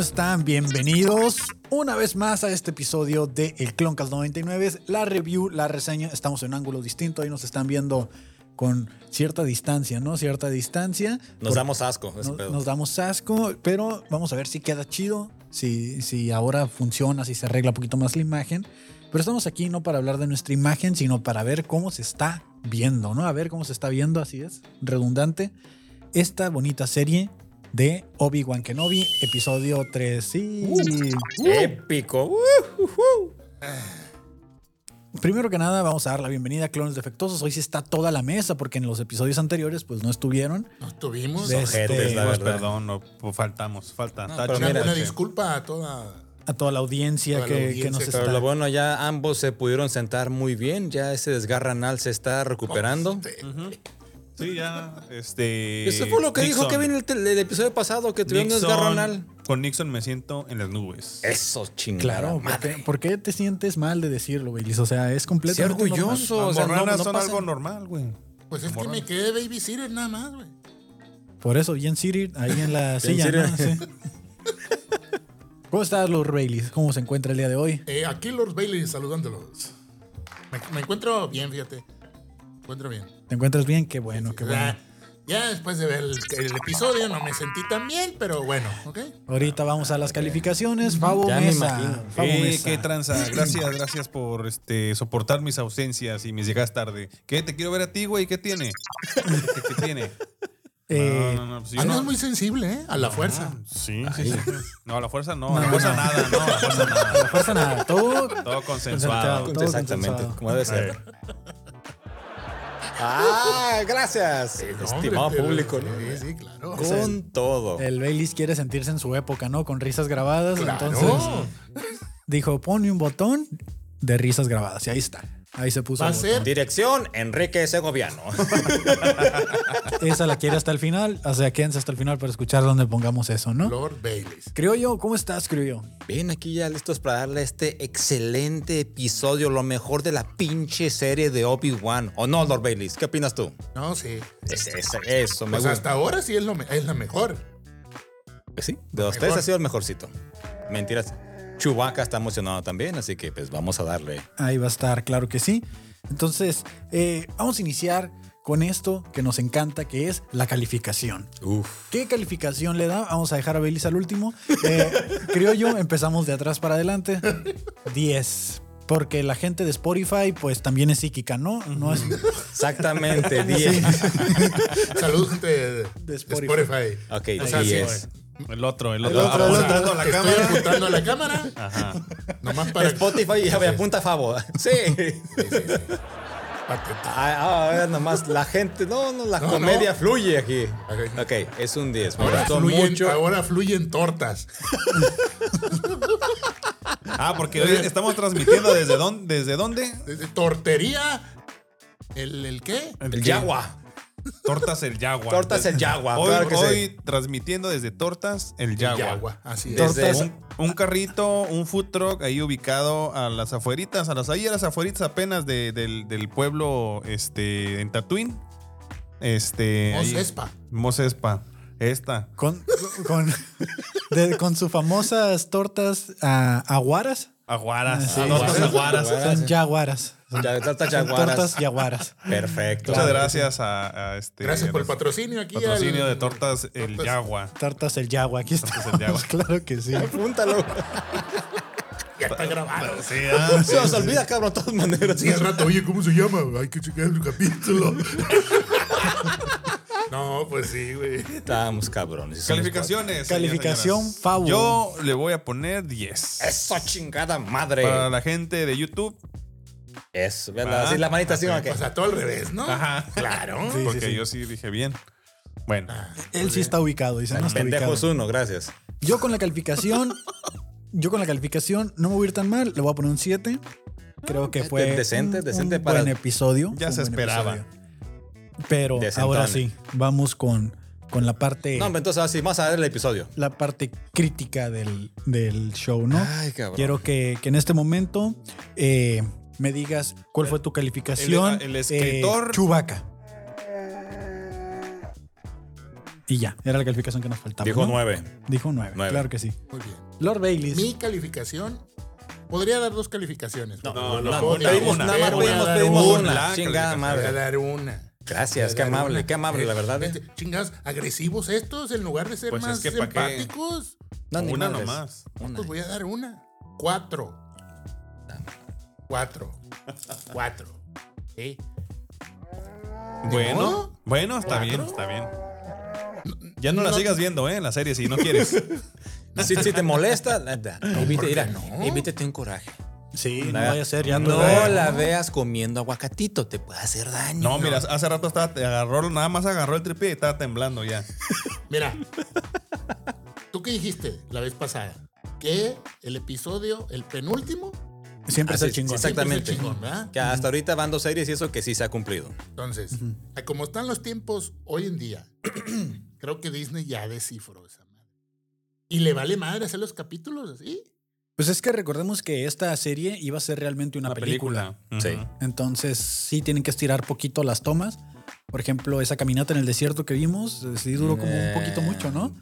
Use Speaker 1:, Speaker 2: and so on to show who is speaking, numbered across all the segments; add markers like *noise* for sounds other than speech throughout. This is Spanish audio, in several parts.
Speaker 1: están? Bienvenidos una vez más a este episodio de El Cloncast 99. Es La review, la reseña. Estamos en un ángulo distinto. Ahí nos están viendo con cierta distancia, ¿no? Cierta distancia.
Speaker 2: Nos
Speaker 1: Por-
Speaker 2: damos asco. ese
Speaker 1: no-
Speaker 2: pedo.
Speaker 1: nos damos asco, pero vamos a ver si queda chido, si, si ahora funciona, si se arregla un poquito más la imagen. Pero estamos aquí no para hablar de nuestra imagen, sino para ver cómo se está viendo, ¿no? A ver cómo se está viendo, así es, redundante, esta bonita serie de Obi-Wan Kenobi, episodio 3. Sí.
Speaker 3: Uh.
Speaker 2: Épico. Uh, uh, uh.
Speaker 1: Primero que nada, vamos a dar la bienvenida a Clones Defectuosos. Hoy sí está toda la mesa, porque en los episodios anteriores, pues no estuvieron.
Speaker 3: Nos tuvimos.
Speaker 1: De-
Speaker 3: Este,
Speaker 2: Ojetes, la
Speaker 4: Pues,
Speaker 2: verdad.
Speaker 4: perdón, no, pues, faltamos, falta.
Speaker 3: no,
Speaker 4: Tache,
Speaker 3: pero
Speaker 2: mira,
Speaker 3: una
Speaker 4: tache.
Speaker 3: disculpa a toda.
Speaker 1: A toda la audiencia,
Speaker 3: Toda la
Speaker 1: que, que
Speaker 3: audiencia,
Speaker 1: nos
Speaker 3: claro,
Speaker 1: está.
Speaker 2: Pero lo bueno, ya ambos se pudieron sentar muy bien. Ya ese desgarre anal se está recuperando.
Speaker 3: Este,
Speaker 4: Sí, ya, este...
Speaker 2: Eso fue lo que dijo
Speaker 4: Nixon.
Speaker 2: Kevin el, tel- el episodio pasado, que tuvieron un
Speaker 4: Nixon-
Speaker 2: desgarre anal.
Speaker 4: Con Nixon me siento en las nubes.
Speaker 2: Eso, chingada.
Speaker 1: Claro, ¿por qué, por qué te sientes mal de decirlo, Bailis? O sea, es
Speaker 2: Sé
Speaker 1: completamente normal.
Speaker 2: orgulloso. O
Speaker 4: Las
Speaker 2: sea, no,
Speaker 4: morranas
Speaker 2: no
Speaker 4: son
Speaker 2: pasa-
Speaker 4: algo normal, güey.
Speaker 3: Pues es que
Speaker 4: Morrón.
Speaker 3: me quedé babysitter nada más, güey.
Speaker 1: Por eso, Jen City, ahí en la silla,
Speaker 2: City.
Speaker 1: ¿no? Sí. ¿Cómo estás, los Bailis? ¿Cómo se encuentra el día de hoy?
Speaker 3: Eh, aquí Lord Bailey saludándolos. Me, me encuentro bien, fíjate. Me encuentro bien.
Speaker 1: ¿Te encuentras bien? Qué bueno, qué bueno.
Speaker 3: Ya, ya después de ver el, el episodio no me sentí tan bien, pero bueno, ¿ok?
Speaker 1: Ahorita vamos a las calificaciones. Fabo
Speaker 2: Ya me
Speaker 1: Mesa.
Speaker 2: imagino.
Speaker 1: Fabo
Speaker 4: Eh,
Speaker 1: Mesa.
Speaker 4: qué tranza. *clears throat* Gracias, gracias por este, soportar mis ausencias y mis llegadas tarde. ¿Qué? Te quiero ver a ti, güey. ¿Qué tiene? ¿Qué, qué tiene?
Speaker 1: Eh,
Speaker 4: no, no, pues yo
Speaker 3: Ah, no
Speaker 4: no-
Speaker 3: es muy sensible, ¿eh? A la fuerza.
Speaker 4: Sí, sí, sí. No, a la fuerza no. A la fuerza nada, no. A la fuerza
Speaker 1: a la
Speaker 4: nada.
Speaker 1: fuerza nada. Todo. Concentrado.
Speaker 4: Todo consensuado.
Speaker 1: Todo
Speaker 2: Exactamente,
Speaker 1: consensuado.
Speaker 2: como debe ser. Ah, gracias. Estimado
Speaker 3: Hombre, pero-
Speaker 2: público. ¿no?
Speaker 3: Sí, sí, claro.
Speaker 2: Con todo.
Speaker 1: El Bailis quiere sentirse en su época, ¿no? Con risas grabadas.
Speaker 3: Claro.
Speaker 1: Entonces dijo: ponme un botón de risas grabadas. Y ahí está. Ahí se puso.
Speaker 3: Va a
Speaker 1: el botón.
Speaker 3: ser
Speaker 2: Dirección Enrique Segoviano.
Speaker 1: Esa la quiere hasta el final. O sea, quédense hasta el final para escuchar donde pongamos eso, ¿no?
Speaker 3: Lord Bailey.
Speaker 1: Criollo, ¿cómo estás, Criollo?
Speaker 2: Bien, aquí ya listos para darle este excelente episodio, lo mejor de la pinche serie de Obi-Wan. ¿O no, Lord Baileys? ¿Qué opinas tú?
Speaker 3: No, sí.
Speaker 2: Es- es- eso, me
Speaker 3: Pues
Speaker 2: gusta.
Speaker 3: hasta ahora sí es, lo me- es la mejor.
Speaker 2: Sí, de los
Speaker 3: Mejor.
Speaker 2: tres ha sido el mejorcito. Mentiras. Chewbacca está emocionado también, así que pues vamos a darle.
Speaker 1: Ahí va a estar, claro que sí. Entonces, eh, vamos a iniciar con esto que nos encanta, que es la calificación.
Speaker 2: Uf.
Speaker 1: ¿Qué calificación le da? Vamos a dejar a Belis al último. Eh, criollo, empezamos de atrás para adelante. 10. Porque la gente de Spotify, pues también es psíquica, ¿no? No es.
Speaker 3: *laughs*
Speaker 2: Exactamente, 10.
Speaker 3: Saludos gente de, de
Speaker 1: Spotify.
Speaker 3: Spotify.
Speaker 2: Ok,
Speaker 3: O sea,
Speaker 2: 10.
Speaker 4: El otro, el
Speaker 1: El
Speaker 4: otro.
Speaker 1: otro, el otro.
Speaker 4: Apuntando Ah, a la
Speaker 3: Estoy
Speaker 4: cámara.
Speaker 3: apuntando a la cámara.
Speaker 4: Ajá.
Speaker 3: Nomás
Speaker 2: *laughs*
Speaker 3: para.
Speaker 2: Spotify ya me apunta a favor. Sí.
Speaker 3: Sí, sí, sí. Pateta.
Speaker 2: Ah, ah, a ver, nomás la gente, no, no, la
Speaker 3: No,
Speaker 2: comedia
Speaker 3: no.
Speaker 2: fluye aquí.
Speaker 3: Ok.
Speaker 2: Ok, es un 10. Me
Speaker 3: Ahora
Speaker 2: gustó
Speaker 3: fluyen,
Speaker 2: mucho.
Speaker 3: ahora fluyen tortas.
Speaker 4: Ah, porque hoy estamos transmitiendo desde dónde, desde dónde?
Speaker 3: Desde tortería. ¿El, el qué?
Speaker 2: El Yagua.
Speaker 4: Tortas el Yagua.
Speaker 2: Tortas el Yagua.
Speaker 4: Hoy,
Speaker 2: claro que sí.
Speaker 4: hoy transmitiendo desde Tortas el Yagua.
Speaker 3: Yagua, Así es.
Speaker 2: Desde-
Speaker 1: Tortas.
Speaker 4: Un, un carrito, un food truck ahí ubicado a las afueritas, a las ahí a las afueritas apenas de- del, del pueblo este en Tatuín. Este ahí-
Speaker 3: Mosespa.
Speaker 4: Mosespa. Esta.
Speaker 1: Con, con, de- con sus famosas tortas ah, aguaras.
Speaker 4: Aguaras.
Speaker 1: Sí.
Speaker 4: Tortas Ah, aguaras.
Speaker 1: Son yaguaras.
Speaker 2: Ya- tortas
Speaker 1: Son
Speaker 2: yaguaras.
Speaker 1: Tortas yaguaras.
Speaker 2: Perfecto.
Speaker 4: Muchas gracias a, a este.
Speaker 3: Gracias por el
Speaker 4: a-
Speaker 3: patrocinio aquí.
Speaker 4: patrocinio
Speaker 3: al-
Speaker 4: de Tortas el
Speaker 3: Tortas.
Speaker 4: Yagua.
Speaker 1: Tortas el Yagua. Aquí está.
Speaker 4: Tortas el Yagua.
Speaker 1: *laughs* claro que sí.
Speaker 2: Apúntalo.
Speaker 3: Ya está grabado.
Speaker 4: Ah, Sí, ah,
Speaker 2: Se nos olvida, cabrón, de todas maneras.
Speaker 3: Sí, al rato, oye, ¿cómo se llama? Hay que checar el
Speaker 4: *laughs*
Speaker 3: capítulo. no, pues sí, güey.
Speaker 2: Estamos cabrones. somos
Speaker 4: Calificaciones.
Speaker 1: Calificación
Speaker 4: señoras y señores.
Speaker 1: Fabo.
Speaker 4: Yo le voy a poner 10.
Speaker 2: cuatro. Eso, chingada madre.
Speaker 4: Para la gente de YouTube,
Speaker 2: Eso, ¿verdad?
Speaker 4: Ah,
Speaker 2: Así la manita así, ¿no? que
Speaker 3: O sea, todo al revés, ¿no?
Speaker 4: Ajá.
Speaker 3: Ah, Claro. Ah,
Speaker 1: Sí, sí,
Speaker 4: porque
Speaker 1: sí.
Speaker 4: yo sí dije bien. Bueno,
Speaker 1: Él sí está ubicado. Dice, no está ubicado.
Speaker 2: Pendejos uno, gracias.
Speaker 1: Yo con la calificación. Yo con la calificación no me voy a ir tan mal. Le voy a poner un 7. Creo que fue.
Speaker 2: Decente,
Speaker 1: un,
Speaker 2: decente
Speaker 1: un
Speaker 2: para-
Speaker 1: buen episodio.
Speaker 4: Ya
Speaker 1: un
Speaker 4: se
Speaker 1: buen
Speaker 4: esperaba.
Speaker 1: episodio. Pero
Speaker 2: Decentón.
Speaker 1: ahora sí, vamos con, con la parte.
Speaker 2: No, hombre, entonces así, más a ver el episodio.
Speaker 1: la parte crítica del, del show, ¿no?
Speaker 2: Ay, cabrón.
Speaker 1: Quiero que, que en este momento eh, me digas cuál fue tu eh, calificación.
Speaker 4: el escritor-
Speaker 1: Chubaca. Y ya, era la calificación que nos faltaba.
Speaker 2: Dijo
Speaker 1: ¿no?
Speaker 2: nueve.
Speaker 1: Dijo nueve,
Speaker 2: Nueve.
Speaker 1: claro que sí.
Speaker 3: Muy bien.
Speaker 1: Lord Bailey.
Speaker 3: Mi calificación. Podría dar dos calificaciones. No,
Speaker 4: no,
Speaker 2: Nada
Speaker 4: no,
Speaker 2: pedimos-
Speaker 4: una.
Speaker 2: nada más
Speaker 4: Voy a
Speaker 2: pedimos,
Speaker 4: dar
Speaker 2: pedimos
Speaker 4: una.
Speaker 2: una. Chingada
Speaker 4: Voy a
Speaker 3: Voy a
Speaker 2: madre.
Speaker 3: dar una.
Speaker 2: Gracias, qué
Speaker 3: Voy a dar
Speaker 2: amable,
Speaker 3: una.
Speaker 2: qué amable, la verdad. ¿eh?
Speaker 3: Este, Chingados, agresivos estos en lugar de ser
Speaker 4: Pues es
Speaker 3: más
Speaker 4: que pa' qué.
Speaker 3: empáticos.
Speaker 2: No, ni
Speaker 4: Una
Speaker 2: madres.
Speaker 4: nomás.
Speaker 2: Una.
Speaker 3: Pues voy a dar una. Cuatro. Cuatro. Cuatro. ¿Sí?
Speaker 4: Bueno,
Speaker 3: modo?
Speaker 4: bueno, está bien, está bien. Ya no la
Speaker 3: no-
Speaker 4: sigas viendo, ¿eh? La serie, si
Speaker 3: *laughs*
Speaker 4: no quieres.
Speaker 2: Si, si te
Speaker 4: *laughs*
Speaker 2: molesta, la- la- evite- mira,
Speaker 3: no?
Speaker 2: evítate un coraje.
Speaker 1: Sí, no
Speaker 2: La-
Speaker 1: vaya a ser, ya
Speaker 2: No
Speaker 1: no.
Speaker 2: la veas comiendo aguacatito, te puede hacer daño.
Speaker 4: No, mira, hace rato estaba, te agarró, nada más agarró el tripié y estaba temblando ya.
Speaker 3: Mira. ¿Tú qué dijiste la vez pasada? Que el episodio, el penúltimo,
Speaker 1: Siempre está
Speaker 2: Así es,
Speaker 1: chingón.
Speaker 3: sí.
Speaker 2: Exactamente.
Speaker 3: Siempre es el chingón, ¿verdad?
Speaker 2: que hasta ahorita van dos series y eso que sí se ha cumplido.
Speaker 3: Entonces, a como están los tiempos hoy en día, *clears throat* creo que Disney ya descifró esa madre. Y le vale madre hacer los capítulos así.
Speaker 1: Pues es que recordemos que esta serie iba a ser realmente una película.
Speaker 2: Sí.
Speaker 4: Ah, Ujú.
Speaker 1: Entonces sí tienen que estirar poquito las tomas. Por ejemplo, esa caminata en el desierto que vimos, eh, sí duró como un poquito mucho, ¿no?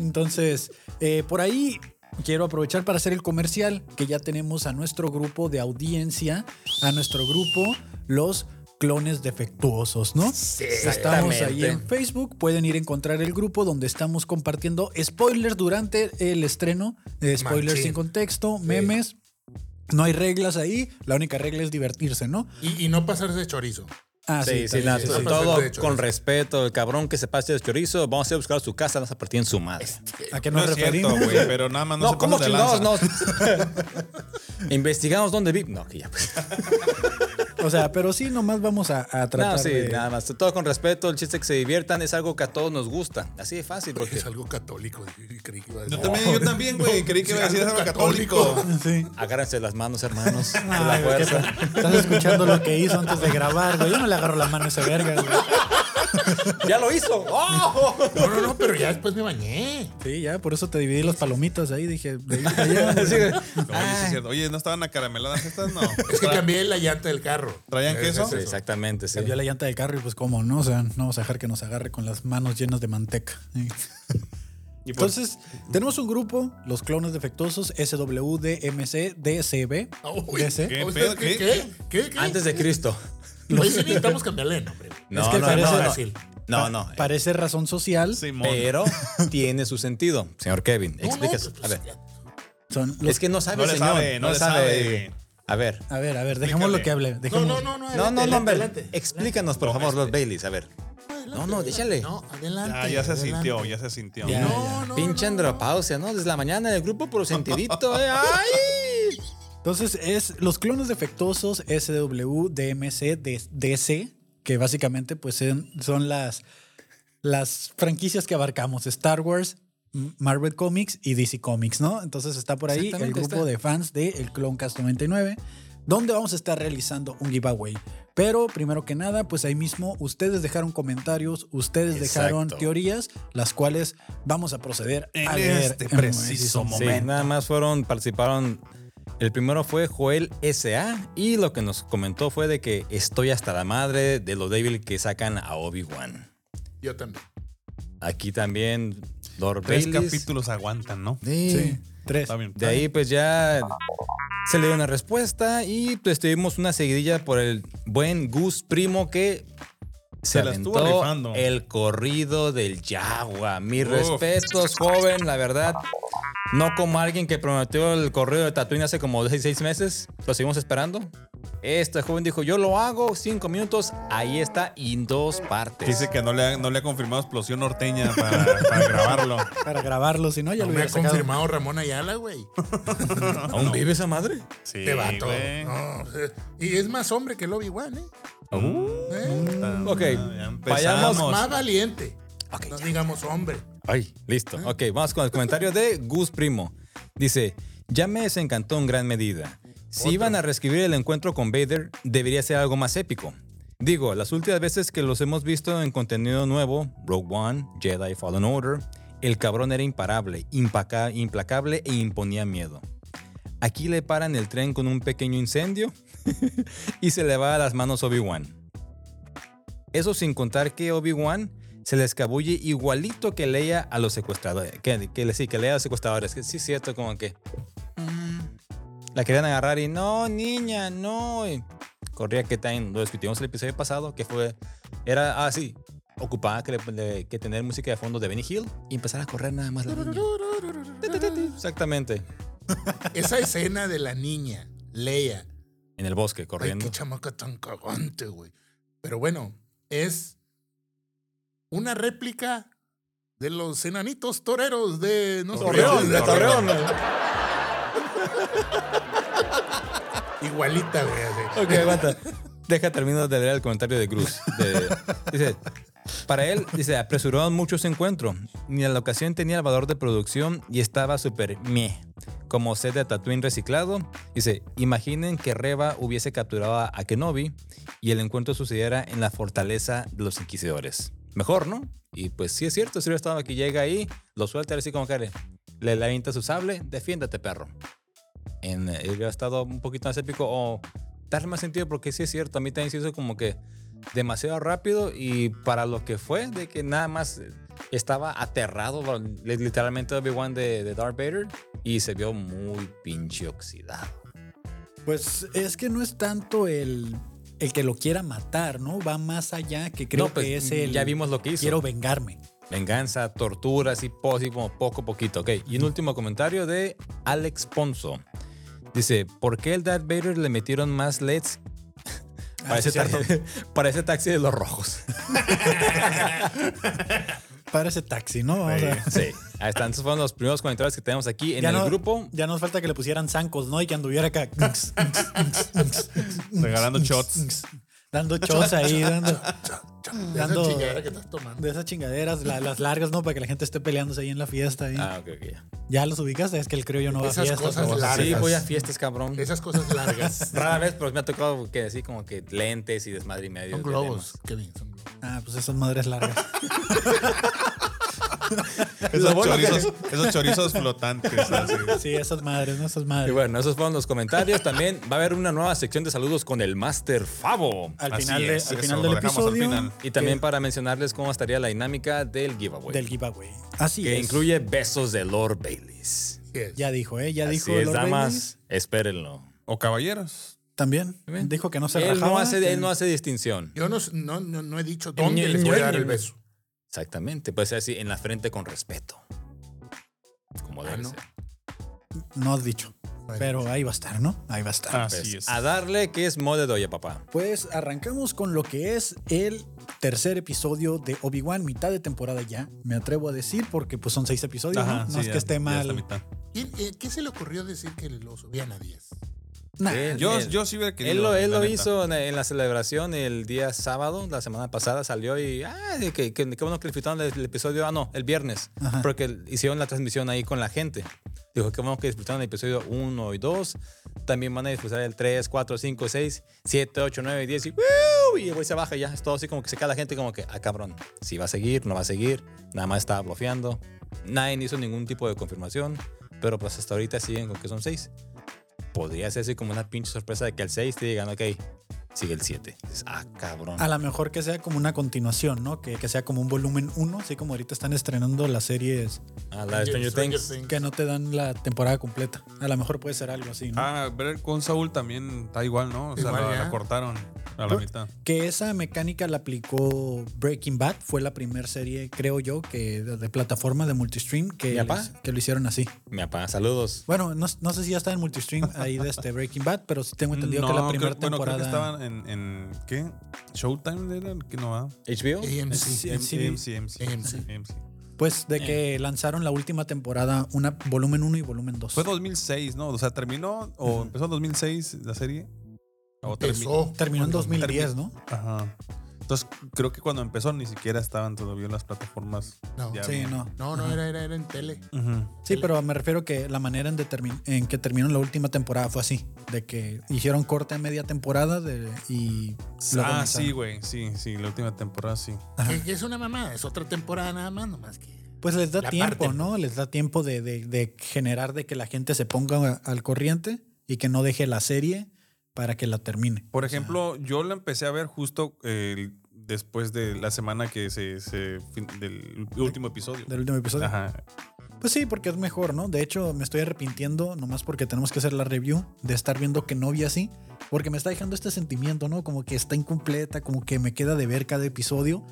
Speaker 1: Entonces, eh, por ahí quiero aprovechar para hacer el comercial, que ya tenemos a nuestro grupo de audiencia, a nuestro grupo, los clones defectuosos, ¿no? Estamos ahí
Speaker 2: Exactamente.
Speaker 1: en Facebook, pueden ir a encontrar el grupo donde estamos compartiendo spoilers durante el estreno, eh, spoilers
Speaker 3: Machín.
Speaker 1: sin contexto, memes. No hay reglas ahí, la única regla es divertirse, ¿no?
Speaker 3: Y, y no pasarse de chorizo.
Speaker 1: Ah,
Speaker 2: Sí, sí,
Speaker 1: también,
Speaker 2: la-
Speaker 3: sí, sí.
Speaker 2: todo
Speaker 3: De hecho,
Speaker 2: con
Speaker 3: sí.
Speaker 2: respeto. El cabrón que se pase de chorizo, vamos a ir a buscar a su casa, vamos a partir en su madre.
Speaker 1: ¿A qué
Speaker 4: No,
Speaker 1: nos
Speaker 4: es cierto,
Speaker 1: referimos?
Speaker 4: güey, pero nada más no,
Speaker 2: No,
Speaker 4: se
Speaker 2: ¿cómo
Speaker 4: pasen de lanza.
Speaker 2: chingados? No. *laughs* Investigamos dónde vi. No, que ya pues.
Speaker 1: o sea, pero sí, nomás vamos a, a tratar
Speaker 2: No, sí,
Speaker 1: de-
Speaker 2: nada más. Todo con respeto. El chiste es que se diviertan es algo que a todos nos gusta. Así de fácil. Porque
Speaker 3: Es algo católico. y- y creí que iba a
Speaker 4: Yo
Speaker 3: decir-
Speaker 4: también, yo también, güey. Creí que iba a decir algo católico.
Speaker 1: *laughs* Sí.
Speaker 2: agárrense las manos, hermanos. de la
Speaker 1: Ay, güey, ¿qué
Speaker 2: fuerza.
Speaker 1: tal? Estás escuchando lo que hizo antes de grabar, güey. Yo no le agarro la mano a ese verga, güey.
Speaker 2: ¡Ya lo hizo! ¡Oh!
Speaker 3: No, no, no, pero ya después me bañé.
Speaker 1: Sí, ya, por eso te dividí los palomitas ahí. Dije, de ahí para allá, güey.
Speaker 2: Así que-
Speaker 4: Oye, sí es cierto. Oye, ¿no estaban acarameladas estas? No.
Speaker 3: Es que
Speaker 4: Tra-
Speaker 3: cambié la llanta del carro.
Speaker 4: ¿Traían
Speaker 3: Es-
Speaker 4: queso?
Speaker 3: es
Speaker 2: Sí,
Speaker 3: eso.
Speaker 2: exactamente, sí.
Speaker 1: Cambió la llanta del carro y pues cómo, ¿no? O sea, no vamos a dejar que nos agarre con las manos llenas de manteca. *laughs* Sí.
Speaker 3: pues,
Speaker 1: Entonces, tenemos un grupo, los clones defectuosos, SWDMC, DCB.
Speaker 3: Uy,
Speaker 1: DC.
Speaker 4: ¿Qué
Speaker 3: Oh, o sea,
Speaker 4: pedo?
Speaker 3: ¿Qué?
Speaker 4: ¿Qué?
Speaker 3: ¿Qué? ¿Qué? ¿Qué?
Speaker 2: Antes de Cristo.
Speaker 3: Oye, sí necesitamos cambiarle de nombre.
Speaker 2: No,
Speaker 1: Es que
Speaker 2: no,
Speaker 1: parece
Speaker 2: no, no.
Speaker 3: fácil.
Speaker 2: No, no.
Speaker 1: Parece razón social.
Speaker 4: Simón. *laughs*
Speaker 2: Pero tiene su sentido, señor Kevin. Explícate.
Speaker 3: No, no,
Speaker 2: A ver.
Speaker 3: pues,
Speaker 1: Son los-
Speaker 2: Es que no sabe,
Speaker 4: No le
Speaker 2: señor.
Speaker 4: sabe, no le sabe.
Speaker 2: A ver.
Speaker 1: A ver, a ver, dejemos lo
Speaker 4: Explícale.
Speaker 1: que hable.
Speaker 3: No,
Speaker 1: dejemos-
Speaker 3: no, no, no.
Speaker 2: No,
Speaker 3: adelante,
Speaker 2: no, no, hombre.
Speaker 3: adelante, adelante.
Speaker 2: Explícanos, por favor,
Speaker 4: este.
Speaker 2: los Baileys. A ver. No, no, déjale.
Speaker 3: No, adelante.
Speaker 4: Ah, ya se
Speaker 3: adelante.
Speaker 4: sintió, ya se sintió.
Speaker 1: Ya.
Speaker 3: No, no.
Speaker 2: Pinche
Speaker 3: no,
Speaker 2: andropausia, ¿no? Desde la mañana en el grupo, por sentidito, ¿eh? ¡Ay!
Speaker 1: Entonces, es los clones defectuosos SW, DMC, D- DC, que básicamente pues son, son las, las franquicias que abarcamos, Star Wars, M- Marvel Comics y DC Comics, ¿no? Entonces está por ahí el
Speaker 2: Exactamente,
Speaker 1: grupo
Speaker 2: está.
Speaker 1: de fans de El Cloncast 99, donde vamos a estar realizando un giveaway. Pero primero que nada, pues ahí mismo ustedes dejaron comentarios, ustedes dejaron
Speaker 2: Exacto.
Speaker 1: teorías, las cuales vamos a proceder
Speaker 4: En
Speaker 1: a leer
Speaker 4: este preciso
Speaker 2: Sí,
Speaker 4: Momento.
Speaker 2: nada más fueron, participaron. El primero fue Joel S.A. y lo que nos comentó fue de que estoy hasta la madre de lo débil que sacan a Obi-Wan.
Speaker 3: Yo también.
Speaker 2: Aquí también Lord
Speaker 4: Tres
Speaker 2: Baileys.
Speaker 4: capítulos aguantan, ¿no?
Speaker 2: Sí.
Speaker 1: Sí, tres.
Speaker 4: Está bien.
Speaker 2: De ahí pues ya se le dio una respuesta y pues tuvimos una seguidilla por el buen Gus Primo que se,
Speaker 4: Se la estuvo
Speaker 2: aventó
Speaker 4: rifando.
Speaker 2: el corrido del Yagua. Mis
Speaker 4: Uf.
Speaker 2: respetos, joven, la verdad. No como alguien que prometió el corrido de Tatooine hace como 16 meses. Lo seguimos esperando. Este joven dijo, yo lo hago, cinco minutos, ahí está, y en dos partes.
Speaker 4: Dice que no le ha, no le ha confirmado explosión norteña para, para grabarlo.
Speaker 1: Para grabarlo, si no, ya lo
Speaker 3: No me
Speaker 1: hubiera
Speaker 3: ha
Speaker 1: sacado.
Speaker 3: confirmado Ramón Ayala, güey.
Speaker 2: ¿Aún vive esa madre?
Speaker 4: Sí,
Speaker 3: Te vato.
Speaker 4: güey.
Speaker 3: No, eh, y es más hombre que el Obi-Wan, ¿eh?
Speaker 2: Uh,
Speaker 3: ¿Eh?
Speaker 4: Puta,
Speaker 2: Ok,
Speaker 4: ya empezamos.
Speaker 2: vayamos
Speaker 3: Más valiente.
Speaker 2: Ok,
Speaker 3: No digamos hombre.
Speaker 2: Ay, listo. Ok, vamos con el comentario de Gus Primo. Dice, ya me desencantó en gran medida. Si iban a reescribir el encuentro con Vader, debería ser algo más épico. Digo, las últimas veces que los hemos visto en contenido nuevo, Rogue One, Jedi Fallen Order, el cabrón era imparable, impaca- implacable e imponía miedo. Aquí le paran el tren con un pequeño incendio *laughs* y se le va a las manos Obi-Wan. Eso sin contar que Obi-Wan se le escabulle igualito que Leia a los secuestradores. Que, que, le- sí, que Leia a los secuestradores. Que sí, es cierto, como que. mm, la querían agarrar y no, niña, no. Y corría que también lo discutimos el episodio pasado, que fue. Era así. Ocupaba que, le- le- que tener música de fondo de Benny Hill y empezar a correr nada más la niña. Exactamente.
Speaker 3: Esa escena de la niña, Leia.
Speaker 2: En el bosque,
Speaker 3: Ay,
Speaker 2: corriendo.
Speaker 3: qué chamaca tan cagante, güey. Pero bueno, es una réplica de los enanitos toreros de... No sé-
Speaker 4: Torreón, de Torreón.
Speaker 3: *laughs* Igualita, güey. así.
Speaker 2: Ok, aguanta. Deja, termino de leer el comentario de Cruz. De- dice, para él, dice, apresuraron mucho su encuentro. Ni la ocasión tenía el valor de producción y estaba súper meh. Como set de Tatooine reciclado. Dice, imaginen que Reba hubiese capturado a Kenobi y el encuentro sucediera en la fortaleza de los inquisidores. Mejor, ¿no? Y pues sí es cierto, si hubiera estado aquí, llega ahí, lo suelta así como que le, le le avienta su sable, defiéndete, perro. En, eh, hubiera estado un poquito más épico o darle más sentido porque sí es cierto, a mí también se hizo como que demasiado rápido y para lo que fue, de que nada más estaba aterrado li- literalmente Obi-Wan de, de Darth Vader y se vio muy pinche oxidado.
Speaker 1: Pues es que no es tanto el, el que lo quiera matar, ¿no? Va más allá que creo
Speaker 2: No, pues,
Speaker 1: que es
Speaker 3: mm,
Speaker 1: el
Speaker 2: ya vimos lo que hizo.
Speaker 1: quiero vengarme.
Speaker 2: Venganza, tortura, así po- así como poco a poquito. Ok, y un último comentario de Alex Ponzo. Dice, ¿por qué el Darth Vader le metieron más *laughs* LEDs
Speaker 1: Ah,
Speaker 2: para, ese, ta- para ese taxi *laughs* de los rojos?
Speaker 1: Para ese taxi, ¿no?
Speaker 3: Pues,
Speaker 1: Vamos a-
Speaker 2: Sí, ahí están. Esos fueron los primeros comentarios que tenemos aquí en
Speaker 1: ya
Speaker 2: el
Speaker 1: no-
Speaker 2: grupo.
Speaker 1: Ya nos falta que le pusieran zancos, ¿no? Y que anduviera acá. *laughs*
Speaker 4: Regalando shots.
Speaker 3: *laughs*
Speaker 1: dando shots ahí, dando
Speaker 3: De
Speaker 1: Dando-
Speaker 3: Esa chingadera que estás tomando.
Speaker 1: de esas chingaderas, la- las largas, ¿no? Para que la gente esté peleándose ahí en la fiesta. ahí.
Speaker 2: Ah, ok, ok, ya.
Speaker 1: Ya los ubicas, es que el criollo no va a
Speaker 3: Esas
Speaker 1: fiestas.
Speaker 3: cosas
Speaker 1: pero-
Speaker 3: largas.
Speaker 2: Sí, voy a fiestas, cabrón.
Speaker 3: Esas cosas largas.
Speaker 2: Rara vez, pero me ha tocado que así como que lentes y desmadre y medio.
Speaker 3: Son
Speaker 2: de
Speaker 3: globos, Kevin, son globos.
Speaker 1: Ah, pues esas madres largas.
Speaker 4: Esos,
Speaker 2: bueno que-
Speaker 4: chorizos, esos chorizos flotantes. así.
Speaker 1: Sí, esas madres, no esas
Speaker 2: temas. Y
Speaker 1: madres.
Speaker 2: bueno, esos fueron los comentarios. También va a haber una nueva sección de saludos con el Master Favo.
Speaker 1: al
Speaker 4: así
Speaker 1: final, de-
Speaker 4: es,
Speaker 1: al
Speaker 4: eso
Speaker 1: final
Speaker 4: lo
Speaker 1: del
Speaker 4: dejamos al
Speaker 1: episodio
Speaker 4: final.
Speaker 2: Y también para mencionarles cómo estaría la dinámica del giveaway.
Speaker 1: del giveaway. Así
Speaker 2: que
Speaker 1: es.
Speaker 2: incluye besos de Lord Baileys.
Speaker 3: Sí es.
Speaker 1: Ya dijo, ¿eh? Ya dijo
Speaker 2: Así es,
Speaker 1: Lord
Speaker 2: damas,
Speaker 1: Bailey.
Speaker 2: espérenlo.
Speaker 4: O caballeros.
Speaker 1: También.
Speaker 2: Bien.
Speaker 1: Dijo que no se
Speaker 2: Él
Speaker 1: rajaba.
Speaker 2: no, hace,
Speaker 1: que-
Speaker 2: él no hace distinción.
Speaker 3: Yo no, no, no, no he dicho dónde
Speaker 2: Ñe,
Speaker 3: les voy
Speaker 2: Ñe,
Speaker 3: a dar el
Speaker 2: Ñe.
Speaker 3: beso. Ah,
Speaker 2: Exactamente. Puede ser así en la frente con respeto.
Speaker 4: Ah,
Speaker 2: Como debe
Speaker 3: no.
Speaker 2: ser.
Speaker 1: No has dicho. Pero ahí va a estar, ¿no? Ahí va a estar.
Speaker 4: Así
Speaker 2: Pues,
Speaker 4: es.
Speaker 2: A darle que es mole de olla, papá.
Speaker 1: Pues arrancamos con lo que es el tercer episodio de Obi-Wan, mitad de temporada ya, me atrevo a decir, porque pues son seis episodios,
Speaker 4: Ajá,
Speaker 1: ¿no?
Speaker 4: sí,
Speaker 1: No es
Speaker 4: ya-
Speaker 1: que esté
Speaker 4: ya es la
Speaker 1: mal.
Speaker 4: mitad.
Speaker 3: ¿Quién- eh, ¿Qué se le ocurrió decir que los subían a 10?
Speaker 1: Nah,
Speaker 2: Sí.
Speaker 4: Yo,
Speaker 2: Él-
Speaker 4: yo sí hubiera querido.
Speaker 2: Él lo, él
Speaker 4: la
Speaker 2: lo
Speaker 4: neta.
Speaker 2: hizo en, en la celebración el día sábado, la semana pasada salió y. ¡Ah! de que- que- Qué bueno que le disfrutaron el, el episodio. Ah, no, el viernes.
Speaker 1: Ajá.
Speaker 2: Porque hicieron la transmisión ahí con la gente. Dijo, qué bueno que disfrutaron el episodio 1 y 2. También van a disfrutar el 3, 4, 5, 6, 7, 8, 9, 10 y. ¡Woo! Y el güey se baja y ya. Es todo así como que se cae la gente, como que, ah, cabrón, si va a seguir, no va a seguir. Nada más estaba bloqueando. Nadie hizo ningún tipo de confirmación. Pero pues hasta ahorita siguen con que son 6 podría ser así como una pinche sorpresa de que el 6 te digan, ok, sigue el 7. Dices, Ah, cabrón.
Speaker 1: A lo mejor que sea como una continuación, ¿no? Que, que sea como un volumen uno, así como ahorita están estrenando las series
Speaker 2: A Ah, la de Stranger Things.
Speaker 1: que no te dan la temporada completa. A lo mejor puede ser algo así, ¿no?
Speaker 4: Ah, ver con Saúl también está igual, ¿no? O sea,
Speaker 3: Igual,
Speaker 4: la,
Speaker 3: ya.
Speaker 4: la cortaron a la
Speaker 1: Pero-
Speaker 4: mitad.
Speaker 1: Que esa mecánica la aplicó Breaking Bad, fue la primera serie, creo yo, que de, de plataforma de multistream que,
Speaker 2: ¿Mi
Speaker 1: les-
Speaker 2: papá?
Speaker 1: que lo hicieron así.
Speaker 2: Mi papá, saludos.
Speaker 1: Bueno, no, no sé si ya está en
Speaker 4: *laughs*
Speaker 1: multistream ahí de este Breaking Bad, pero sí tengo entendido que la
Speaker 4: creo-
Speaker 1: primera
Speaker 4: bueno, creo
Speaker 1: temporada.
Speaker 4: que estaban en, en- ¿Qué? ¿Showtime era? ¿Qué no va?
Speaker 2: HBO.
Speaker 3: AMC.
Speaker 1: Sí, sí.
Speaker 4: AMC, AMC,
Speaker 3: AMC.
Speaker 4: AMC.
Speaker 1: Pues de que lanzaron la última temporada, una volumen 1 y volumen 2.
Speaker 4: Fue 2006, ¿no? O sea, terminó o empezó en 2006 la serie. O termi-
Speaker 3: Empezó.
Speaker 1: Terminó en
Speaker 4: Cuando
Speaker 1: 2010, ¿no?
Speaker 4: Ajá. Entonces, creo que cuando empezó ni siquiera estaban todavía las plataformas. Ah,
Speaker 3: No.
Speaker 4: ya
Speaker 1: Sí,
Speaker 4: bien.
Speaker 1: no.
Speaker 3: No, no, era, era, era en tele.
Speaker 4: Ujú.
Speaker 1: Sí, pero me refiero que la manera en, determin- en que terminó la última temporada fue así, de que hicieron corte a media temporada de- y... luego
Speaker 4: Ah,
Speaker 1: lanzaron.
Speaker 4: sí, güey. Sí, sí, la última temporada sí.
Speaker 3: Que, que es una mamada, es otra temporada nada más, nomás que.
Speaker 1: Pues les da
Speaker 3: La
Speaker 1: tiempo,
Speaker 3: parte.
Speaker 1: ¿no? Les da tiempo de, de- de generar de que la gente se ponga al corriente y que no deje la serie para que la termine.
Speaker 4: Por ejemplo, yo la empecé a ver justo el- después de la semana que se, se- fin- del último episodio.
Speaker 1: del último episodio.
Speaker 4: Ajá.
Speaker 1: Pues sí, porque es mejor, ¿no? De hecho, me estoy arrepintiendo nomás porque tenemos que hacer la review de estar viendo que no vi así, porque me está dejando este sentimiento, ¿no? Como que está incompleta, como que me queda de ver cada episodio,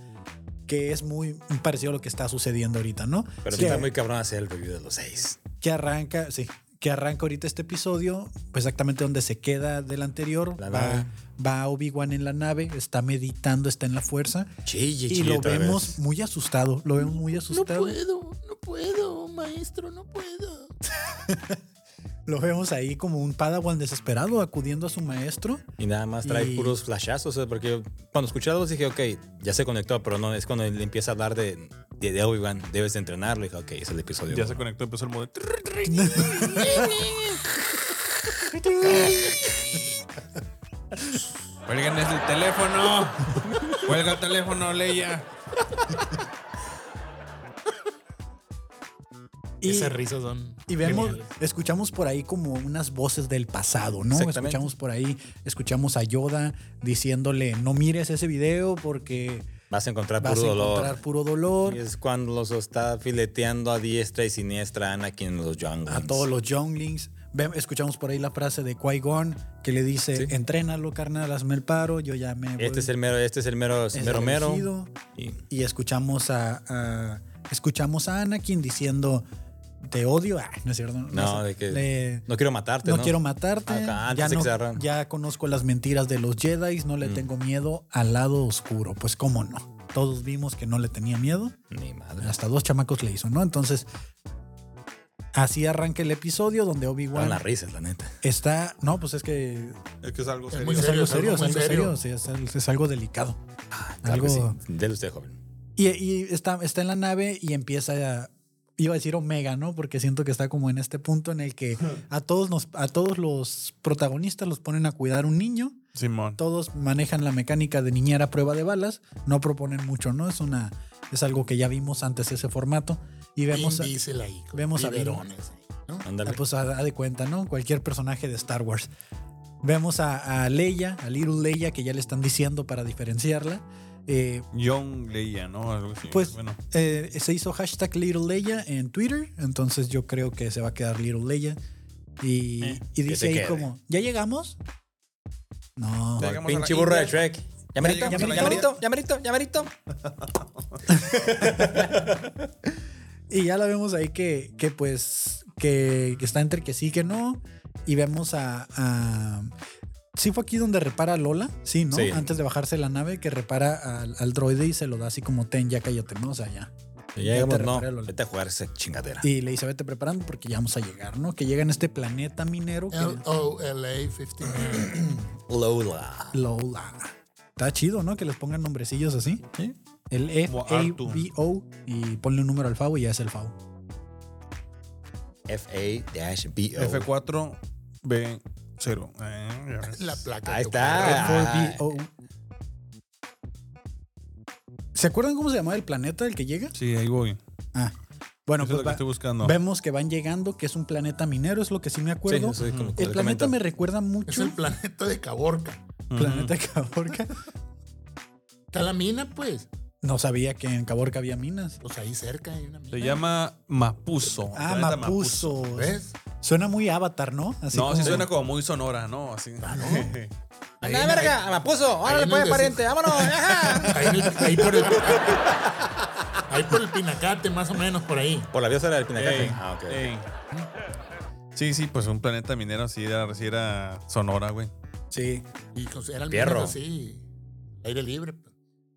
Speaker 1: que es muy parecido a lo que está sucediendo ahorita, ¿no?
Speaker 2: Pero
Speaker 1: que,
Speaker 2: está muy cabrón hacer el review de los seis.
Speaker 1: que arranca, sí, que arranca ahorita este episodio, pues exactamente donde se queda del anterior.
Speaker 2: La
Speaker 1: va,
Speaker 2: nave.
Speaker 1: va Obi-Wan en la nave, está meditando, está en la fuerza.
Speaker 2: Chille,
Speaker 1: Y
Speaker 2: chille
Speaker 1: lo
Speaker 2: otra
Speaker 1: vemos
Speaker 2: vez.
Speaker 1: muy asustado, lo vemos muy
Speaker 3: No
Speaker 1: asustado.
Speaker 3: puedo, no puedo, maestro, no puedo.
Speaker 1: Lo vemos ahí como un padawan desesperado acudiendo a su maestro.
Speaker 2: Y nada más trae
Speaker 1: Y-
Speaker 2: puros flashazos, o sea, porque yo, cuando escuché la voz dije, ok, ya se conectó, pero no, es cuando él empieza a hablar de, de, de Obi-Wan, debes de entrenarlo. Y dije, ok, es el episodio.
Speaker 4: Ya
Speaker 2: uno.
Speaker 4: se conectó, empezó el modo.
Speaker 1: *laughs*
Speaker 4: Cuelguen el teléfono. Cuelga el teléfono, Leia.
Speaker 1: Y,
Speaker 3: Esas risas son.
Speaker 1: y vemos,
Speaker 3: geniales.
Speaker 1: escuchamos por ahí como unas voces del pasado, ¿no?
Speaker 2: Exactamente.
Speaker 1: Escuchamos por ahí, escuchamos a Yoda diciéndole, no mires ese video porque
Speaker 2: Vas a encontrar
Speaker 1: vas
Speaker 2: puro
Speaker 1: a encontrar
Speaker 2: dolor.
Speaker 1: puro dolor.
Speaker 2: Y es cuando los está fileteando a diestra y siniestra Anakin en los Younglings.
Speaker 1: A todos los younglings. Ve- Escuchamos por ahí la frase de Qui-Gon que le dice,
Speaker 2: Sí.
Speaker 1: entrénalo, carnal, hazme el paro, yo ya me voy".
Speaker 2: Este es el mero, este es el mero,
Speaker 1: Es
Speaker 2: mero, mero.
Speaker 1: elegido.
Speaker 2: Y
Speaker 1: y escuchamos a, a- escuchamos a Anakin diciendo te odio Ah, no es cierto no,
Speaker 2: No,
Speaker 1: sé.
Speaker 2: de que-
Speaker 1: Le-
Speaker 2: no quiero matarte,
Speaker 1: no
Speaker 2: ¿no?
Speaker 1: quiero matarte
Speaker 2: Acá, antes
Speaker 1: ya,
Speaker 2: de
Speaker 1: no-
Speaker 2: que se Mm. agarran.
Speaker 1: ya conozco las mentiras de los Jedi no le tengo miedo al lado oscuro pues cómo no todos vimos que no le tenía miedo
Speaker 2: Ni madre.
Speaker 1: hasta dos chamacos le hizo no entonces así arranca el episodio donde Obi
Speaker 2: Con
Speaker 1: Wan
Speaker 2: las risas, la neta.
Speaker 1: está no pues es que
Speaker 4: Es que es algo
Speaker 3: Muy
Speaker 1: es
Speaker 4: serio.
Speaker 1: algo
Speaker 3: serio, es
Speaker 1: serio
Speaker 3: algo
Speaker 1: es
Speaker 3: muy
Speaker 1: algo serio
Speaker 3: serio.
Speaker 1: sí, es al- es algo delicado
Speaker 2: Ah, Claro que
Speaker 1: Algo-
Speaker 2: sí. Dele usted, joven.
Speaker 1: Y, y está, está en la nave y empieza a. Iba a decir Omega, ¿no? Porque siento que está como en este punto en el que a todos, nos, a todos los protagonistas los ponen a cuidar un niño.
Speaker 4: Simón.
Speaker 1: Todos manejan la mecánica de niñera a prueba de balas. No proponen mucho, ¿no? Es, una, es algo que ya vimos antes ese formato. Y vemos, a,
Speaker 3: Vin Diesel ahí. con
Speaker 1: vemos a Vin.
Speaker 3: biberones ahí, ¿no?
Speaker 2: Ándale.
Speaker 1: ah, pues, a- a de cuenta, ¿no? Cualquier personaje de Star Wars. Vemos a, a Leia, a Little Leia, que ya le están diciendo para diferenciarla. Eh,
Speaker 4: Young Leia, ¿no? Algo así.
Speaker 1: Pues-
Speaker 4: bueno.
Speaker 1: Eh, se hizo hashtag Little Leia en Twitter, entonces yo creo que se va a quedar Little Leia. Y, y dice
Speaker 2: Eh, se
Speaker 1: ahí
Speaker 2: quede.
Speaker 1: como, ¿ya llegamos? No.
Speaker 4: Ya
Speaker 2: Como el
Speaker 4: llegamos a la
Speaker 2: pinche burro de
Speaker 4: India.
Speaker 2: Shrek. Ya merito,
Speaker 4: llegamos
Speaker 1: a la
Speaker 2: ya merito,
Speaker 4: India.
Speaker 2: ya merito, ya merito.
Speaker 1: Y ya la vemos ahí que, que pues, que, que está entre que sí que no. Y vemos a, a- Sí fue aquí donde repara a Lola, sí, ¿no?
Speaker 2: Sí.
Speaker 1: Antes de bajarse la nave, que repara al, al droide y se lo da así como, ten, ya cállate, ¿no? O sea, ya.
Speaker 2: Ya llegamos,
Speaker 1: te
Speaker 2: no.
Speaker 1: reparé, Lola.
Speaker 2: Vete a jugar esa chingadera.
Speaker 1: Y le dice, vete preparando porque ya vamos a llegar, ¿no? Que llega en este planeta minero. que-
Speaker 3: Ah. LOLA 59.
Speaker 2: Lola.
Speaker 1: Lola. Está chido, ¿no? Que les pongan nombrecillos así. El F
Speaker 4: Como
Speaker 1: A
Speaker 4: Artu.
Speaker 1: B O y ponle un número al FAO y ya es el FAO.
Speaker 2: F-A-B-O.
Speaker 4: F4B0. Eh, ya ves.
Speaker 3: La placa.
Speaker 2: Ahí
Speaker 3: de
Speaker 2: está. Ah.
Speaker 1: F4BO. ¿Se acuerdan cómo se llamaba el planeta el que llega?
Speaker 4: Sí, ahí voy.
Speaker 1: Ah. Bueno,
Speaker 4: Eso es
Speaker 1: pues
Speaker 4: lo que
Speaker 1: va-
Speaker 4: estoy buscando.
Speaker 1: vemos que van llegando, que es un planeta minero, es lo que sí me
Speaker 2: Sí,
Speaker 1: acuerdo.
Speaker 2: sí, como
Speaker 1: el
Speaker 2: comento.
Speaker 1: planeta me recuerda
Speaker 3: Es
Speaker 1: mucho
Speaker 3: el planeta de Caborca.
Speaker 4: Ujú.
Speaker 1: planeta Caborca.
Speaker 3: Está la mina, pues.
Speaker 1: No sabía que en Caborca había minas.
Speaker 3: Pues ahí cerca hay una mina.
Speaker 4: Se llama Mapuso.
Speaker 1: Ah,
Speaker 4: planeta
Speaker 1: Mapuso.
Speaker 3: ¿Ves?
Speaker 1: Suena muy Avatar, ¿no? Así
Speaker 4: no, sí
Speaker 1: como- Ah,
Speaker 4: suena como muy sonora, ¿no? Así. *laughs*
Speaker 3: Ahí,
Speaker 2: ¡La
Speaker 3: en-
Speaker 2: verga! ¡La puso! ¡Órale,
Speaker 3: ahí
Speaker 2: pues,
Speaker 3: nos
Speaker 2: pariente!
Speaker 1: *laughs*
Speaker 2: ¡Vámonos! ajá.
Speaker 3: Ahí, en el- ahí por el. Ahí por el pinacate, más o menos, por ahí.
Speaker 2: Por la biosfera del
Speaker 4: Ey,
Speaker 2: Pinacate. Ah, ok.
Speaker 1: Eh,
Speaker 4: ey. Sí, sí, pues un planeta minero así era, sí era sonora, güey.
Speaker 1: Sí.
Speaker 3: Y pues, era el
Speaker 2: Fierro.
Speaker 3: menos así. Aire libre. pues.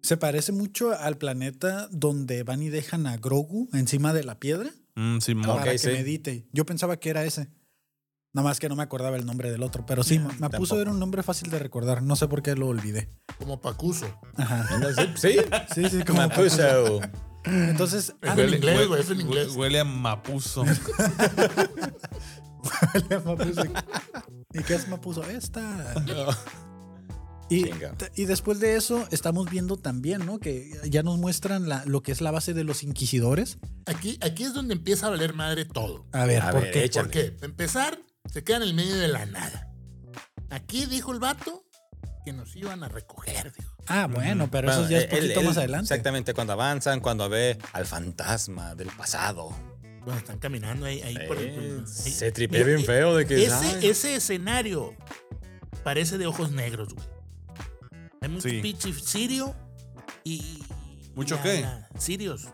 Speaker 1: Se parece mucho al planeta donde van y dejan a Grogu encima de la piedra
Speaker 4: Mm, Simón.
Speaker 2: Ok,
Speaker 1: para que
Speaker 2: sí.
Speaker 1: medite. Yo pensaba que era ese. Nada más que no me acordaba el nombre del otro, pero sí, me puso
Speaker 2: tampoco.
Speaker 1: era un nombre fácil de recordar. No sé por qué lo olvidé.
Speaker 3: Como Pacuso.
Speaker 1: Ajá.
Speaker 2: Entonces,
Speaker 1: *laughs*
Speaker 2: Sí,
Speaker 1: Sí, sí, como.
Speaker 2: Mapuso.
Speaker 1: Entonces,
Speaker 3: Es
Speaker 1: ándale,
Speaker 3: en inglés, güey, es en inglés.
Speaker 4: Huele a
Speaker 3: *laughs*
Speaker 4: Mapuso.
Speaker 1: Mapuso. ¿Y qué es Mapuso? Esta. Y,
Speaker 2: Chinga.
Speaker 1: y después de eso, estamos viendo también, ¿no? Que ya nos muestran la, lo que es la base de los inquisidores.
Speaker 3: Aquí, aquí es donde empieza a valer madre todo.
Speaker 1: A ver,
Speaker 2: A
Speaker 1: ¿por
Speaker 2: ver,
Speaker 1: qué?
Speaker 2: échale.
Speaker 3: Porque, para empezar, se queda en el medio de la nada. Aquí dijo el vato que nos iban a recoger. dijo.
Speaker 1: Ah, bueno, pero
Speaker 2: Bueno, eh,
Speaker 1: eso ya es
Speaker 2: él-
Speaker 1: poquito
Speaker 2: él-
Speaker 1: más adelante.
Speaker 2: Exactamente, cuando avanzan, cuando ve al fantasma del pasado.
Speaker 3: Bueno, están caminando ahí, ahí por
Speaker 2: Eh,
Speaker 3: el. ahí.
Speaker 2: se tripea
Speaker 3: Mira,
Speaker 2: bien
Speaker 3: eh,
Speaker 2: feo de que. ay,
Speaker 3: Ese, ese escenario parece de ojos negros, güey. Hay mucho
Speaker 4: Sí.
Speaker 3: pinche sirio y.
Speaker 4: ¿Mucho
Speaker 3: y
Speaker 4: qué?
Speaker 3: la- Sirios.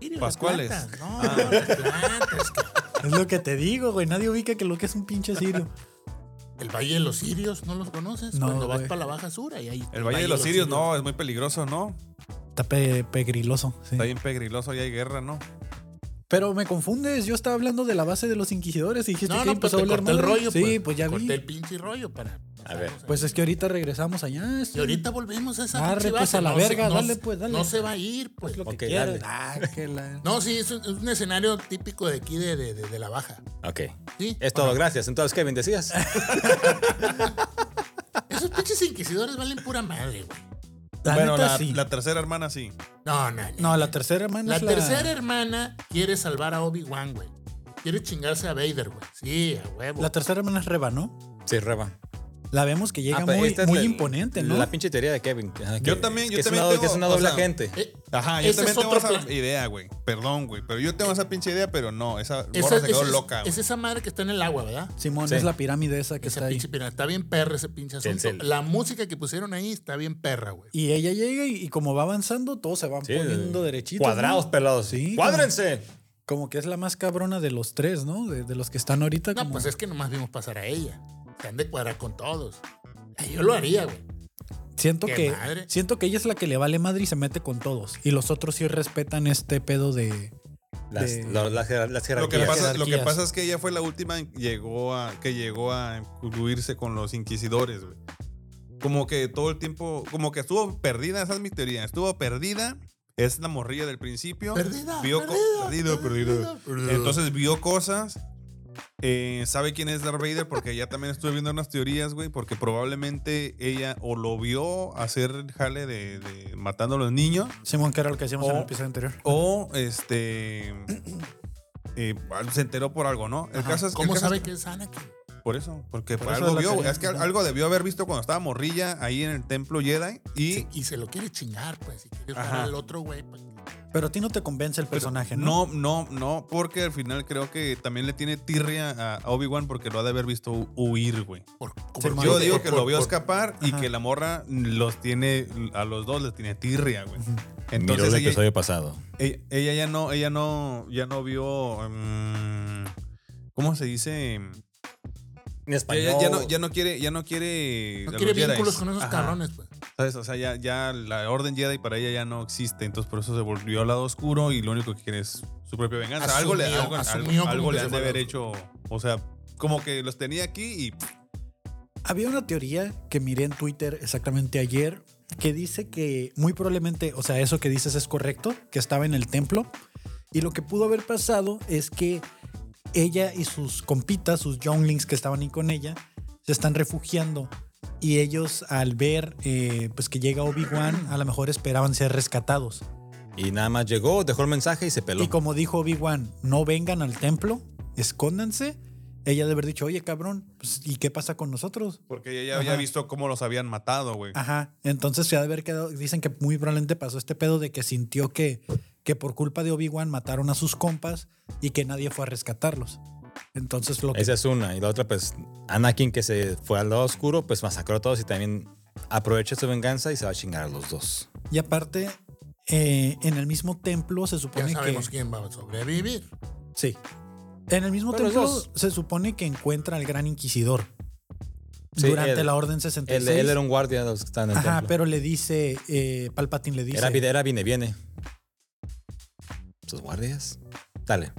Speaker 3: Sirios, las
Speaker 4: ¿Pascuales?
Speaker 3: plantas.
Speaker 2: Ah.
Speaker 3: No, no, las plantas, cabrón.
Speaker 1: Es lo que te digo, güey. Nadie ubica que lo que es un pinche sirio.
Speaker 3: El Valle de los Sirios, ¿no los conoces?
Speaker 1: No,
Speaker 3: Cuando vas
Speaker 1: güey.
Speaker 3: para la Baja Sur, ahí hay.
Speaker 4: El Valle de los Sirios, no, es muy peligroso, ¿no?
Speaker 1: Está pe- pegriloso. sí.
Speaker 4: Está bien pegriloso y hay guerra, ¿no?
Speaker 1: Pero me confundes. Yo estaba hablando de la base de los inquisidores y dijiste
Speaker 3: No,
Speaker 1: que
Speaker 3: no, pues
Speaker 1: empezó
Speaker 3: te
Speaker 1: a hablar
Speaker 3: corté el
Speaker 1: madre.
Speaker 3: rollo.
Speaker 1: Sí, pues, ya
Speaker 3: corté
Speaker 1: vi.
Speaker 3: el pinche rollo para.
Speaker 2: A ver.
Speaker 1: Pues es que ahorita regresamos allá.
Speaker 3: Y
Speaker 1: sí.
Speaker 3: ahorita volvemos a esa
Speaker 1: Arre,
Speaker 3: pinche
Speaker 1: pues,
Speaker 3: base,
Speaker 1: a la
Speaker 3: se-
Speaker 1: verga,
Speaker 3: no
Speaker 1: dale,
Speaker 3: se-
Speaker 1: pues, dale.
Speaker 3: No se va a ir, pues.
Speaker 1: Lo que
Speaker 2: Ok,
Speaker 1: quieras.
Speaker 2: dale.
Speaker 1: Ah, que la-
Speaker 3: No, sí, es un, es un escenario típico de aquí, de, de- de- de la Baja.
Speaker 2: Ok.
Speaker 3: Sí.
Speaker 2: Es todo, gracias. Entonces,
Speaker 1: *laughs*
Speaker 2: Kevin, decías.
Speaker 3: Esos pinches inquisidores valen pura madre, güey.
Speaker 1: La
Speaker 4: bueno,
Speaker 1: neta,
Speaker 4: la,
Speaker 1: sí.
Speaker 4: la tercera hermana sí.
Speaker 3: No, no, no.
Speaker 1: No, la tercera hermana.
Speaker 3: La
Speaker 1: es
Speaker 3: tercera hermana quiere salvar a Obi-Wan, güey. Quiere chingarse a Vader, güey. Sí, a huevo.
Speaker 1: La tercera hermana es Reba, ¿no?
Speaker 2: Sí, Reba.
Speaker 1: La vemos que llega
Speaker 2: Ah,
Speaker 3: pues,
Speaker 2: pero
Speaker 1: muy,
Speaker 2: esta es
Speaker 1: muy
Speaker 2: la-
Speaker 1: imponente, ¿no?
Speaker 2: La pinche teoría de Kevin. Ajá,
Speaker 4: Yo también- yo
Speaker 2: que es
Speaker 4: también
Speaker 2: una,
Speaker 4: tengo-
Speaker 2: que es una
Speaker 4: o
Speaker 2: doble
Speaker 4: sea,
Speaker 2: agente.
Speaker 3: Eh,
Speaker 4: Ajá, yo
Speaker 3: ese
Speaker 4: también
Speaker 3: es
Speaker 4: tengo
Speaker 3: otro
Speaker 4: esa
Speaker 3: plan.
Speaker 4: idea, güey. Perdón, güey. Pero yo tengo esa pinche idea, pero no. Esa
Speaker 3: Esa-
Speaker 4: gorra se quedó
Speaker 3: esa-
Speaker 4: loca, güey.
Speaker 3: Es esa madre que está en el agua, ¿verdad?
Speaker 1: Simón,
Speaker 2: Sí.
Speaker 1: es la pirámide esa que
Speaker 3: Esa
Speaker 1: está ahí.
Speaker 3: pinche pirata. Está bien perra ese pinche asunto.
Speaker 2: Denzel.
Speaker 3: La música que pusieron ahí está bien perra, güey.
Speaker 1: Y ella llega y, y como va avanzando, todos se van
Speaker 2: Sí,
Speaker 1: poniendo derechitos.
Speaker 2: Cuadrados,
Speaker 1: ¿no?
Speaker 2: pelados.
Speaker 1: Sí,
Speaker 2: ¡Cuádrense!
Speaker 1: Como, como que es la más cabrona de los tres, ¿no? De, de los que están ahorita.
Speaker 3: No,
Speaker 1: como-
Speaker 3: pues es que nomás vimos pasar a ella. Se han de cuadrar con todos. Ay, Yo lo haría, güey.
Speaker 1: siento
Speaker 3: qué
Speaker 1: que
Speaker 3: madre.
Speaker 1: siento que ella es la que le vale madre y se mete con todos. Y los otros sí respetan este pedo de.
Speaker 2: Las,
Speaker 1: De-
Speaker 2: lo- las, jer- las
Speaker 4: Lo que,
Speaker 2: jerarquías.
Speaker 4: pasa, lo que
Speaker 1: jerarquías.
Speaker 4: pasa es que ella fue la última en- llegó a, que llegó a incluirse con los inquisidores, güey. Como que todo el tiempo, como que estuvo perdida, esa es mi teoría. Estuvo perdida, es la morrilla del principio.
Speaker 3: Perdida.
Speaker 4: Vio co-
Speaker 3: perdida,
Speaker 4: perdido, perdido.
Speaker 3: perdido.
Speaker 4: Entonces vio cosas. eh, sabe quién es Darth Vader porque ya también estuve viendo unas teorías, güey, porque probablemente ella o lo vio hacer el jale de, de matando a los niños
Speaker 1: Simón, que era lo que hacíamos en
Speaker 4: O-
Speaker 1: el episodio anterior.
Speaker 4: o este eh, se enteró por algo, ¿no? El caso es el
Speaker 3: ¿Cómo
Speaker 4: caso es-
Speaker 3: sabe que es Anakin?
Speaker 4: por eso, porque
Speaker 1: Por
Speaker 4: pues,
Speaker 1: eso
Speaker 4: algo
Speaker 1: la
Speaker 4: vio, güey.
Speaker 1: teoría,
Speaker 4: Es que
Speaker 1: ajá.
Speaker 4: algo debió haber visto cuando estaba morrilla ahí en el templo Jedi. Y
Speaker 3: Sí, Y se lo quiere chingar, pues. Y quiere
Speaker 4: Ajá.
Speaker 3: usar al otro, güey. pues.
Speaker 1: Pero a ti no te convence el personaje, ¿no?
Speaker 4: no, no, no, porque al final creo que también le tiene tirria a- a Obi-Wan porque lo ha de haber visto hu- huir, güey.
Speaker 3: Por-
Speaker 1: Sí,
Speaker 3: por-
Speaker 4: Yo
Speaker 1: Por-
Speaker 4: digo que lo vio
Speaker 3: por-
Speaker 4: escapar y
Speaker 1: ajá.
Speaker 4: que la morra los tiene, a los dos les tiene tirria, güey. Entonces
Speaker 2: Miró
Speaker 4: ella,
Speaker 2: pasado.
Speaker 4: ella- ella ya no, ella no, ya no vio, mm, ¿cómo se dice?
Speaker 2: En
Speaker 4: Ya,
Speaker 2: español.
Speaker 4: ya- ya no, ya no quiere, ya no quiere.
Speaker 3: No
Speaker 4: a
Speaker 3: quiere
Speaker 4: los Jedis.
Speaker 3: vínculos con esos
Speaker 4: Ajá.
Speaker 3: cabrones, pues.
Speaker 4: ¿Sabes? O sea, ya, ya la orden Jedi para ella ya no existe. Entonces, por eso se volvió al lado oscuro y lo único que quiere es su propia venganza. algo le,
Speaker 3: Asumió,
Speaker 4: algo,
Speaker 3: asumió
Speaker 4: algo-
Speaker 3: como
Speaker 4: algo
Speaker 3: que
Speaker 4: le
Speaker 3: se
Speaker 4: han
Speaker 3: fue
Speaker 4: de
Speaker 3: al
Speaker 4: haber
Speaker 3: otro.
Speaker 4: hecho. O sea, como que los tenía aquí y. pff,
Speaker 1: Había una teoría que miré en Twitter exactamente ayer que dice que muy probablemente, o sea, eso que dices es correcto, que estaba en el templo. Y lo que pudo haber pasado es que ella y sus compitas, sus younglings que estaban ahí con ella, se están refugiando. Y ellos al ver eh, pues que llega Obi-Wan, a lo mejor esperaban ser rescatados.
Speaker 2: Y nada más llegó, dejó el mensaje y se peló.
Speaker 1: Y como dijo Obi-Wan, no vengan al templo, escóndanse. Ella debe haber dicho, oye cabrón, pues, ¿y qué pasa con nosotros?
Speaker 4: Porque ella ya había
Speaker 1: Ajá. Ah,
Speaker 4: visto cómo los habían matado, güey.
Speaker 1: Ajá, entonces se ha de haber quedado, dicen que muy probablemente pasó este pedo de que sintió que, que por culpa de Obi-Wan mataron a sus compas y que nadie fue a rescatarlos. Entonces lo que...
Speaker 2: Esa es una. Y la otra, pues, Anakin que se fue al lado oscuro, pues masacró a todos y también aprovecha su venganza y se va a chingar a los dos.
Speaker 1: Y aparte, eh, en el mismo templo se
Speaker 3: Ya
Speaker 1: supone que...
Speaker 3: sabemos quién va a sobrevivir.
Speaker 4: Pues
Speaker 1: Sí. En el mismo
Speaker 2: Pero los
Speaker 1: templo
Speaker 2: dos.
Speaker 1: se supone que encuentra al gran inquisidor
Speaker 2: Sí,
Speaker 1: durante
Speaker 2: él-
Speaker 1: la Orden
Speaker 2: Él,
Speaker 1: 66.
Speaker 2: él era un guardia de los que estaban en el
Speaker 1: Ajá,
Speaker 2: templo.
Speaker 1: pero le dice, eh, Palpatine le dice...
Speaker 2: Era, vine- era viene, viene. ¿Sus guardias? Dale.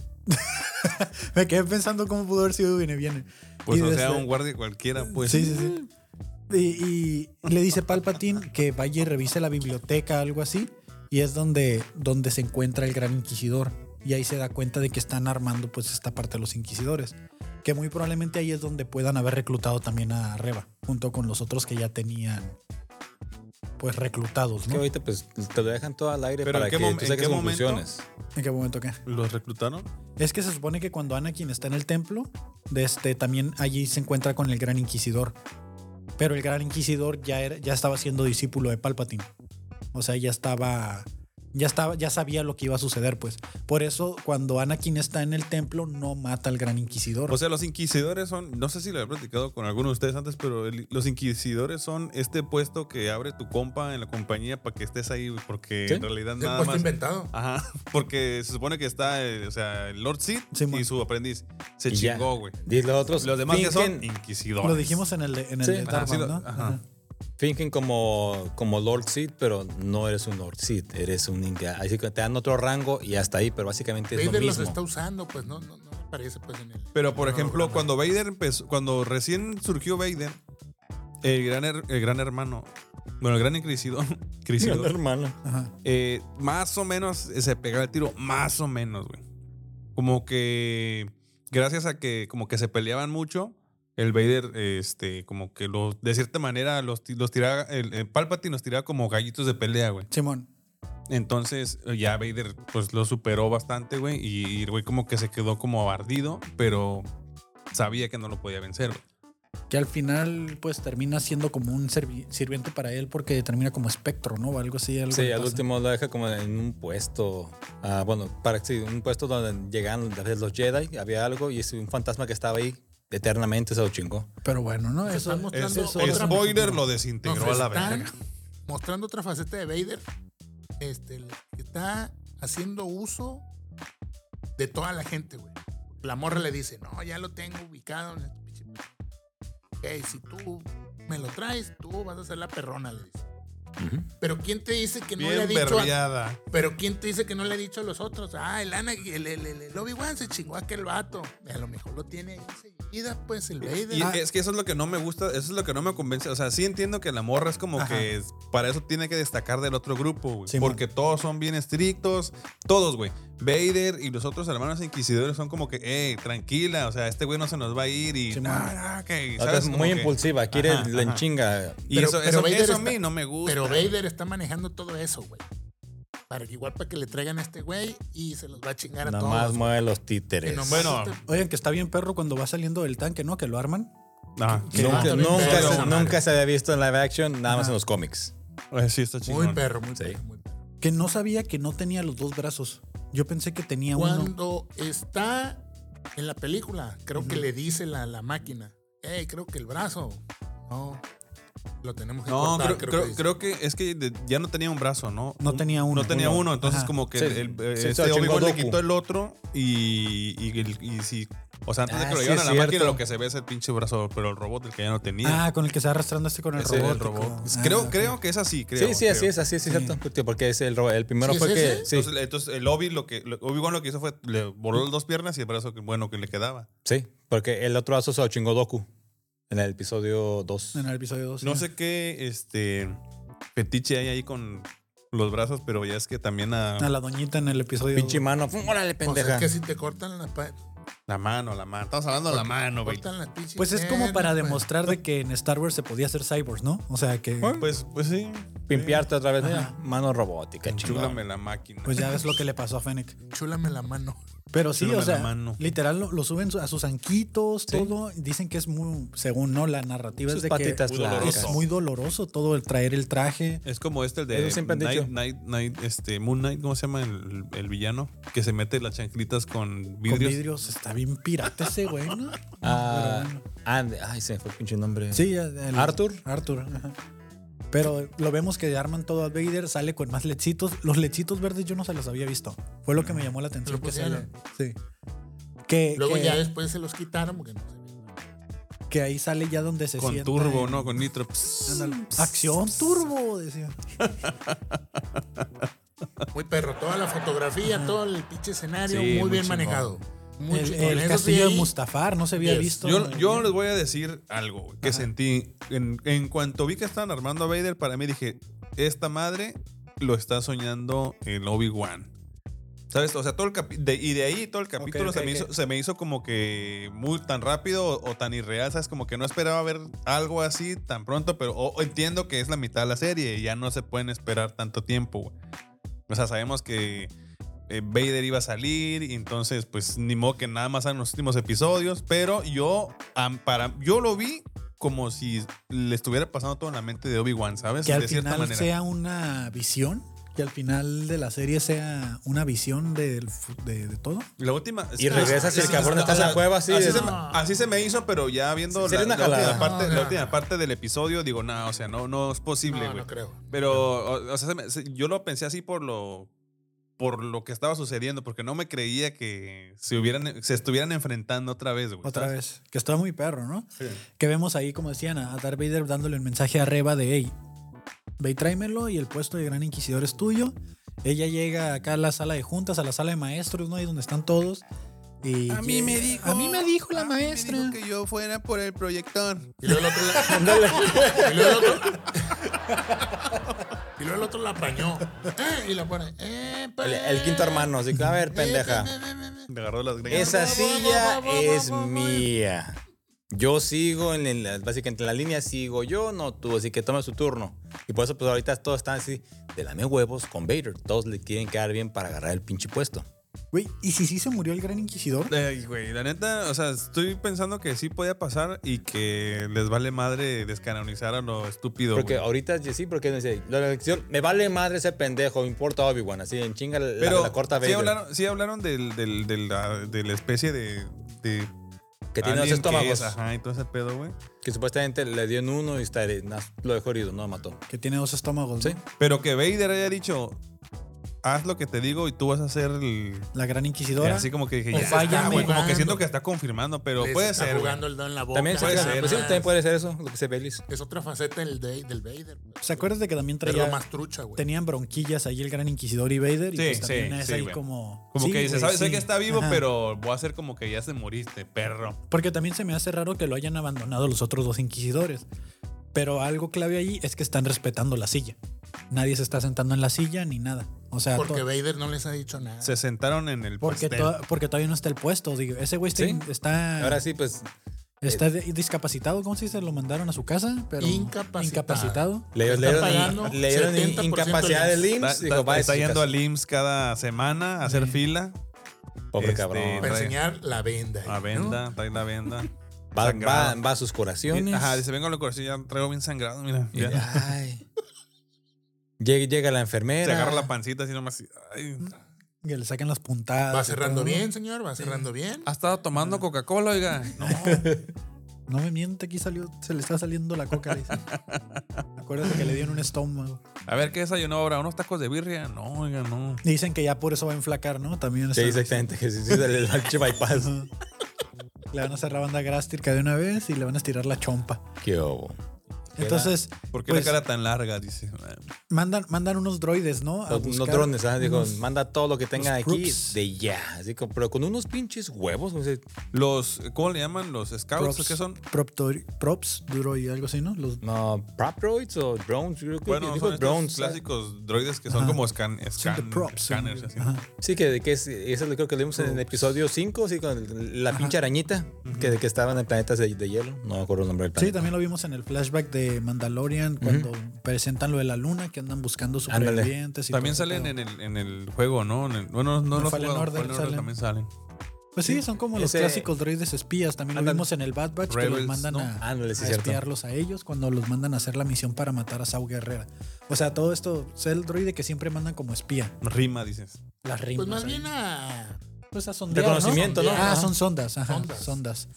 Speaker 1: Me quedé pensando cómo pudo haber sido Viene Viene.
Speaker 4: Pues,
Speaker 1: Y
Speaker 4: o
Speaker 1: desde-
Speaker 4: sea, un guardia cualquiera, pues.
Speaker 1: Sí, sí, sí. Y, y le dice Palpatine que vaya y revise la biblioteca, algo así. Y es donde, donde se encuentra el gran inquisidor. Y ahí se da cuenta de que están armando pues esta parte de los inquisidores. Que muy probablemente ahí es donde puedan haber reclutado también a Reba. Junto con los otros que ya tenían pues reclutados,
Speaker 2: Es que
Speaker 1: ¿no?
Speaker 2: ahorita, pues, te lo dejan todo al aire
Speaker 4: Pero ¿en
Speaker 2: para
Speaker 4: qué
Speaker 2: que
Speaker 4: mom-
Speaker 2: tú
Speaker 4: en
Speaker 2: saques
Speaker 4: qué momento?
Speaker 2: conclusiones.
Speaker 1: ¿En qué momento qué?
Speaker 4: ¿Los reclutaron?
Speaker 1: Es que se supone que cuando Anakin está en el templo, de este, también allí se encuentra con el gran inquisidor. Pero el gran inquisidor ya, era- ya estaba siendo discípulo de Palpatine. O sea, ya estaba, ya estaba, ya sabía lo que iba a suceder, pues. Por eso, cuando Anakin está en el templo, no mata al gran inquisidor.
Speaker 4: O sea, los inquisidores son, no sé si lo he platicado con alguno de ustedes antes, pero el- los inquisidores son este puesto que abre tu compa en la compañía para que estés ahí, güey, porque
Speaker 2: Sí.
Speaker 4: en realidad
Speaker 3: Es un
Speaker 4: nada
Speaker 1: pues,
Speaker 3: puesto
Speaker 4: más...
Speaker 3: inventado.
Speaker 4: Ajá, *laughs* porque se supone que está, eh, o sea, el Lord Sid
Speaker 1: Sí,
Speaker 4: y
Speaker 1: man.
Speaker 4: su aprendiz. Se
Speaker 2: Y ya.
Speaker 4: chingó, güey.
Speaker 2: Y los otros.
Speaker 4: Los demás que son
Speaker 2: finquen-
Speaker 4: inquisidores.
Speaker 1: lo dijimos en el, de- en el
Speaker 2: Sí.
Speaker 1: de
Speaker 4: Ajá,
Speaker 1: Darth
Speaker 4: sí lo-
Speaker 1: Maul, ¿no?
Speaker 4: ajá.
Speaker 1: Ajá.
Speaker 2: Finquen como, como Lord Seed, pero no eres un Lord Seed, eres un Inca. Así que te dan otro rango y hasta ahí, pero básicamente es
Speaker 3: Vader
Speaker 2: lo
Speaker 3: los
Speaker 2: mismo.
Speaker 3: está usando, pues no, no, no me parece pues en el.
Speaker 4: Pero por
Speaker 3: en el
Speaker 4: ejemplo,
Speaker 3: programa.
Speaker 4: cuando Vader empezó, cuando recién surgió Vader, el gran, her- el gran hermano, bueno, el gran inquisidor, *laughs* inquisidor,
Speaker 2: hermano.
Speaker 1: ajá.
Speaker 4: eh, más o menos se pegaba el tiro, más o menos, güey. Como que gracias a que como que se peleaban mucho, el Vader, este, como que lo, de cierta manera los, ti- los tiraba, el, el Palpatine los tiraba como gallitos de pelea, güey.
Speaker 1: Simón.
Speaker 4: Entonces eh, ya Vader pues lo superó bastante, güey. Y y el güey como que se quedó como abardido, pero sabía que no lo podía vencer, güey.
Speaker 1: Que al final, pues termina siendo como un servi- sirviente para él porque termina como espectro, ¿no? O Algo así. Algo
Speaker 2: Sí,
Speaker 1: le
Speaker 2: al
Speaker 4: ¿eh?
Speaker 1: pasa.
Speaker 2: último lo deja como en un puesto. ah, bueno, para sí, un puesto donde llegan a veces los Jedi, había algo y es un fantasma que estaba ahí eternamente, se lo chingó.
Speaker 1: Pero bueno, ¿no?
Speaker 3: Se
Speaker 1: Eso,
Speaker 3: están mostrando
Speaker 1: eso-
Speaker 3: otra-
Speaker 4: Spoiler
Speaker 3: vez.
Speaker 4: lo
Speaker 3: Nos
Speaker 4: desintegró a la
Speaker 3: están
Speaker 4: verga.
Speaker 3: Mostrando otra faceta de Vader. Este, el que está haciendo uso de toda la gente, güey. La morra le dice, no, ya lo tengo ubicado. en la pinche- Ok, si tú me lo traes, tú vas a ser la perrona, le dice. Pero ¿quién te dice que no le ha
Speaker 4: Bien
Speaker 3: dicho a-
Speaker 4: berriada.
Speaker 3: Pero ¿quién te dice que no le ha dicho a los otros? Ah, el Ana, el, el, el, el Obi-Wan se chingó a aquel vato. A lo mejor lo tiene ahí enseguida, pues el Vader.
Speaker 4: Y
Speaker 1: Ah.
Speaker 4: es que eso es lo que no me gusta, eso es lo que no me convence. O sea, sí entiendo que la morra es como
Speaker 1: Ajá.
Speaker 4: que es- para eso tiene que destacar del otro grupo, güey.
Speaker 1: Simón.
Speaker 4: porque todos son bien estrictos, todos, güey. Vader y los otros hermanos inquisidores son como que, hey, tranquila, o sea, este güey no se nos va a ir y.
Speaker 1: Simón.
Speaker 4: "Nah, nah, que",
Speaker 2: La otra
Speaker 4: ¿sabes?
Speaker 2: Es
Speaker 4: Como
Speaker 2: muy
Speaker 4: que-
Speaker 2: impulsiva, quiere
Speaker 4: Ajá,
Speaker 2: la
Speaker 4: ajá.
Speaker 2: enchinga.
Speaker 4: Y
Speaker 3: Pero-
Speaker 4: eso,
Speaker 3: pero
Speaker 4: eso,
Speaker 3: Vader
Speaker 4: eso a
Speaker 3: está-
Speaker 4: mí no me gusta.
Speaker 3: Ah, Pero Vader está manejando todo eso, güey. Para que igual para que le traigan a este güey y se los va a chingar a
Speaker 2: Nada
Speaker 3: todos.
Speaker 2: más
Speaker 3: güey.
Speaker 2: mueve los
Speaker 3: Y
Speaker 2: títeres.
Speaker 3: nomás
Speaker 4: Bueno,
Speaker 3: este-
Speaker 1: Oigan, que está bien perro cuando va saliendo del tanque, ¿no? Que lo arman.
Speaker 4: Ah,
Speaker 1: que-
Speaker 4: no,
Speaker 1: Ah,
Speaker 2: nunca,
Speaker 3: también
Speaker 2: nunca,
Speaker 3: pega
Speaker 2: se,
Speaker 3: esa
Speaker 2: nunca
Speaker 3: madre.
Speaker 2: se había visto en live action, nada más
Speaker 1: Ajá.
Speaker 2: en los cómics.
Speaker 4: eh, sí está chingón.
Speaker 3: muy perro, muy
Speaker 2: Sí.
Speaker 3: perro. muy perro.
Speaker 1: Que no sabía que no tenía los dos brazos. Yo pensé que tenía uno.
Speaker 3: Cuando está en la película, creo que le dice la, la máquina, hey, creo que el brazo. No, lo tenemos que
Speaker 4: No,
Speaker 3: cortar,
Speaker 4: creo, creo,
Speaker 3: dice.
Speaker 4: creo que es que de- ya no tenía un brazo, ¿no?
Speaker 1: No
Speaker 4: Un-
Speaker 1: tenía uno.
Speaker 4: No tenía uno, entonces
Speaker 1: Ajá.
Speaker 4: como que
Speaker 2: Sí.
Speaker 4: el- el-
Speaker 2: Sí, se
Speaker 4: este
Speaker 2: lo chingó
Speaker 4: Obi-Wan le
Speaker 2: Doku.
Speaker 4: quitó el otro y, y, el- y si... O sea, antes de
Speaker 2: Ah,
Speaker 4: que lo
Speaker 2: sí,
Speaker 4: llevaran
Speaker 2: es
Speaker 4: a la máquina
Speaker 2: cierto.
Speaker 4: lo que se ve es el pinche brazo, pero el robot el que ya no tenía.
Speaker 1: Ah, con el que se va arrastrando este con el
Speaker 4: Ese
Speaker 1: robot.
Speaker 4: era el robot. Pues Creo, creo que es así, creo.
Speaker 2: sí, sí, así
Speaker 4: creo.
Speaker 2: es, así es,
Speaker 1: Sí.
Speaker 2: cierto. tío, Porque es el, ro- el primero
Speaker 3: ¿Sí es
Speaker 2: fue que.
Speaker 3: ese?
Speaker 2: Sí,
Speaker 4: Entonces, entonces el Obi lo que... lo- Obi-Wan lo que hizo fue le voló las dos piernas y el brazo que, bueno que le quedaba.
Speaker 2: sí, porque el otro aso se lo chingó Doku en el episodio 2.
Speaker 1: En el episodio 2.
Speaker 4: No sé qué este fetiche hay ahí con los brazos, pero ya es que también a,
Speaker 1: A la doñita en el episodio.
Speaker 2: Pinche mano. ¡fum! Órale,
Speaker 3: Pues
Speaker 2: pendeja.
Speaker 3: es que si te cortan la, pa-
Speaker 4: la mano, la mano. Estamos hablando de la mano, güey.
Speaker 3: cortan la pinche
Speaker 1: Pues es como
Speaker 3: pierna,
Speaker 1: para
Speaker 3: pues.
Speaker 1: demostrar de que en Star Wars se podía hacer cyborgs, ¿no? O sea que.
Speaker 4: Pues, pues sí.
Speaker 2: Pimpiarte otra vez.
Speaker 1: Ajá.
Speaker 2: Mano robótica, chingón.
Speaker 4: Chúlame la máquina.
Speaker 1: Pues ya ves lo que le pasó a Fennec.
Speaker 3: Chúlame la mano.
Speaker 1: Pero sí,
Speaker 4: Chúlame
Speaker 1: o
Speaker 4: la
Speaker 1: sea,
Speaker 4: mano.
Speaker 1: literal lo, lo suben a sus anquitos,
Speaker 2: Sí.
Speaker 1: todo. Dicen que es muy, según no, la narrativa
Speaker 2: Sus
Speaker 1: es de
Speaker 2: patitas
Speaker 1: que
Speaker 4: Muy doloroso.
Speaker 1: es
Speaker 2: largas.
Speaker 1: muy doloroso todo el traer el traje.
Speaker 4: Es como este, el de
Speaker 2: Eso siempre han
Speaker 4: Night,
Speaker 2: dicho.
Speaker 4: Night, Night, este, Moon Knight, ¿cómo se llama el, el villano? Que se mete las chanclitas con vidrios.
Speaker 1: Con vidrios está bien pirata ese güey, ¿no?
Speaker 2: Ah, and- ay, se me fue el pinche nombre.
Speaker 1: Sí, el-
Speaker 2: ¿Arthur?
Speaker 1: Arthur, ajá. Pero lo vemos que arman todo a Vader, sale con más lechitos. Los lechitos verdes yo no se los había visto. Fue lo que me llamó la atención.
Speaker 3: Lo
Speaker 1: Que, sale-
Speaker 3: pusieron.
Speaker 1: sí. que,
Speaker 3: Luego
Speaker 1: que-
Speaker 3: ya después se los quitaron porque no se ve.
Speaker 1: que ahí sale ya donde se
Speaker 4: Con
Speaker 1: sienta
Speaker 4: turbo,
Speaker 1: en-
Speaker 4: ¿no? Con nitro. Pss.
Speaker 1: Ándale. Acción turbo, decía.
Speaker 3: Muy perro. Toda la fotografía, todo el pinche escenario,
Speaker 4: Sí,
Speaker 3: muy,
Speaker 4: muy
Speaker 3: bien
Speaker 4: chingón.
Speaker 3: manejado. Muy
Speaker 1: el
Speaker 3: chingón.
Speaker 1: el
Speaker 3: Eso sí,
Speaker 1: castillo
Speaker 3: ahí-
Speaker 1: de Mustafar no se había
Speaker 3: Yes.
Speaker 1: visto.
Speaker 4: Yo, yo les voy a decir algo güey, que sentí. En, en cuanto vi que estaban armando a Vader, para mí dije, esta madre lo está soñando el Obi-Wan. ¿Sabes? O sea, todo el capi- de- y de ahí todo el capítulo
Speaker 1: ok,
Speaker 4: se, me
Speaker 1: ok.
Speaker 4: Hizo, se me hizo como que muy tan rápido o, o tan irreal, ¿sabes? Como que no esperaba ver algo así tan pronto, pero o- o entiendo que es la mitad de la serie y ya no se pueden esperar tanto tiempo, güey. O sea, sabemos que eh, Vader iba a salir y entonces pues ni modo que nada más en los últimos episodios, pero yo am- para yo lo vi como si le estuviera pasando todo en la mente de Obi-Wan, ¿sabes?
Speaker 1: Que al
Speaker 4: de cierta
Speaker 1: final
Speaker 4: manera.
Speaker 1: sea una visión, que al final de la serie sea una visión del fu- de, de todo.
Speaker 4: La última.
Speaker 2: Y regresas y el
Speaker 4: sí,
Speaker 2: cabrón
Speaker 4: sí,
Speaker 2: está en
Speaker 4: o sea,
Speaker 2: la cueva así.
Speaker 4: Así,
Speaker 2: de-
Speaker 4: se, me, así se me hizo, pero ya viendo
Speaker 2: Sí,
Speaker 4: la,
Speaker 2: sería una
Speaker 4: la última
Speaker 2: jalada.
Speaker 4: parte,
Speaker 3: No,
Speaker 4: la
Speaker 3: no.
Speaker 4: última parte del episodio, digo, no, o sea, no, no es posible,
Speaker 3: No,
Speaker 4: güey.
Speaker 3: no creo.
Speaker 4: pero, o, o sea, se me- se- yo lo pensé así por lo por lo que estaba sucediendo, porque no me creía que se hubieran eh, se estuvieran enfrentando otra vez, güey.
Speaker 1: Otra
Speaker 4: ¿sabes?
Speaker 1: vez. Que está muy perro, ¿no? Que vemos ahí, como decían, a Darth Vader dándole el mensaje a Reba de, hey, ve y tráemelo y el puesto de Gran Inquisidor es tuyo. Ella llega acá a la sala de juntas, a la sala de maestros, ¿no? Ahí donde están todos. Y llega- A mí me dijo la maestra.
Speaker 4: que yo fuera por el proyector.
Speaker 3: Y luego el otro la, y luego el otro, *laughs* y luego el otro la apañó. Eh, y la pone. Eh,
Speaker 2: el,
Speaker 3: pale.
Speaker 2: el quinto hermano, así que a ver, pendeja.
Speaker 3: Eh, eh, eh, eh, eh.
Speaker 4: Me agarró las greñas.
Speaker 2: Esa silla es mía. Yo sigo en, en la, básicamente en la línea sigo yo, no tú, así que toma su turno. Y por eso pues ahorita todos están así de lame huevos con Vader. Todos le quieren quedar bien para agarrar el pinche puesto.
Speaker 1: Güey, ¿y si sí se murió el Gran Inquisidor?
Speaker 4: Ay, güey, la neta, o sea, estoy pensando que sí podía pasar y que les vale madre descanonizar a lo estúpido.
Speaker 2: Porque
Speaker 4: güey.
Speaker 2: ahorita ya sí, porque dice, la elección, me vale madre ese pendejo, me importa Obi-Wan, así en chinga la,
Speaker 4: Pero
Speaker 2: la corta
Speaker 4: sí
Speaker 2: Vader.
Speaker 4: hablaron, sí hablaron del, del, del- la, de la especie de, de
Speaker 2: que tiene dos
Speaker 4: alien que
Speaker 2: estómagos.
Speaker 4: es, ajá, y todo ese pedo, güey.
Speaker 2: Que, supuestamente le dio en uno y está, no, lo dejó herido, no lo mató.
Speaker 1: Que tiene dos estómagos,
Speaker 2: Sí.
Speaker 1: ¿no?
Speaker 4: Pero que Vader haya dicho, haz lo que te digo y tú vas a hacer el...
Speaker 1: La Gran Inquisidora.
Speaker 4: Así como que dije,
Speaker 1: O
Speaker 4: ya,
Speaker 1: falla,
Speaker 4: güey, como que
Speaker 3: jugando.
Speaker 4: siento que está confirmando, pero
Speaker 3: Les
Speaker 4: puede
Speaker 3: está
Speaker 4: ser. güey.
Speaker 3: jugando el dedo en la boca.
Speaker 2: También,
Speaker 4: Oh, puede
Speaker 2: se-
Speaker 4: ser, ah.
Speaker 2: pues sí,
Speaker 4: ¿no?
Speaker 2: también puede ser eso, lo que se Belis.
Speaker 3: Es otra faceta del, de- del Vader.
Speaker 1: ¿Se acuerdas de que también
Speaker 3: Pero
Speaker 1: traía,
Speaker 3: más trucha, güey.
Speaker 1: tenían bronquillas ahí el Gran Inquisidor y Vader? Y
Speaker 4: Sí,
Speaker 1: pues también
Speaker 4: sí,
Speaker 1: es
Speaker 4: sí,
Speaker 1: ahí
Speaker 4: güey.
Speaker 1: como...
Speaker 4: Como
Speaker 1: Sí,
Speaker 4: que dice,
Speaker 1: güey,
Speaker 4: sabes, sé
Speaker 1: sí.
Speaker 4: que está vivo,
Speaker 1: Ajá.
Speaker 4: pero voy a hacer como que ya se moriste, perro.
Speaker 1: Porque también se me hace raro que lo hayan abandonado los otros dos inquisidores. Pero algo clave ahí es que están respetando la silla. Nadie se está sentando en la silla ni nada. O sea, to-
Speaker 3: Porque
Speaker 1: porque,
Speaker 3: Vader no les ha dicho nada.
Speaker 4: Se sentaron en el pastel.
Speaker 1: to- porque todavía no está el puesto. Digo, ese güey está,
Speaker 2: Sí.
Speaker 4: Ah.
Speaker 1: está,
Speaker 2: Ahora sí, pues
Speaker 1: está de- discapacitado. ¿Cómo se dice? Lo mandaron a su casa, pero
Speaker 3: Incapacitado.
Speaker 1: incapacitado.
Speaker 2: Le,
Speaker 3: Está
Speaker 2: le dieron,
Speaker 3: pagando
Speaker 2: le dieron
Speaker 3: 70%
Speaker 2: incapacidad del
Speaker 3: del
Speaker 4: Está,
Speaker 2: IMSS. Dijo,
Speaker 4: está-
Speaker 2: va,
Speaker 4: está
Speaker 2: chicas.
Speaker 4: yendo al IMSS cada semana a hacer fila.
Speaker 2: Pobre
Speaker 4: este,
Speaker 2: cabrón.
Speaker 3: Para
Speaker 4: Rey.
Speaker 3: enseñar la venda.
Speaker 4: A
Speaker 3: ¿no?
Speaker 4: venda, trae
Speaker 1: *laughs*
Speaker 4: la venda.
Speaker 2: Va, va,
Speaker 4: sangrado.
Speaker 2: va a sus curaciones.
Speaker 4: Ajá, dice, vengo a la corazón, ya traigo bien sangrado, mira.
Speaker 2: Y-
Speaker 4: ya.
Speaker 2: ay. Llega, llega la enfermera.
Speaker 4: Se agarra la pancita así nomás. ay.
Speaker 1: Mm. Que le sacan las puntadas.
Speaker 3: Va
Speaker 1: y
Speaker 3: cerrando
Speaker 1: todo.
Speaker 3: bien, señor. Va cerrando bien.
Speaker 4: ¿Ha estado
Speaker 1: Ah.
Speaker 4: tomando Coca-Cola, oiga? No.
Speaker 1: No me miente, aquí salió, se le está saliendo la coca.
Speaker 2: *laughs*
Speaker 1: le dice. Acuérdate que le dieron un estómago.
Speaker 4: A ver, ¿qué desayunó ahora? ¿Unos tacos de birria? No, oiga, no.
Speaker 1: Y Dicen que ya por eso va a enflacar, ¿no? También
Speaker 2: Sí,
Speaker 1: está-
Speaker 2: exactamente. Que sí, sí, le da el che bypass.
Speaker 1: Le van a cerrar banda grástica de una vez y le van a estirar la chompa.
Speaker 2: Qué obo.
Speaker 1: Entonces,
Speaker 4: ¿Por qué
Speaker 1: Pues-
Speaker 4: la cara tan larga? Dice. "Ah".
Speaker 1: mandan, mandan unos droides, ¿no? A
Speaker 2: No, no
Speaker 1: buscar
Speaker 2: drones, ¿ah? Dijo,
Speaker 1: unos-
Speaker 2: manda todo lo que tenga
Speaker 1: unos
Speaker 2: aquí
Speaker 1: props.
Speaker 2: de ya. Así como, pero con unos pinches huevos. o sea,
Speaker 4: Los, ¿cómo le llaman? ¿Los scouts? Ah, pues, ¿Qué son?
Speaker 1: prop dro- props, droid, algo así, ¿no? Los,
Speaker 2: no, prop droids o drones. yo creo que
Speaker 4: Bueno,
Speaker 2: dijo
Speaker 4: son
Speaker 2: drones. ¿ah?
Speaker 4: estos clásicos droides que son
Speaker 1: eh. Ajá.
Speaker 4: como scan,
Speaker 1: son the
Speaker 4: scan-
Speaker 1: props.
Speaker 4: scanners. Así.
Speaker 1: Ajá.
Speaker 2: Sí, que, que es, eso lo creo que lo vimos en el episodio 5, sí, con el- la pinche arañita que, que estaba en el planeta de, de hielo. No me acuerdo el nombre del planeta.
Speaker 1: Sí, también lo vimos en el flashback de Mandalorian cuando presentan lo de la luna, que andan buscando
Speaker 2: Ándale.
Speaker 1: supervivientes. y
Speaker 4: También
Speaker 1: todo ese
Speaker 4: salen
Speaker 1: pedo.
Speaker 4: en el, en el juego, ¿no? En el- bueno, no,
Speaker 1: En
Speaker 4: lo he
Speaker 1: Fallen
Speaker 4: jugado,
Speaker 1: Order
Speaker 4: Fallen Order
Speaker 1: salen.
Speaker 4: también salen.
Speaker 1: Pues sí, son como los
Speaker 2: Ese-
Speaker 1: clásicos droides espías. También lo
Speaker 2: Ándale.
Speaker 1: vimos en el Bad Batch que los
Speaker 4: Rebels,
Speaker 1: mandan
Speaker 4: ¿no?
Speaker 1: a,
Speaker 2: Ándale, sí,
Speaker 1: a
Speaker 2: cierto.
Speaker 1: espiarlos a ellos cuando los mandan a hacer la misión para matar a Saw Guerrera. O sea, todo esto es el droide que siempre mandan como espía.
Speaker 4: Rima, dices.
Speaker 1: Las rimas.
Speaker 3: Pues más
Speaker 1: ahí.
Speaker 3: bien a.
Speaker 1: Pues a sondear, ¿no?
Speaker 2: Reconocimiento,
Speaker 3: ¿no?
Speaker 1: Ah,
Speaker 3: Ajá.
Speaker 1: son sondas, ajá, sondas.
Speaker 3: Sondas.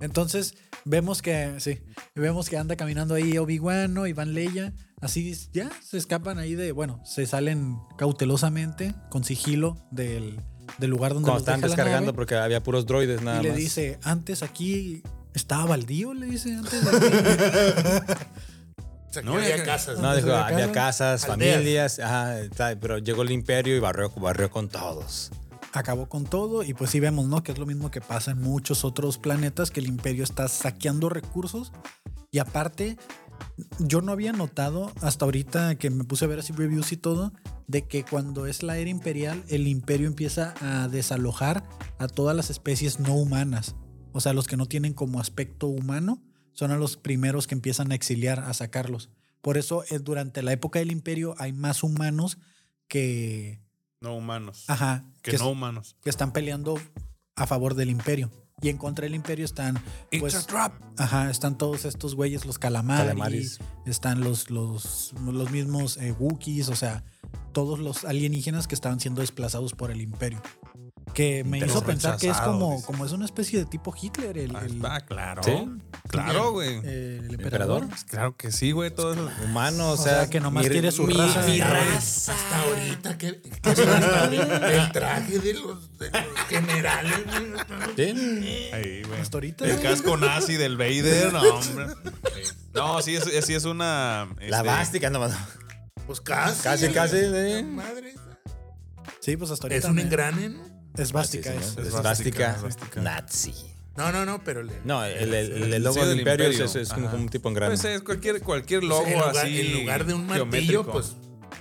Speaker 1: Entonces, vemos que, sí, vemos que anda caminando ahí Obi-Wan, ¿no? Y Van Leia, así ya se escapan ahí de, bueno, se salen cautelosamente, con sigilo del, del lugar donde
Speaker 2: Cuando
Speaker 1: los
Speaker 2: estaban
Speaker 1: deja la
Speaker 2: descargando
Speaker 1: nave.
Speaker 2: porque había puros droides nada
Speaker 1: Y le
Speaker 2: más.
Speaker 1: dice, antes aquí estaba baldío, le dice, antes
Speaker 2: *laughs*
Speaker 1: aquí.
Speaker 3: Se
Speaker 4: No,
Speaker 3: no,
Speaker 4: ya que-
Speaker 3: había casas.
Speaker 2: no,
Speaker 1: ¿dónde
Speaker 2: dijo,
Speaker 1: se la
Speaker 2: había
Speaker 1: cagan?
Speaker 2: casas,
Speaker 3: Aldeas.
Speaker 2: familias, ajá, tal, pero llegó el imperio y barrió, barrió con todos.
Speaker 1: acabó con todo y pues sí vemos, ¿no? Que es lo mismo que pasa en muchos otros planetas, que el imperio está saqueando recursos y aparte, yo no había notado hasta ahorita que me puse a ver así reviews y todo, de que cuando es la era imperial, el imperio empieza a desalojar a todas las especies no humanas, o sea, los que no tienen como aspecto humano, son a los primeros que empiezan a exiliar, a sacarlos. Por eso eh, durante la época del imperio hay más humanos que...
Speaker 4: No humanos.
Speaker 1: Ajá.
Speaker 4: que
Speaker 1: que-
Speaker 4: no humanos.
Speaker 1: que están peleando a favor del imperio. Y en contra del imperio están,
Speaker 3: It's
Speaker 1: pues,
Speaker 3: a trap.
Speaker 1: ajá, están todos estos güeyes, los calamares,
Speaker 2: Calamaris.
Speaker 1: están los, los, los mismos eh, Wookiees, o sea, todos los alienígenas que estaban siendo desplazados por el imperio. Que me hizo
Speaker 4: Interesante.
Speaker 1: pensar que es como,
Speaker 4: Rechazados,
Speaker 1: como es una especie de tipo Hitler, el,
Speaker 4: Ah,
Speaker 1: el- eh.
Speaker 4: está, claro.
Speaker 2: ¿Sí?
Speaker 4: Claro, güey.
Speaker 1: el
Speaker 2: ¿Emperador?
Speaker 1: emperador.
Speaker 4: Pues claro que sí, güey. Todo eso.
Speaker 2: Humano, o
Speaker 1: O
Speaker 2: sea,
Speaker 1: sea, que nomás
Speaker 2: mi-
Speaker 1: quiere su
Speaker 2: mi-
Speaker 1: raza.
Speaker 2: mi ra-
Speaker 5: raza.
Speaker 3: Hasta ahorita que, que el traje de los, de los generales. güey.
Speaker 2: ¿Sí?
Speaker 4: Ahí, güey.
Speaker 1: Hasta ahorita.
Speaker 4: El casco nazi del Vader,
Speaker 1: *laughs*
Speaker 4: no, hombre. No, sí es, es- sí es una.
Speaker 2: La
Speaker 4: este,
Speaker 2: bástica nomás.
Speaker 3: Pues casi.
Speaker 2: Casi,
Speaker 3: güey.
Speaker 2: casi, eh.
Speaker 3: Madre.
Speaker 1: Sí, pues hasta ahorita.
Speaker 3: Es un
Speaker 1: me-
Speaker 3: engrane, ¿no?
Speaker 1: Es *laughs* bástica,
Speaker 2: Ah, Sí,
Speaker 1: es.
Speaker 2: señor.
Speaker 4: es
Speaker 2: Es bástica.
Speaker 4: bástica.
Speaker 2: Nazi.
Speaker 3: No, no, no, pero le,
Speaker 2: No, el, el- el
Speaker 4: El
Speaker 2: logo
Speaker 4: sello
Speaker 2: del
Speaker 4: del
Speaker 2: imperio,
Speaker 4: imperio.
Speaker 2: es, es como
Speaker 4: Ajá.
Speaker 2: un tipo en grande.
Speaker 4: Pues es cualquier, cualquier
Speaker 3: pues,
Speaker 4: logo
Speaker 3: en, lugar,
Speaker 4: así.
Speaker 3: en lugar de un martillo,
Speaker 4: geométrico.
Speaker 3: pues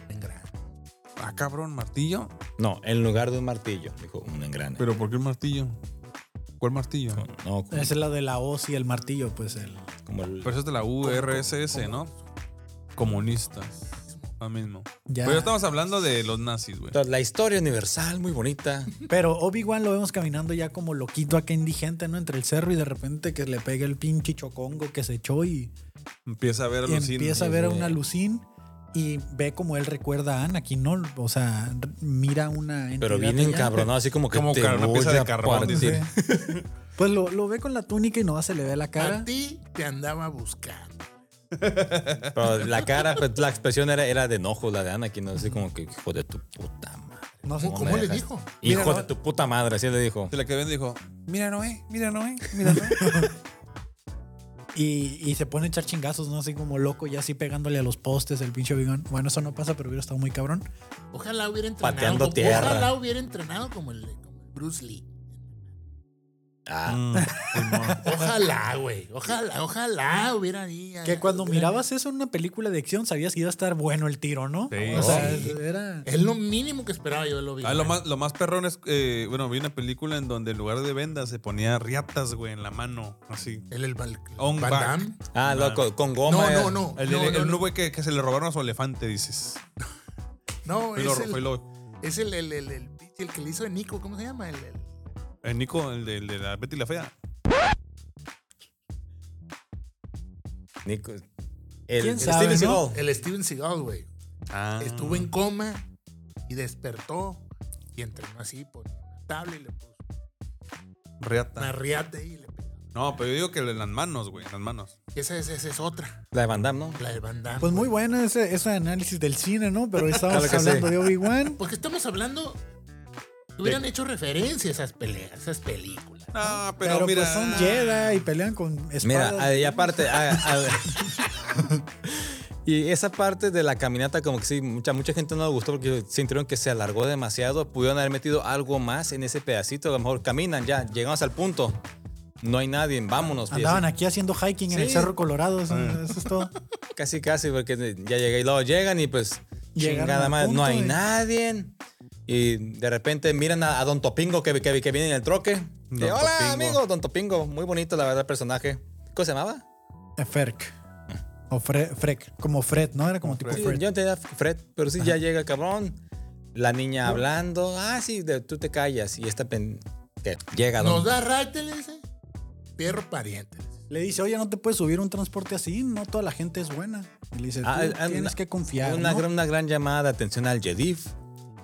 Speaker 3: engrane.
Speaker 4: Ah, cabrón, martillo.
Speaker 2: No, en lugar de un martillo, dijo un engrane.
Speaker 4: ¿Pero por qué un martillo? ¿Cuál martillo?
Speaker 2: no, como,
Speaker 1: Es la de la hoz y el martillo, pues el.
Speaker 2: como el.
Speaker 4: Pero eso es de la URSS, ¿no? Comunistas. Lo mismo.
Speaker 1: Ya.
Speaker 4: Pero estamos hablando de los nazis, güey.
Speaker 2: Entonces, la historia universal, muy bonita.
Speaker 1: Pero Obi-Wan lo vemos caminando ya como loquito acá indigente, ¿no? Entre el cerro y de repente que le pega el pinche chocongo que se echó y,
Speaker 4: Empieza a ver a
Speaker 1: y
Speaker 4: los
Speaker 1: empieza a ver a una lucín y ve como él recuerda a Anakin, ¿no? O sea, r- mira una entidad
Speaker 2: Pero bien
Speaker 1: allá.
Speaker 2: encabronado, así como que
Speaker 4: Como
Speaker 2: te
Speaker 4: car- una
Speaker 2: voy
Speaker 4: pieza de
Speaker 2: a
Speaker 4: carbón,
Speaker 2: partir.
Speaker 4: dice.
Speaker 1: *laughs* Pues lo, lo ve con la túnica y no se le ve la cara.
Speaker 3: A ti te andaba buscando.
Speaker 2: Pero la cara, pues, la expresión era, era de enojo, la de Anakin, ¿no? así como que hijo de tu puta madre.
Speaker 1: No sé
Speaker 3: ¿Cómo,
Speaker 2: me
Speaker 3: cómo le
Speaker 2: dejas?
Speaker 3: dijo?
Speaker 2: Hijo
Speaker 4: Míralo.
Speaker 2: de tu puta madre, así le dijo.
Speaker 4: Se la que ven dijo: Mira,
Speaker 1: eh,
Speaker 4: Noé, mira, Noé,
Speaker 2: *laughs*
Speaker 4: mira, Noé.
Speaker 1: Y, y se pone a echar chingazos, ¿no? Así como loco, ya así pegándole a los postes el pinche Obi-Wan. Bueno, eso no pasa, pero hubiera estado muy cabrón.
Speaker 3: Ojalá hubiera entrenado.
Speaker 2: Pateando
Speaker 3: como-
Speaker 2: tierra.
Speaker 3: Ojalá hubiera entrenado como el, como el Bruce Lee.
Speaker 2: Ah,
Speaker 4: Mm, Simón.
Speaker 3: Ojalá, güey. Ojalá, ojalá hubiera ahí.
Speaker 1: Que cuando
Speaker 3: hubiera-
Speaker 1: mirabas eso en una película de acción, sabías que iba a estar bueno el tiro, ¿no?
Speaker 4: Sí.
Speaker 1: o sea,
Speaker 3: Sí.
Speaker 1: era.
Speaker 3: Es lo mínimo que esperaba yo de lo vi.
Speaker 4: *laughs* Ah, lo, más, lo más perrón es, eh, bueno, vi una película en donde en lugar de vendas se ponía riatas, güey, en la mano, así.
Speaker 3: El, el Val-
Speaker 4: On
Speaker 3: Van
Speaker 4: back.
Speaker 3: Damme.
Speaker 2: ah, loco, con goma.
Speaker 3: No, no, no.
Speaker 4: El,
Speaker 3: no,
Speaker 4: el- el
Speaker 3: no,
Speaker 4: güey que, que se le robaron a su elefante, dices.
Speaker 3: no,
Speaker 4: Fue lo-
Speaker 3: es
Speaker 4: fue
Speaker 3: el,
Speaker 4: lo-
Speaker 3: es el, el, el, el, pinche, el que le hizo de Nico. ¿Cómo se llama? El, el-
Speaker 4: el Eh, Nico, el de, el de la Betty la Fea.
Speaker 2: Nico- el,
Speaker 1: ¿Quién
Speaker 2: el
Speaker 1: sabe,
Speaker 2: Steven
Speaker 1: no?
Speaker 2: Seagal.
Speaker 3: el Steven Seagal, güey.
Speaker 4: Oh. Ah.
Speaker 3: Estuvo en coma y despertó y entrenó así por una tabla y le puso una
Speaker 4: Riata.
Speaker 3: riata ahí y le pegó.
Speaker 4: No, pero yo digo que en las manos, güey, en las manos.
Speaker 3: Esa, es- esa es otra,
Speaker 2: La de Van Damme, ¿no?
Speaker 3: la de Van Damme.
Speaker 1: Pues muy bueno ese, ese análisis del cine, ¿no? Pero estábamos
Speaker 2: Claro que
Speaker 1: hablando
Speaker 2: sí.
Speaker 1: de Obi-Wan.
Speaker 3: Porque estamos hablando. Hubieran hecho referencia a esas peleas, a esas películas.
Speaker 4: No, pero,
Speaker 1: Pero,
Speaker 4: mira.
Speaker 1: pues son Jedi y pelean con espadas.
Speaker 2: Mira, ah, y aparte. a- a- *laughs* y esa parte de la caminata, como que sí, mucha, mucha gente no le gustó porque sintieron que se alargó demasiado. Pudieron haber metido algo más en ese pedacito. A lo mejor caminan ya, llegamos al punto. No hay nadie, vámonos. y
Speaker 1: Andaban
Speaker 2: así,
Speaker 1: aquí haciendo hiking en el
Speaker 2: Sí.
Speaker 1: Cerro Colorado, eso, eso es todo.
Speaker 2: Casi, casi, porque ya llegué y luego llegan y pues.
Speaker 1: Llegaron
Speaker 2: chingada
Speaker 1: al
Speaker 2: madre, no
Speaker 1: punto
Speaker 2: hay
Speaker 1: y-
Speaker 2: nadie. Y de repente miran a, a Don Topingo que, que, que viene en el troque. Y,
Speaker 4: Don
Speaker 2: Hola,
Speaker 4: Topingo".
Speaker 2: amigo, Don Topingo. Muy bonito, la verdad, el personaje. ¿Cómo se llamaba?
Speaker 1: Eh, Ferk. O Fre- Frek, como Fred, ¿no? Era como tipo
Speaker 2: Sí,
Speaker 1: Fred.
Speaker 2: yo entendía Fred, pero sí ya llega el cabrón. La niña hablando. Ah, sí, de- tú te callas. Y esta pen- que llega.
Speaker 3: Nos
Speaker 2: don-
Speaker 3: da raite, le dice. Perro pariente. le dice.
Speaker 1: Le dice, oye, no te puedes subir un transporte así, no toda la gente es buena. Y le dice, tú
Speaker 2: Ah, ah,
Speaker 1: tienes
Speaker 2: una-
Speaker 1: que confiar.
Speaker 2: Una,
Speaker 1: ¿no?
Speaker 2: gran, una gran llamada de atención al Jedif.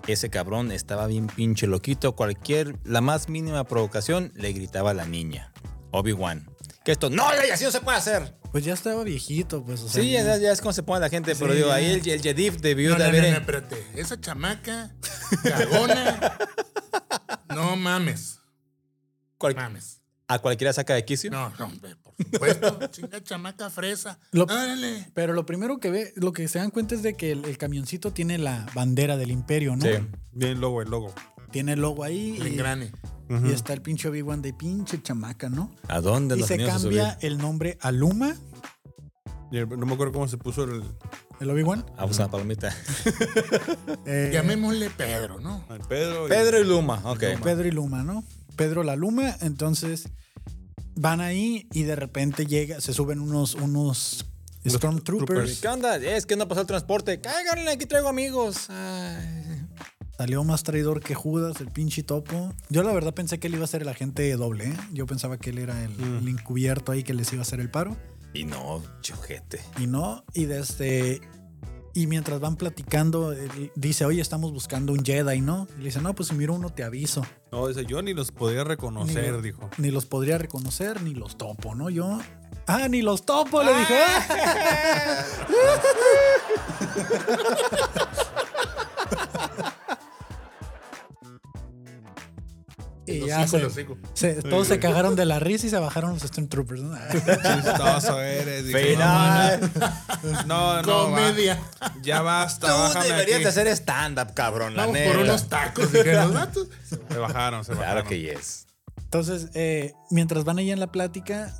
Speaker 2: Ese cabrón estaba bien pinche loquito. Cualquier, la más mínima provocación le gritaba a la niña. Obi-Wan. Que esto, no, y así no se puede hacer.
Speaker 1: Pues ya estaba viejito, pues. O sea,
Speaker 2: Sí, ya, ya es como se pone la gente, pero
Speaker 1: Sí,
Speaker 2: digo,
Speaker 1: ya.
Speaker 2: ahí el, el Jedif debió
Speaker 3: No,
Speaker 2: de
Speaker 3: no, no,
Speaker 2: haber.
Speaker 3: no, espérate. Esa chamaca, cagona. no mames.
Speaker 2: cual-
Speaker 3: Mames.
Speaker 2: a cualquiera saca de quicio.
Speaker 3: No, no, hombre, por supuesto. *laughs* Chinga chamaca fresa.
Speaker 1: Lo-
Speaker 3: Ándale.
Speaker 1: Pero lo primero que ve, lo que se dan cuenta es de que el, el camioncito tiene la bandera del imperio, ¿no?
Speaker 2: Sí.
Speaker 4: Bien, el logo, el logo.
Speaker 1: Tiene el logo ahí.
Speaker 3: El
Speaker 1: y-
Speaker 3: engrane.
Speaker 1: Y está el pinche Obi-Wan de pinche chamaca, ¿no?
Speaker 2: ¿A dónde
Speaker 1: Y
Speaker 2: los
Speaker 1: se
Speaker 2: niños a
Speaker 1: cambia
Speaker 2: subir?
Speaker 1: el nombre a Luma,
Speaker 4: Y el- No me acuerdo cómo se puso el.
Speaker 1: el Obi-Wan.
Speaker 2: A buscar la Ah, pues, palomita.
Speaker 1: Eh,
Speaker 3: Llamémosle Pedro, ¿no?
Speaker 4: el Pedro. y-
Speaker 2: Pedro y Luma, ok.
Speaker 1: Pedro y Luma, ¿no? Pedro la Luma. Entonces van ahí y de repente llega, se suben unos, unos Stormtroopers.
Speaker 2: ¿Qué onda? Es que no pasó el transporte. Cáiganle, aquí traigo amigos. Ay.
Speaker 1: Salió más traidor que Judas, el pinche topo. Yo la verdad pensé que él iba a ser el agente doble, ¿eh? Yo pensaba que él era el, el encubierto ahí que les iba a hacer el paro.
Speaker 2: Y no, chujete.
Speaker 1: Y no, y desde... Y mientras van platicando, él dice, oye, estamos buscando un Jedi, ¿no? Y le dice, no, pues si miro uno te aviso.
Speaker 4: No, dice, yo ni los podía reconocer, dijo.
Speaker 1: Ni los podría reconocer, ni los topo, ¿no? Yo... Ah, ni los topo, le dije.
Speaker 3: Ah.
Speaker 1: *laughs* y ya
Speaker 3: Los
Speaker 1: se,
Speaker 3: hijos, los hijos.
Speaker 1: se- todos se cagaron de la risa y se bajaron los Stormtroopers.
Speaker 3: *laughs*
Speaker 1: ¿no?
Speaker 4: Chistoso eres. dijo,
Speaker 2: Final.
Speaker 4: No, no, no. va.
Speaker 3: Comedia.
Speaker 4: Ya basta.
Speaker 2: Tú
Speaker 4: bájame
Speaker 2: deberías
Speaker 4: aquí.
Speaker 2: de hacer stand-up, cabrón. La
Speaker 3: Vamos
Speaker 2: neta.
Speaker 3: por unos tacos, dijeron
Speaker 2: *laughs*
Speaker 3: los datos.
Speaker 4: Se bajaron, se bajaron.
Speaker 2: Claro que yes.
Speaker 1: Entonces, eh, mientras van ahí en la plática,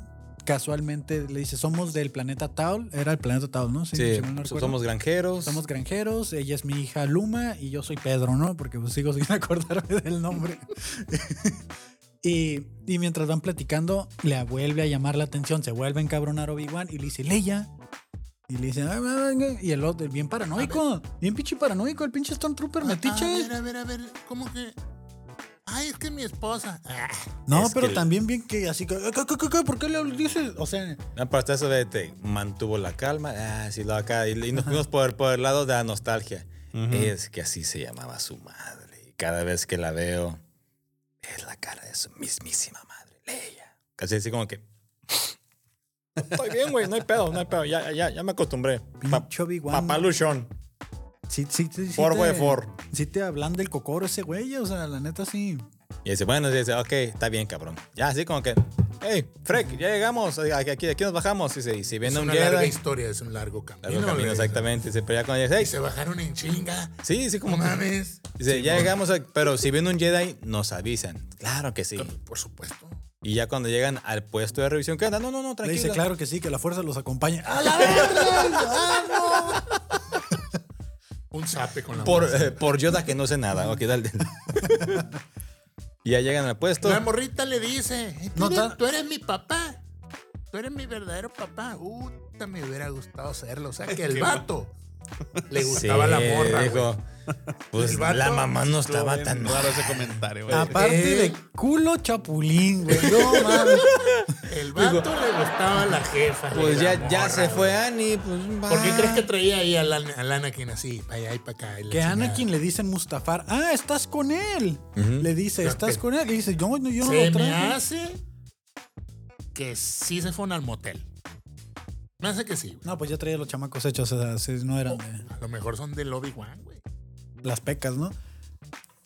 Speaker 1: casualmente le dice, somos del planeta Taul. Era el planeta Taul, ¿no?
Speaker 2: Sí,
Speaker 1: si mal no recuerdo.
Speaker 2: somos granjeros.
Speaker 1: Somos granjeros, ella es mi hija Luma y yo soy Pedro, ¿no? Porque pues, sigo sin *laughs* acordarme del nombre. *laughs* y, y mientras van platicando, le vuelve a llamar la atención, se vuelve a encabronar Obi-Wan y le dice, Leia. Y le dice, "Ah, ah, ah", y el otro, bien paranoico, bien pinche paranoico, el pinche
Speaker 2: Ah,
Speaker 1: Stormtrooper
Speaker 3: A
Speaker 2: eh.
Speaker 1: metiche.
Speaker 3: ver, a ver, a ver. ¿Cómo que? Ay, es que mi esposa. Ah,
Speaker 1: no,
Speaker 2: Es
Speaker 1: pero
Speaker 2: que-
Speaker 1: también bien que así que, "Eh, ¿qué, qué, qué, qué? por qué le dices? O sea,
Speaker 2: No, pero hasta eso de- te mantuvo la calma. Ah, sí, lo acá. Y, y nos fuimos por, por el lado de la nostalgia. Es que así se llamaba su madre. Y cada vez que la veo, es la cara de su mismísima madre, Leia. Casi así como que. Estoy bien, güey. No hay pedo, no hay pedo. Ya, ya, ya me acostumbré. Pa-
Speaker 1: pinche Obi-Wan.
Speaker 2: papá Luchón.
Speaker 1: Sí, sí, sí, sí
Speaker 2: Por,
Speaker 1: te-
Speaker 2: güey, por.
Speaker 1: Sí te hablan del cocoro ese güey, o sea, la neta sí.
Speaker 2: Y dice, bueno, y dice, ok, está bien, cabrón. Ya así como que. Hey, Freck, ya llegamos. Aquí, aquí, aquí nos bajamos. Y, se, y si
Speaker 3: es
Speaker 2: viene un
Speaker 3: una larga
Speaker 2: Jedi.
Speaker 3: historia, es un largo camino.
Speaker 2: Largo camino,
Speaker 3: güey.
Speaker 2: exactamente. Dice, pero ya cuando dice,
Speaker 3: Y
Speaker 2: hey,
Speaker 3: se bajaron en chinga.
Speaker 2: sí, sí,
Speaker 3: ¿Cómo
Speaker 2: como. que-
Speaker 3: mames?
Speaker 2: Dice,
Speaker 3: Sí,
Speaker 2: ya
Speaker 3: mo-
Speaker 2: llegamos, a- pero si viene un Jedi, nos avisan. Claro que sí.
Speaker 3: Por supuesto.
Speaker 2: Y ya cuando llegan al puesto de revisión, ¿qué onda? No, no, no,
Speaker 1: Le
Speaker 2: tranquilo.
Speaker 1: dice, claro que sí, que la fuerza los acompañe. ¡A la
Speaker 3: Un zape con la
Speaker 2: Por,
Speaker 3: morra.
Speaker 2: eh, por Yoda que no sé nada. Ok, dale. *laughs* y ya llegan al puesto.
Speaker 3: La morrita le dice: "Eh,
Speaker 1: No
Speaker 3: tú, eres,
Speaker 1: tan-
Speaker 3: tú eres mi papá. Tú eres mi verdadero papá. Uta, me hubiera gustado serlo. O sea, que el vato le gustaba
Speaker 2: Sí,
Speaker 3: la morra. güey.
Speaker 2: dijo, pues
Speaker 3: El vato
Speaker 2: la mamá no
Speaker 4: Estuvo
Speaker 2: estaba
Speaker 4: bien
Speaker 2: tan mal.
Speaker 4: raro ese comentario, güey.
Speaker 1: Aparte
Speaker 3: Eh.
Speaker 1: de culo chapulín, güey. No mames.
Speaker 3: El vato le gustaba la jefa.
Speaker 2: Pues
Speaker 3: la
Speaker 2: ya, ya
Speaker 3: morra,
Speaker 2: se
Speaker 3: güey.
Speaker 2: fue Annie. Pues, va.
Speaker 3: ¿Por qué crees que traía ahí al, An- al Anakin así, para allá y para acá? y la
Speaker 1: Que a
Speaker 3: chingada?
Speaker 1: Anakin le dicen Mustafar, ah, estás con él. Le dice, estás con él. Y dice, yo, no, yo no
Speaker 3: Se
Speaker 1: lo
Speaker 3: me
Speaker 1: traje.
Speaker 3: hace que sí se fueron al motel. Me hace que sí, güey.
Speaker 1: No, pues ya traía los chamacos hechos, o sea, sí, no eran eh,
Speaker 3: A lo mejor son del Obi-Wan, güey.
Speaker 1: las pecas, ¿no?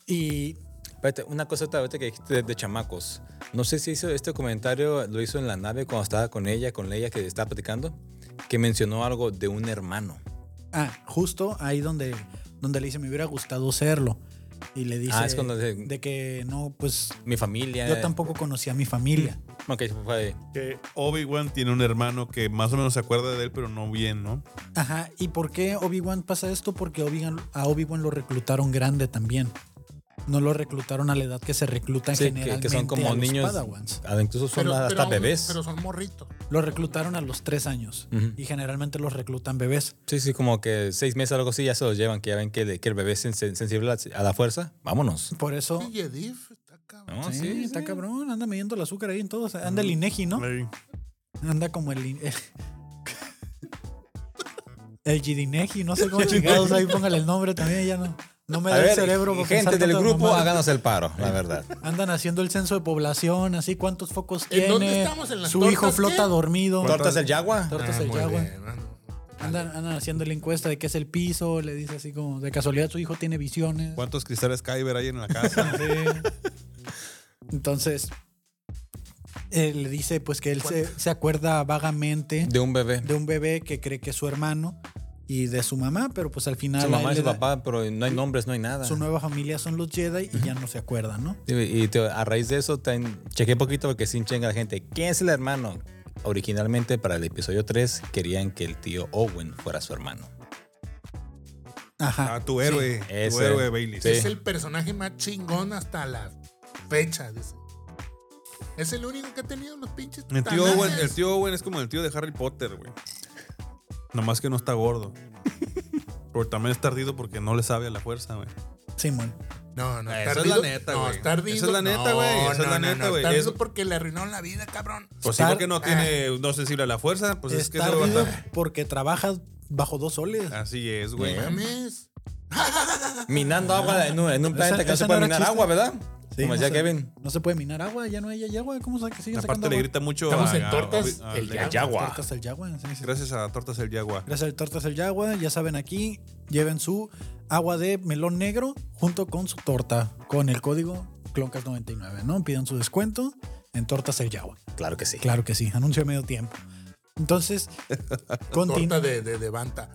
Speaker 1: Y
Speaker 2: Espérate, una cosa otra vez que dijiste de, de chamacos. No sé si hizo este comentario, lo hizo en la nave cuando estaba con ella, con Leia que estaba platicando, que mencionó algo de un hermano.
Speaker 1: Ah, justo ahí donde, donde le dice, me hubiera gustado serlo. Y le dice
Speaker 2: Ah, es cuando dice-
Speaker 1: de que no, pues
Speaker 2: Mi familia.
Speaker 1: yo tampoco conocía a mi familia.
Speaker 2: Ok, fue-
Speaker 4: Que Obi-Wan tiene un hermano que más o menos se acuerda de él, pero no bien, ¿no?
Speaker 1: Ajá, ¿y por qué Obi-Wan pasa esto? Porque Obi-Wan- a Obi-Wan lo reclutaron grande también. No lo reclutaron a la edad que se reclutan
Speaker 2: Sí, que- que,
Speaker 1: generalmente
Speaker 2: son como
Speaker 1: a los
Speaker 2: niños.
Speaker 1: Padawans.
Speaker 2: ah, Incluso son hasta bebés.
Speaker 3: Pero son morritos.
Speaker 1: Lo reclutaron a los tres años
Speaker 2: Ujú.
Speaker 1: y generalmente los reclutan bebés.
Speaker 2: sí, sí, como que seis meses algo así ya se los llevan, que ya ven que, de- que el bebé es sen- sen- sensible a la- a la fuerza. Vámonos.
Speaker 1: Por eso...
Speaker 3: Y Edith, está cabrón.
Speaker 2: No,
Speaker 1: sí,
Speaker 2: sí,
Speaker 1: está
Speaker 2: sí.
Speaker 1: cabrón, anda midiendo el azúcar ahí en todos. Anda el Inegi, ¿no?
Speaker 4: Ahí.
Speaker 1: Anda como el. in- *laughs* El Gidineji, no
Speaker 2: *laughs*
Speaker 1: sé cómo chingados. Ahí póngale el nombre también, ya no. No me
Speaker 2: A
Speaker 1: da el
Speaker 2: ver,
Speaker 1: cerebro. por
Speaker 2: gente
Speaker 1: pensar
Speaker 2: del
Speaker 1: tantas
Speaker 2: grupo,
Speaker 1: mamadas.
Speaker 2: háganos el paro, la verdad.
Speaker 1: Andan haciendo el censo de población, así cuántos focos
Speaker 3: ¿En
Speaker 1: tiene.
Speaker 3: dónde estamos? ¿En las
Speaker 1: Su
Speaker 3: tortas
Speaker 1: hijo flota
Speaker 3: qué?
Speaker 1: dormido.
Speaker 2: ¿Tortas del Yagua?
Speaker 1: Tortas
Speaker 3: Ah,
Speaker 1: del
Speaker 3: muy
Speaker 1: Yagua.
Speaker 3: bien, ¿no?
Speaker 1: Andan, andan haciendo la encuesta de qué es el piso. Le dice así como, de casualidad su hijo tiene visiones. *laughs*
Speaker 4: ¿Cuántos cristales Kyber hay en la casa?
Speaker 1: Entonces, él le dice pues que él se, se acuerda vagamente
Speaker 2: De un bebé.
Speaker 1: de un bebé que cree que es su hermano y de su mamá, pero pues al final
Speaker 2: Su
Speaker 1: a él
Speaker 2: mamá y
Speaker 1: le
Speaker 2: su
Speaker 1: da-
Speaker 2: papá, pero no hay nombres, no hay nada.
Speaker 1: su nueva familia son los Jedi y ya no se acuerdan, ¿no?
Speaker 2: Sí, Y te- a raíz de eso, tan- chequé poquito porque sin chinga la gente. ¿Quién es el hermano? Originalmente para el episodio 3 querían que el tío Owen fuera su hermano.
Speaker 1: Ajá.
Speaker 4: Ah, tu héroe. tu
Speaker 2: Ese.
Speaker 4: héroe, Bailey.
Speaker 2: Sí.
Speaker 3: Es el personaje más chingón hasta la fecha, dice. Es el único que ha tenido los pinches.
Speaker 4: El tío,
Speaker 3: tanajas.
Speaker 4: Owen, el tío Owen es como el tío de Harry Potter, güey. Nomás que no está gordo. Pero también es tardido porque no le sabe a la fuerza, güey.
Speaker 1: Simón.
Speaker 3: No, no,
Speaker 4: Esa
Speaker 3: está
Speaker 4: es la
Speaker 3: ardido.
Speaker 4: neta,
Speaker 3: no,
Speaker 4: güey.
Speaker 3: está ardido.
Speaker 4: Esa es la neta, güey. Esa es la neta, güey.
Speaker 3: Está ardido
Speaker 4: Es-
Speaker 3: porque le arruinaron la vida, cabrón.
Speaker 4: Pues sí,
Speaker 1: Estar-
Speaker 4: porque no
Speaker 2: ah.
Speaker 4: tiene, no sensible a la fuerza, pues es Ah, que
Speaker 1: Está
Speaker 4: se va a
Speaker 1: ardido
Speaker 4: estar-
Speaker 1: porque trabajas bajo dos soles.
Speaker 4: Así es, güey.
Speaker 3: No mames.
Speaker 2: Minando agua en un, en un
Speaker 1: Esa-
Speaker 2: planeta que no se
Speaker 1: esa
Speaker 2: puede
Speaker 1: no
Speaker 2: minar
Speaker 1: existe.
Speaker 2: agua, ¿verdad?
Speaker 1: Sí,
Speaker 2: Como
Speaker 1: no
Speaker 2: decía
Speaker 1: se-
Speaker 2: Kevin.
Speaker 1: No se puede minar agua, ya no hay ya agua. ¿Cómo se sigue sacando
Speaker 4: Aparte le
Speaker 1: agua?
Speaker 4: grita mucho
Speaker 3: Estamos
Speaker 4: a-
Speaker 3: en
Speaker 4: a-
Speaker 3: tortas,
Speaker 4: a-
Speaker 3: el
Speaker 4: a-
Speaker 3: Yagua.
Speaker 2: Yagua.
Speaker 1: Tortas el Yagua. sí, sí.
Speaker 4: Gracias a Tortas el Yagua.
Speaker 1: Gracias al Tortas el Yagua. Ya saben aquí, lleven su agua de melón negro junto con su torta con el código Cloncas99, ¿no? Pidan su descuento en Tortas el Yagua.
Speaker 2: Claro que sí.
Speaker 1: Claro que sí, anuncio a medio tiempo.
Speaker 4: *laughs*
Speaker 1: Entonces, continu-
Speaker 3: Torta de, de, de Banta.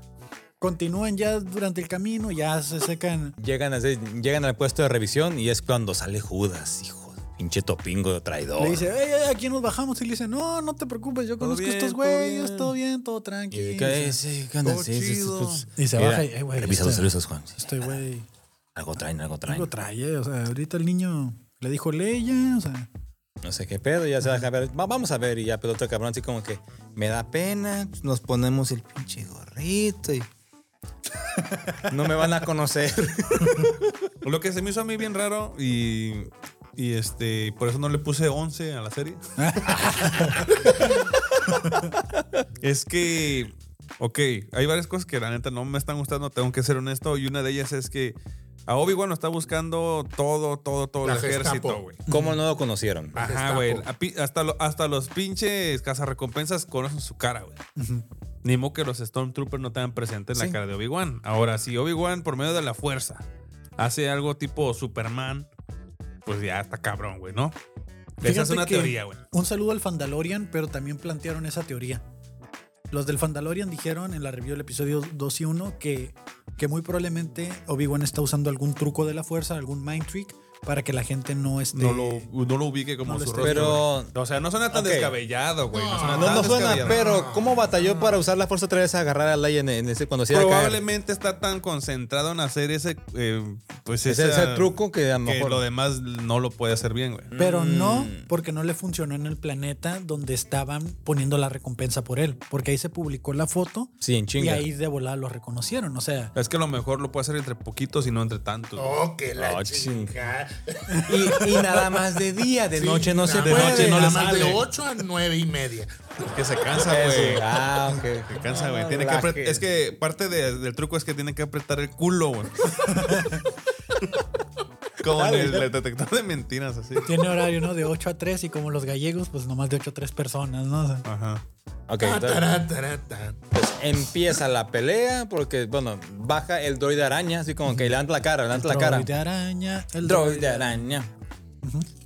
Speaker 1: continúan ya durante el camino, ya se secan.
Speaker 2: Llegan, a hacer- llegan al puesto de revisión y es cuando sale Judas, hijo. de Pinche topingo de traidor.
Speaker 1: Le dice, "Ey, ey, aquí nos bajamos. Y le dice, no, no te preocupes, yo
Speaker 4: Todo
Speaker 1: conozco
Speaker 4: bien,
Speaker 1: a estos
Speaker 4: todo
Speaker 1: güeyes,
Speaker 4: bien.
Speaker 1: todo bien, todo
Speaker 2: Y,
Speaker 1: tranquilo.
Speaker 2: ¿qué- ¿Qué sí, qué onda?
Speaker 4: Todo
Speaker 2: Sí, sí, sí,
Speaker 4: chido.
Speaker 2: pues,
Speaker 1: Y se
Speaker 2: mira,
Speaker 1: baja y, "Ey, güey,
Speaker 2: Revisa los
Speaker 1: este-
Speaker 2: celulares, Juan.
Speaker 1: Este güey,
Speaker 2: Algo traen, algo traen.
Speaker 1: algo trae, eh, o sea, ahorita el niño le dijo Leia, o sea,
Speaker 2: No sé qué pedo, ya se va a ver. Va- vamos a ver. Y ya, pero otro cabrón, así como que me da pena. pues, Nos ponemos el pinche gorrito y. No me van a *laughs* conocer.
Speaker 4: Lo que se me hizo a mí bien raro y, y este, por eso no le puse 11 a
Speaker 3: *laughs*
Speaker 4: la serie. es que, ok, hay varias cosas que la neta no me están gustando, tengo que ser honesto. Y una de ellas es que a Obi-Wan lo está buscando todo, todo, todo
Speaker 3: La
Speaker 4: el ejército,
Speaker 3: Gestapo.
Speaker 4: güey.
Speaker 2: ¿Cómo no lo conocieron?
Speaker 4: Ajá,
Speaker 3: Gestapo.
Speaker 4: güey. A pi- Hasta, lo- hasta los pinches cazarrecompensas conocen su cara, güey. Ni modo que los Stormtroopers no tengan presente en
Speaker 1: Sí.
Speaker 4: la cara de Obi-Wan. Ahora, si Obi-Wan, por medio de la fuerza, hace algo tipo Superman, pues ya está cabrón, güey, ¿no? Esa es
Speaker 1: Fíjate
Speaker 4: una
Speaker 1: que-
Speaker 4: teoría, güey.
Speaker 1: Un saludo al Fandalorian, pero también plantearon esa teoría. Los del Fandalorian dijeron en la review del episodio 2 y 1 que, que muy probablemente Obi-Wan está usando algún truco de la fuerza, algún mind trick, para que la gente no esté.
Speaker 4: No lo, no lo ubique como
Speaker 1: No lo
Speaker 4: su
Speaker 1: estoy-
Speaker 4: rostro.
Speaker 2: Pero-
Speaker 4: güey. O sea, no suena tan
Speaker 2: Ok.
Speaker 4: descabellado, güey. No, suena
Speaker 2: No,
Speaker 4: tan
Speaker 2: no suena,
Speaker 4: descabellado.
Speaker 2: pero ¿cómo batalló para usar la fuerza otra vez a agarrar a Leia en, en ese cuando se iba a caer?
Speaker 4: Probablemente está tan concentrado en hacer ese, eh, pues
Speaker 2: Ese,
Speaker 4: esa-
Speaker 2: ese truco que a lo
Speaker 4: que
Speaker 2: mejor.
Speaker 4: lo demás no lo puede hacer bien, güey.
Speaker 1: Pero
Speaker 2: Mm.
Speaker 1: no, porque no le funcionó en el planeta donde estaban poniendo la recompensa por él. Porque ahí se publicó la foto
Speaker 2: Sí, en
Speaker 1: y
Speaker 2: chinga.
Speaker 1: ahí de volada lo reconocieron. O sea,
Speaker 4: Es que a lo mejor lo puede hacer entre poquitos y no entre tantos. güey.
Speaker 3: Oh, que la
Speaker 4: Ah,
Speaker 2: Oh,
Speaker 3: chingada.
Speaker 2: *laughs* Y, y nada más de día, de
Speaker 3: Sí,
Speaker 2: noche no se
Speaker 3: nada
Speaker 2: puede. Ah,
Speaker 3: más
Speaker 4: noche no
Speaker 3: nada más
Speaker 4: le
Speaker 3: de
Speaker 4: sale.
Speaker 3: 8 a 9 y media.
Speaker 4: Es que se cansa, güey.
Speaker 2: Eso. Ah, ok.
Speaker 4: Se cansa, güey.
Speaker 2: Ah,
Speaker 4: Tiene que
Speaker 2: relaje.
Speaker 4: apre- es que parte de- del truco es que tiene que apretar el culo, güey. Como en el, detector de mentiras, así.
Speaker 1: tiene horario, ¿no? De 8 a 3 y como los gallegos, pues nomás de 8 a 3 personas, ¿no? O sea,
Speaker 4: Ajá.
Speaker 2: Ok,
Speaker 3: Ta,
Speaker 2: entonces,
Speaker 3: tará, tará, tará.
Speaker 2: pues, empieza la pelea porque, bueno, baja el droide araña, así como que levanta la cara, levanta la cara.
Speaker 1: droide araña, el
Speaker 2: El droide araña.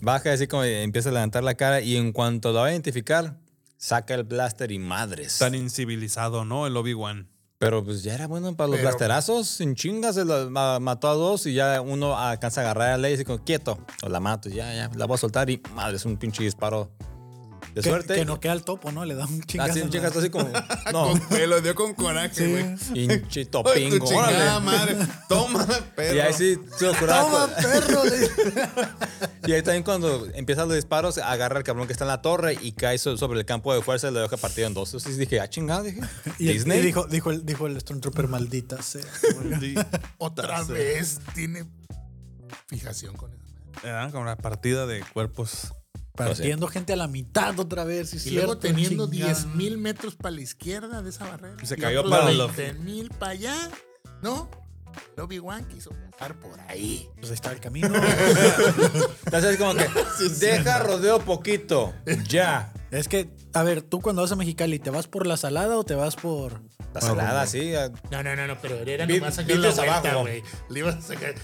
Speaker 2: Baja así como empieza a levantar la cara y en cuanto lo va a identificar, saca el blaster y madres.
Speaker 4: Tan incivilizado, ¿no? El Obi-Wan.
Speaker 2: Pero pues ya era bueno para los
Speaker 3: Pero-
Speaker 2: blasterazos, sin chingas, se la- ma- mató a dos y ya uno alcanza a agarrar a Leia y dice, como, quieto, o la mato, ya, ya, la voy a soltar y madres, un pinche disparo de
Speaker 1: Que,
Speaker 2: suerte.
Speaker 1: que no queda al topo, ¿no? Le da un chingazo.
Speaker 2: Así un
Speaker 1: ¿no?
Speaker 2: chingazo
Speaker 1: *laughs*
Speaker 2: así como, no,
Speaker 3: Me lo dio con coraje, güey.
Speaker 2: pinche
Speaker 4: Tu
Speaker 2: topingo,
Speaker 4: chingada
Speaker 2: órale.
Speaker 4: madre. Toma, perro.
Speaker 2: Y ahí sí, se
Speaker 4: *laughs*
Speaker 2: lo curaba con-
Speaker 1: ¡Toma, perro!
Speaker 2: *laughs* Y ahí también cuando empiezan los disparos, agarra al cabrón que está en la torre y cae so- sobre el campo de fuerza y lo deja partido en dos. Entonces dije, ah, chingado, dije.
Speaker 1: y,
Speaker 2: Disney.
Speaker 1: y dijo, dijo, el, dijo el Stormtrooper, maldita sea.
Speaker 4: Sí.
Speaker 3: Otra
Speaker 4: Sí.
Speaker 3: vez tiene fijación con eso.
Speaker 4: Ah, Como la partida de cuerpos.
Speaker 1: Partiendo gente a la mitad otra vez. sí,
Speaker 3: Y luego
Speaker 1: cierto,
Speaker 3: teniendo
Speaker 1: chingada.
Speaker 3: 10 mil metros para la izquierda de esa barrera.
Speaker 4: Y se
Speaker 3: y
Speaker 4: cayó
Speaker 3: otros
Speaker 4: para el
Speaker 3: 20 mil para allá. ¿No? El Obi-Wan quiso pasar por ahí.
Speaker 1: Pues ahí está el camino.
Speaker 2: Entonces como que, deja rodeo poquito, ya.
Speaker 1: es que, a ver, tú cuando vas a Mexicali, ¿te vas por la salada o te vas por.?
Speaker 2: La salada, así. ah,
Speaker 3: No, no, no, no, pero era
Speaker 2: Vi-
Speaker 3: nomás sacar la
Speaker 2: vidrios
Speaker 3: vuelta,
Speaker 2: abajo.
Speaker 3: güey. Le ibas a sacar,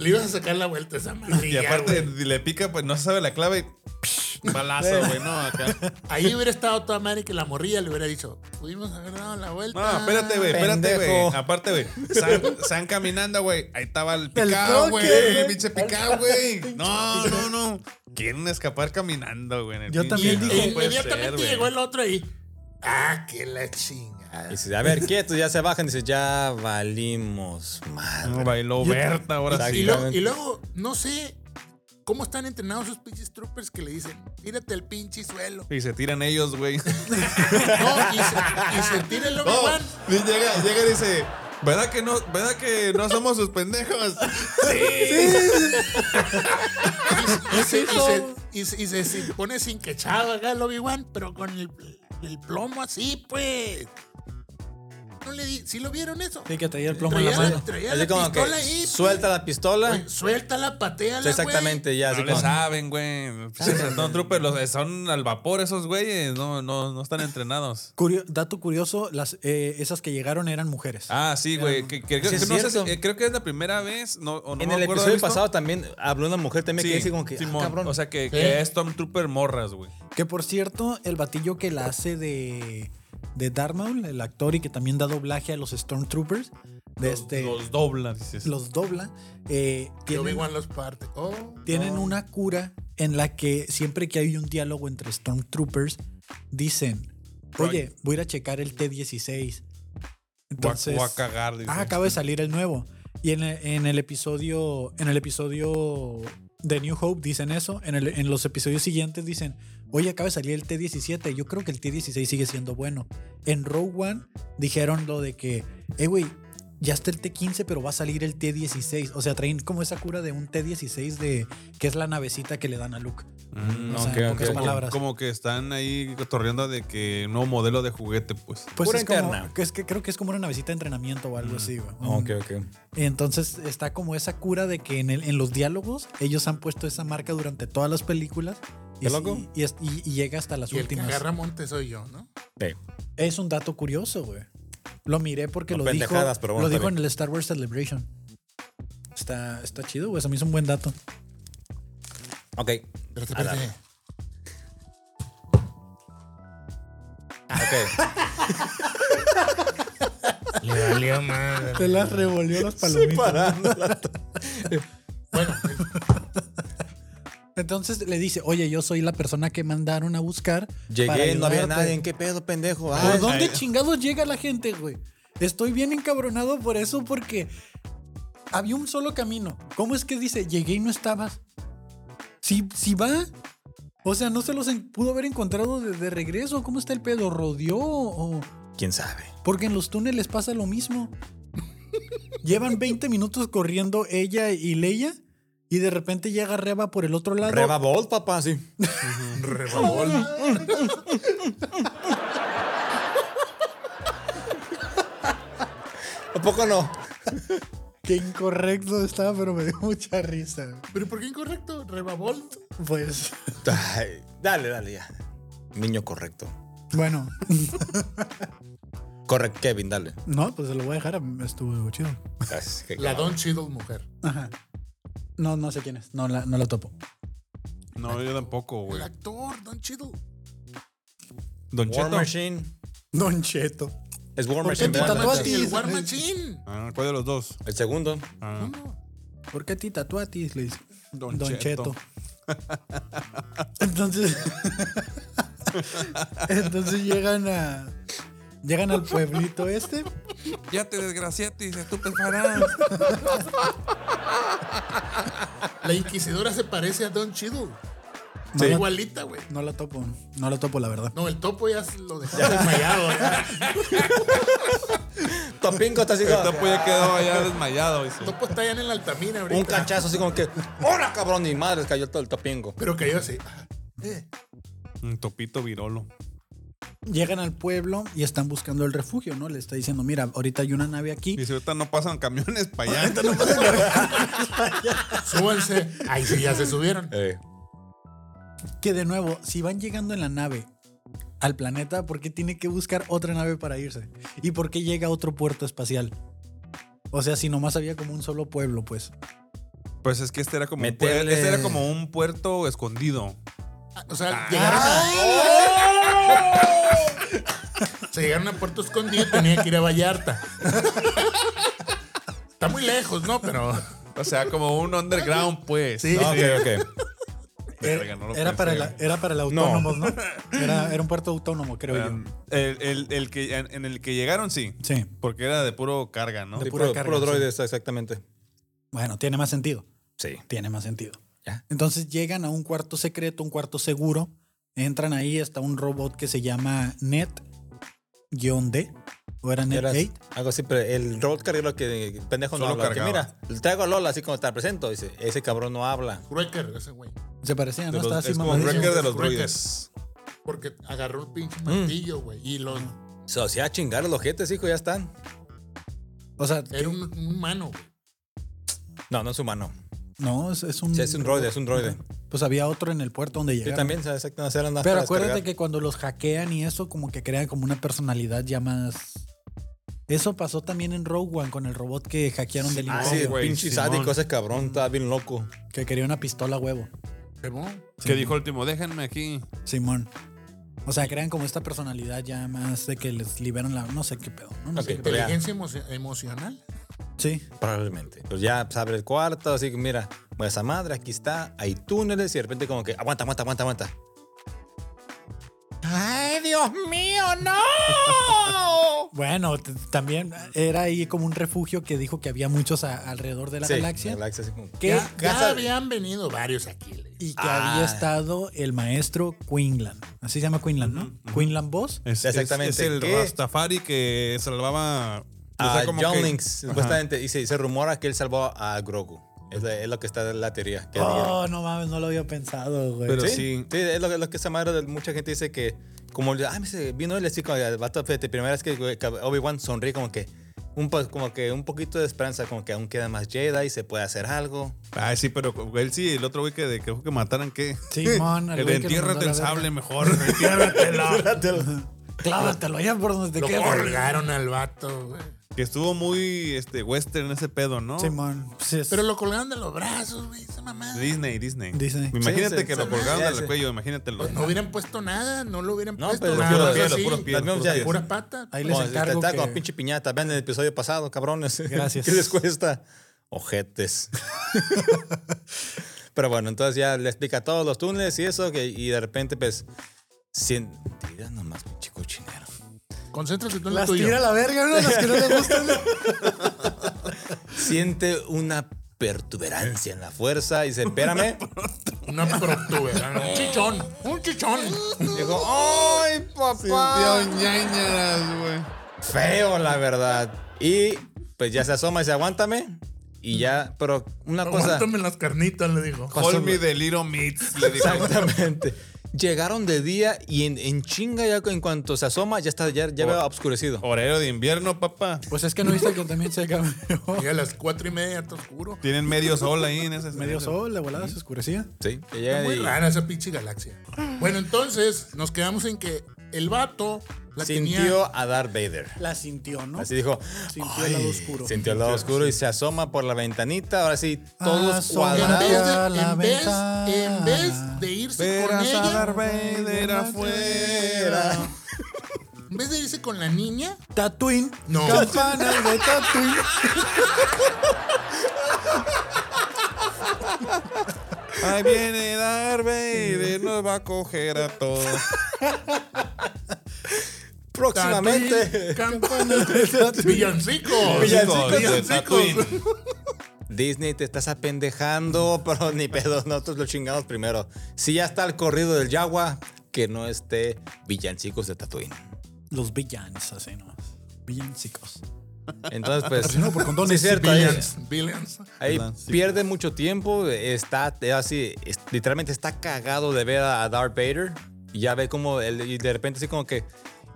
Speaker 3: le ibas a sacar la vuelta a esa
Speaker 4: Y
Speaker 3: madrilla,
Speaker 4: aparte
Speaker 3: güey.
Speaker 4: le pica, pues no se sabe la clave. y Balazo, güey, no, acá.
Speaker 3: Ahí hubiera estado toda madre que la morrilla le hubiera dicho, pudimos haber dado la vuelta.
Speaker 4: No, espérate,
Speaker 3: Ah,
Speaker 4: güey, espérate, güey.
Speaker 2: Pendejo.
Speaker 4: Aparte, güey. San, San caminando, güey. Ahí estaba el picado,
Speaker 1: toque,
Speaker 4: güey.
Speaker 1: güey.
Speaker 4: El pinche picado, güey. No, no, no. Quieren escapar caminando, güey. en el
Speaker 1: Yo
Speaker 4: pinche-
Speaker 1: también
Speaker 3: Y
Speaker 1: dije,
Speaker 4: No puede
Speaker 3: inmediatamente
Speaker 4: ser, güey.
Speaker 3: llegó el otro ahí. Ah, que la chingada.
Speaker 2: Y dice, a ver, quieto, ya se bajan. Dice, ya valimos,
Speaker 4: No,
Speaker 2: madre.
Speaker 4: bailó Berta ahora
Speaker 3: Y,
Speaker 4: sí.
Speaker 2: Exacto.
Speaker 3: luego- y luego, no sé cómo están entrenados esos pinches troopers que le dicen, tírate el pinche suelo.
Speaker 4: Y se tiran ellos, güey.
Speaker 3: No,
Speaker 4: *laughs*
Speaker 3: y se, y se tira el
Speaker 4: Oh,
Speaker 3: Obi-Wan.
Speaker 4: y llega, llega y dice, ¿Verdad que no, ¿verdad que no somos sus pendejos?
Speaker 3: Y se, y se- y se- y se- se pone sin quechado acá el Obi-Wan, pero con el, el plomo así, pues. No le di, ¿Sí lo vieron eso?
Speaker 1: Sí, que traía el plomo en
Speaker 3: traía
Speaker 1: la mano.
Speaker 3: traía
Speaker 2: Así
Speaker 3: la
Speaker 2: como que
Speaker 3: pistola ahí.
Speaker 2: suelta la pistola.
Speaker 3: Suelta Suéltala, pateala. güey.
Speaker 2: Exactamente, ya. así
Speaker 4: No le
Speaker 2: como-
Speaker 4: saben, güey. No, troopers, los- son al vapor esos güeyes. No, no, no están entrenados.
Speaker 1: Curio- dato curioso, las, eh, esas que llegaron eran mujeres.
Speaker 4: Ah, sí, güey. Que, que-
Speaker 2: Sí,
Speaker 4: que
Speaker 2: es
Speaker 4: no sé si-
Speaker 2: cierto.
Speaker 4: eh, creo que es la primera vez. No, o no
Speaker 2: En
Speaker 4: me
Speaker 2: el
Speaker 4: acuerdo
Speaker 2: episodio
Speaker 4: haber visto.
Speaker 2: pasado también habló una mujer también que dice como que, ah,
Speaker 4: Simón.
Speaker 2: cabrón.
Speaker 4: O sea, que,
Speaker 3: Sí.
Speaker 4: que es Tom Trooper morras, güey.
Speaker 1: Que por cierto, el batillo que la hace de, de Darth Maul, el actor y que también da doblaje a los Stormtroopers, de este, los,
Speaker 4: Los doblan, dices.
Speaker 1: dobla, eh,
Speaker 3: Y
Speaker 1: tienen,
Speaker 3: Obi-Wan los parte. Oh,
Speaker 1: tienen
Speaker 3: no.
Speaker 1: una cura en la que siempre que hay un diálogo entre Stormtroopers, dicen, oye, voy a ir a checar el T-16. Entonces,
Speaker 4: Voy a cagar, dices.
Speaker 1: ah, acaba de salir el nuevo. Y en, el- en el episodio, en el episodio de New Hope dicen eso. En, el- en los episodios siguientes dicen, oye, acaba de salir el T-17. Yo creo que el T-16 sigue siendo bueno. En Rogue One dijeron lo de que, eh, güey, ya está el T-15, pero va a salir el T-16. O sea, traen como esa cura de un T-16 de que es la navecita que le dan a Luke.
Speaker 4: Mm,
Speaker 1: O sea,
Speaker 2: ok,
Speaker 1: en
Speaker 2: ok,
Speaker 1: pocas
Speaker 2: ok.
Speaker 1: palabras.
Speaker 4: Como que están ahí cotorreando de que nuevo modelo de juguete, pues.
Speaker 1: Pues
Speaker 2: Cura
Speaker 1: es como-
Speaker 2: interna. Mm.
Speaker 1: que es que creo que es como una navecita de entrenamiento o algo así, güey.
Speaker 2: "Ah, Ok, ok.
Speaker 1: Y entonces está como esa cura de que en, el- en los diálogos ellos han puesto esa marca durante todas las películas. Y,
Speaker 2: ¿Qué loco?
Speaker 1: y- y- y llega hasta las
Speaker 3: Y el que
Speaker 1: últimas.
Speaker 3: agarra monte soy yo, ¿no?
Speaker 2: Sí.
Speaker 1: Es un dato curioso, güey. Lo miré porque
Speaker 2: No
Speaker 1: lo dijo,
Speaker 2: pendejadas, pero
Speaker 1: lo
Speaker 2: bueno, está
Speaker 1: dijo en
Speaker 2: bien.
Speaker 1: el Star Wars Celebration. Está, está chido, güey. Se me hizo un buen dato.
Speaker 2: Ok.
Speaker 3: Pero te
Speaker 2: A la-
Speaker 3: parece.
Speaker 2: Ok.
Speaker 3: Le valió madre.
Speaker 1: Te las revolvió las palomitas.
Speaker 3: Bueno,
Speaker 1: *laughs* entonces le dice, oye, yo soy la persona que mandaron a buscar. para
Speaker 2: Llegué, no había
Speaker 1: ayudarte".
Speaker 2: nadie. ¿Qué pedo, pendejo? Ah,
Speaker 1: ¿Por dónde chingados llega la gente, güey? Estoy bien encabronado por eso porque había un solo camino. ¿Cómo es que dice, llegué y no estabas? Si, si va. O sea, no se los en- pudo haber encontrado de, de regreso. ¿Cómo está el pedo? ¿Rodeó? o-
Speaker 2: ¿Quién sabe?
Speaker 1: Porque en los túneles pasa lo mismo. *laughs* Llevan 20 minutos corriendo ella y Leia y de repente llega Reba por el otro lado.
Speaker 2: Reba Bolt, papá, sí. *laughs*
Speaker 3: rebabol.
Speaker 2: ¿A poco no?
Speaker 1: Qué incorrecto estaba, pero me dio mucha risa.
Speaker 3: ¿Pero por qué incorrecto? Rebabol.
Speaker 1: Pues...
Speaker 2: Ay, dale, dale, ya. Niño correcto.
Speaker 1: Bueno,
Speaker 2: Correct Kevin, dale.
Speaker 1: No, pues se lo voy a dejar. a- Estuvo chido.
Speaker 2: Gracias, qué
Speaker 3: La
Speaker 2: cabrón.
Speaker 3: Don Cheadle mujer.
Speaker 1: Ajá. No, no sé quién es. No la, no la topo.
Speaker 4: No, yo tampoco, güey.
Speaker 3: El actor, Don Cheadle.
Speaker 4: Don
Speaker 2: War
Speaker 4: Cheto.
Speaker 2: Machine.
Speaker 1: Don Cheto.
Speaker 2: Es
Speaker 1: ¿Por
Speaker 2: War
Speaker 1: qué
Speaker 2: Machine.
Speaker 1: te
Speaker 2: ¿verdad?
Speaker 1: tatuaste?
Speaker 3: El War Machine.
Speaker 4: Ah, ¿Cuál de los dos?
Speaker 2: El segundo.
Speaker 4: Ah,
Speaker 3: No, no.
Speaker 1: ¿Por qué ti tatuatis? Le dice.
Speaker 4: Don *laughs* Cheto.
Speaker 1: Entonces. Entonces llegan a. Llegan al pueblito este.
Speaker 4: Ya te desgraciaste, estupefarás.
Speaker 3: La inquisidora se parece a Don Cheadle.
Speaker 1: No, la,
Speaker 3: Igualita, güey.
Speaker 1: no la topo. No la topo, la verdad.
Speaker 3: No, el topo ya lo dejó desmayado. ¿eh? ya.
Speaker 2: Topinco está así como-
Speaker 4: *laughs* El topo ya quedó allá desmayado. dice.
Speaker 3: El topo está ya en la altamina ahorita.
Speaker 2: Un cachazo así como que. ¡Hora, cabrón! Ni madres cayó todo el topingo.
Speaker 3: Pero cayó así. Ah, eh.
Speaker 4: Un topito virolo.
Speaker 1: Llegan al pueblo y están buscando el refugio, ¿no? Le está diciendo, mira, ahorita hay una nave aquí.
Speaker 4: Dice, ahorita no pasan camiones para allá.
Speaker 1: *laughs*
Speaker 3: Súbanse. Ahí sí, ya se subieron.
Speaker 2: *laughs* Eh,
Speaker 1: Que de nuevo, si van llegando en la nave al planeta, ¿por qué tiene que buscar otra nave para irse? ¿Y por qué llega a otro puerto espacial? O sea, si nomás había como un solo pueblo, pues.
Speaker 4: Pues es que este era como, un,
Speaker 2: Métele.
Speaker 4: puer- este era como un puerto escondido.
Speaker 3: Ah, O sea, llegaron a. Se llegaron a Puerto Escondido y tenía que ir a Vallarta. Está muy lejos, ¿no? Pero.
Speaker 4: O sea, como un underground, pues.
Speaker 3: Sí.
Speaker 2: ok,
Speaker 4: *laughs*
Speaker 2: ok.
Speaker 1: Era, era para, el, era para el autónomo, ¿no? Era, era un puerto autónomo, creo
Speaker 4: Um, el, el- el que, en, en el que llegaron, sí.
Speaker 1: yo. Sí.
Speaker 4: Porque era de puro carga, ¿no?
Speaker 1: De-
Speaker 2: Sí,
Speaker 1: pura
Speaker 2: puro,
Speaker 1: carga,
Speaker 2: puro
Speaker 1: sí.
Speaker 2: droide, está exactamente.
Speaker 1: Bueno, tiene más sentido.
Speaker 2: Sí.
Speaker 1: Tiene más sentido.
Speaker 2: Ya.
Speaker 1: Entonces llegan a un cuarto secreto, un cuarto seguro. Entran ahí, está un robot que se llama Net-D. ¿O era Net
Speaker 2: Era
Speaker 1: 8?
Speaker 2: algo así, pero el rol carguero que el pendejo no
Speaker 4: Solo
Speaker 2: habla. Que
Speaker 4: cargaba.
Speaker 2: mira, le traigo a Lola así como está presento. Dice, ese cabrón no habla.
Speaker 3: Cruecker, ese güey.
Speaker 1: Se parecía,
Speaker 4: De
Speaker 1: ¿no?
Speaker 4: los-
Speaker 1: Estaba así
Speaker 4: es como un
Speaker 1: mamadísimo.
Speaker 4: wrecker de los
Speaker 3: Wrecker.
Speaker 4: Brothers.
Speaker 3: Porque agarró el pinche martillo, güey. Y lo,
Speaker 2: Se hacía a chingar a los jetes, hijo, ya están.
Speaker 1: O sea,
Speaker 3: era un, un humano, güey.
Speaker 2: No, no es humano.
Speaker 1: no, es, es un.
Speaker 2: Sí, es un droide, es un droide.
Speaker 1: Pues había otro en el puerto donde
Speaker 2: Yo
Speaker 1: llegaron.
Speaker 2: también, ¿sabes? Exacto, hacer andas
Speaker 1: Pero
Speaker 2: para
Speaker 1: acuérdate
Speaker 2: descargar.
Speaker 1: que cuando los hackean y eso, como que crean como una personalidad ya más. Eso pasó también en Rogue One con el robot que hackearon del
Speaker 2: Ah,
Speaker 1: imperio,
Speaker 2: sí,
Speaker 4: güey,
Speaker 2: pinche
Speaker 4: Simón.
Speaker 2: sádico ese cabrón, estaba bien loco.
Speaker 1: que quería una pistola a huevo.
Speaker 3: Simón.
Speaker 4: Que dijo el último, déjenme aquí.
Speaker 1: Simón. O sea, crean como esta personalidad ya más de que les liberan la. No sé qué pedo. No, No sé
Speaker 2: Ok.
Speaker 1: qué pedo.
Speaker 3: Inteligencia emocio- emocional.
Speaker 1: Sí.
Speaker 2: Probablemente. Pues ya pues, abre el cuarto, así que mira, voy a esa madre, aquí está, hay túneles y de repente como que, aguanta, aguanta, aguanta, aguanta. ¡Ay, Dios mío, *laughs* no!
Speaker 1: Bueno, t- también era ahí como un refugio que dijo que había muchos a- alrededor de la
Speaker 2: Sí,
Speaker 1: galaxia.
Speaker 2: galaxia así como-
Speaker 1: que,
Speaker 3: Ya, ya
Speaker 2: Casa-
Speaker 3: habían venido varios aquí. le digo.
Speaker 1: y que
Speaker 2: Ah.
Speaker 1: había estado el maestro Quinlan. Así se llama Quinlan, ¿no? Quinlan Boss.
Speaker 4: Es,
Speaker 2: Exactamente.
Speaker 4: Es, es el
Speaker 2: ¿Qué?
Speaker 4: Rastafari que salvaba
Speaker 2: A John
Speaker 4: que-
Speaker 2: Links,
Speaker 4: Ajá.
Speaker 2: Ah, supuestamente, y se, se rumora que él salvó a Grogu. Es, la- es lo que está en la teoría. que
Speaker 1: Oh, no mames, no lo había pensado, güey.
Speaker 4: Pero-
Speaker 2: Sí,
Speaker 4: sí.
Speaker 2: sí, es lo, que- lo que esa madre de mucha gente dice que como ah, me dice, vino él así como el vato fíjate, primera vez que que Obi-Wan sonríe como que un po- como que un poquito de esperanza, como que aún quedan más Jedi y se puede hacer algo.
Speaker 4: Ay, sí, pero él sí, el otro güey que de- que dijo que mataran, ¿qué?
Speaker 1: Simón, al
Speaker 4: el
Speaker 1: güey que
Speaker 4: entiérrate
Speaker 1: mandó a
Speaker 4: el
Speaker 1: la verga.
Speaker 2: *laughs*
Speaker 4: sable mejor. Entiérratelo.
Speaker 1: Clávatelo allá por donde te
Speaker 3: Lo
Speaker 1: quede.
Speaker 3: colgaron al vato, güey.
Speaker 4: que estuvo muy este, western ese pedo, ¿no?
Speaker 1: Simón, pues es-
Speaker 3: Pero lo colgaron de los brazos, güey. Esa mamada.
Speaker 4: Disney, Disney.
Speaker 1: Disney.
Speaker 4: Imagínate
Speaker 2: Sí, sí,
Speaker 4: que
Speaker 2: sí.
Speaker 4: lo colgaron
Speaker 2: Ya
Speaker 4: del
Speaker 2: sé.
Speaker 4: cuello, imagínatelo.
Speaker 3: Pues no hubieran puesto nada, no lo hubieran
Speaker 2: No,
Speaker 1: Pues
Speaker 3: puesto
Speaker 2: pero
Speaker 3: nada.
Speaker 2: los puros
Speaker 3: más
Speaker 2: pies,
Speaker 4: los
Speaker 3: así,
Speaker 4: puros pies,
Speaker 2: los puros
Speaker 3: de
Speaker 2: pies.
Speaker 3: pura pata.
Speaker 1: ahí les
Speaker 2: Como si te
Speaker 1: encargo
Speaker 2: está
Speaker 1: que
Speaker 2: como pinche piñata, vean el episodio pasado, cabrones. *laughs*
Speaker 1: Gracias.
Speaker 2: ¿Qué les cuesta? Ojetes. *laughs* Pero bueno, entonces ya le explica todos los túneles y eso, que, y de repente pues sin, tira nomás pinche cochinero.
Speaker 3: Concéntrate tú en lo
Speaker 1: las
Speaker 3: tuyo.
Speaker 1: tira a la verga, ¿no? Las que no le gustan.
Speaker 2: Siente una pertuberancia en la fuerza y dice, espérame.
Speaker 3: Una protuberancia. Un chichón. Un chichón.
Speaker 2: Digo, ¡ay, papá!
Speaker 4: ñañaras, güey.
Speaker 2: Feo, la verdad. Y pues ya se asoma y dice, aguántame. Y ya, pero una cosa.
Speaker 3: Aguántame las carnitas, le dijo.
Speaker 4: Call me the little meats, le
Speaker 2: *laughs*
Speaker 4: dijo.
Speaker 2: Exactamente. Llegaron de día y en, en chinga ya en cuanto se asoma, ya está, ya, ya veo oscurecido.
Speaker 4: Horario de invierno, papá.
Speaker 1: *laughs* Pues es que no viste que también se cambió.
Speaker 3: Y a las cuatro y media está oscuro.
Speaker 4: Tienen medio sol ahí en
Speaker 1: *laughs*
Speaker 4: ese
Speaker 1: Medio sol, de volada se oscurecía.
Speaker 2: Sí. que
Speaker 3: Está
Speaker 2: llega
Speaker 3: muy
Speaker 2: y-
Speaker 3: rara esa pinche galaxia. Bueno, entonces nos quedamos en que el vato la tenía.
Speaker 2: sintió a Darth Vader.
Speaker 1: La sintió, ¿no?
Speaker 2: Así dijo.
Speaker 1: Sintió el lado oscuro.
Speaker 2: Sintió el lado oscuro y se asoma por la ventanita. Ahora sí, todos
Speaker 1: Asoma.
Speaker 3: En
Speaker 2: cuadrados.
Speaker 3: vez,
Speaker 1: Ah,
Speaker 3: de,
Speaker 1: la
Speaker 3: en, vez,
Speaker 1: ventana.
Speaker 3: en vez de irse con
Speaker 4: Verás a Darth
Speaker 3: ella,
Speaker 4: Vader afuera.
Speaker 3: en vez de irse con la niña,
Speaker 1: Tatooine.
Speaker 3: No.
Speaker 1: Campanas de Tatooine.
Speaker 4: Ahí viene Darth Vader, nos va a coger a todos.
Speaker 2: Próximamente.
Speaker 3: Tatooine,
Speaker 2: *laughs*
Speaker 3: campanas, villancicos,
Speaker 4: Villancicos de Tatooine.
Speaker 2: Disney, te estás apendejando, *laughs* pero ni pedo, nosotros lo chingamos primero. Si ya está el corrido del Yagua, que no esté Villancicos de Tatooine.
Speaker 1: Los villains, así, ¿no? Villancicos.
Speaker 2: Entonces, pues.
Speaker 1: *laughs* No, por condones,
Speaker 2: sí es cierto, ahí,
Speaker 3: Villains, villains.
Speaker 2: ahí
Speaker 4: Perdón, sí.
Speaker 2: pierde mucho tiempo. Está eh, así, es- literalmente está cagado de ver a Darth Vader. Y ya ve como, él- y de repente, así como que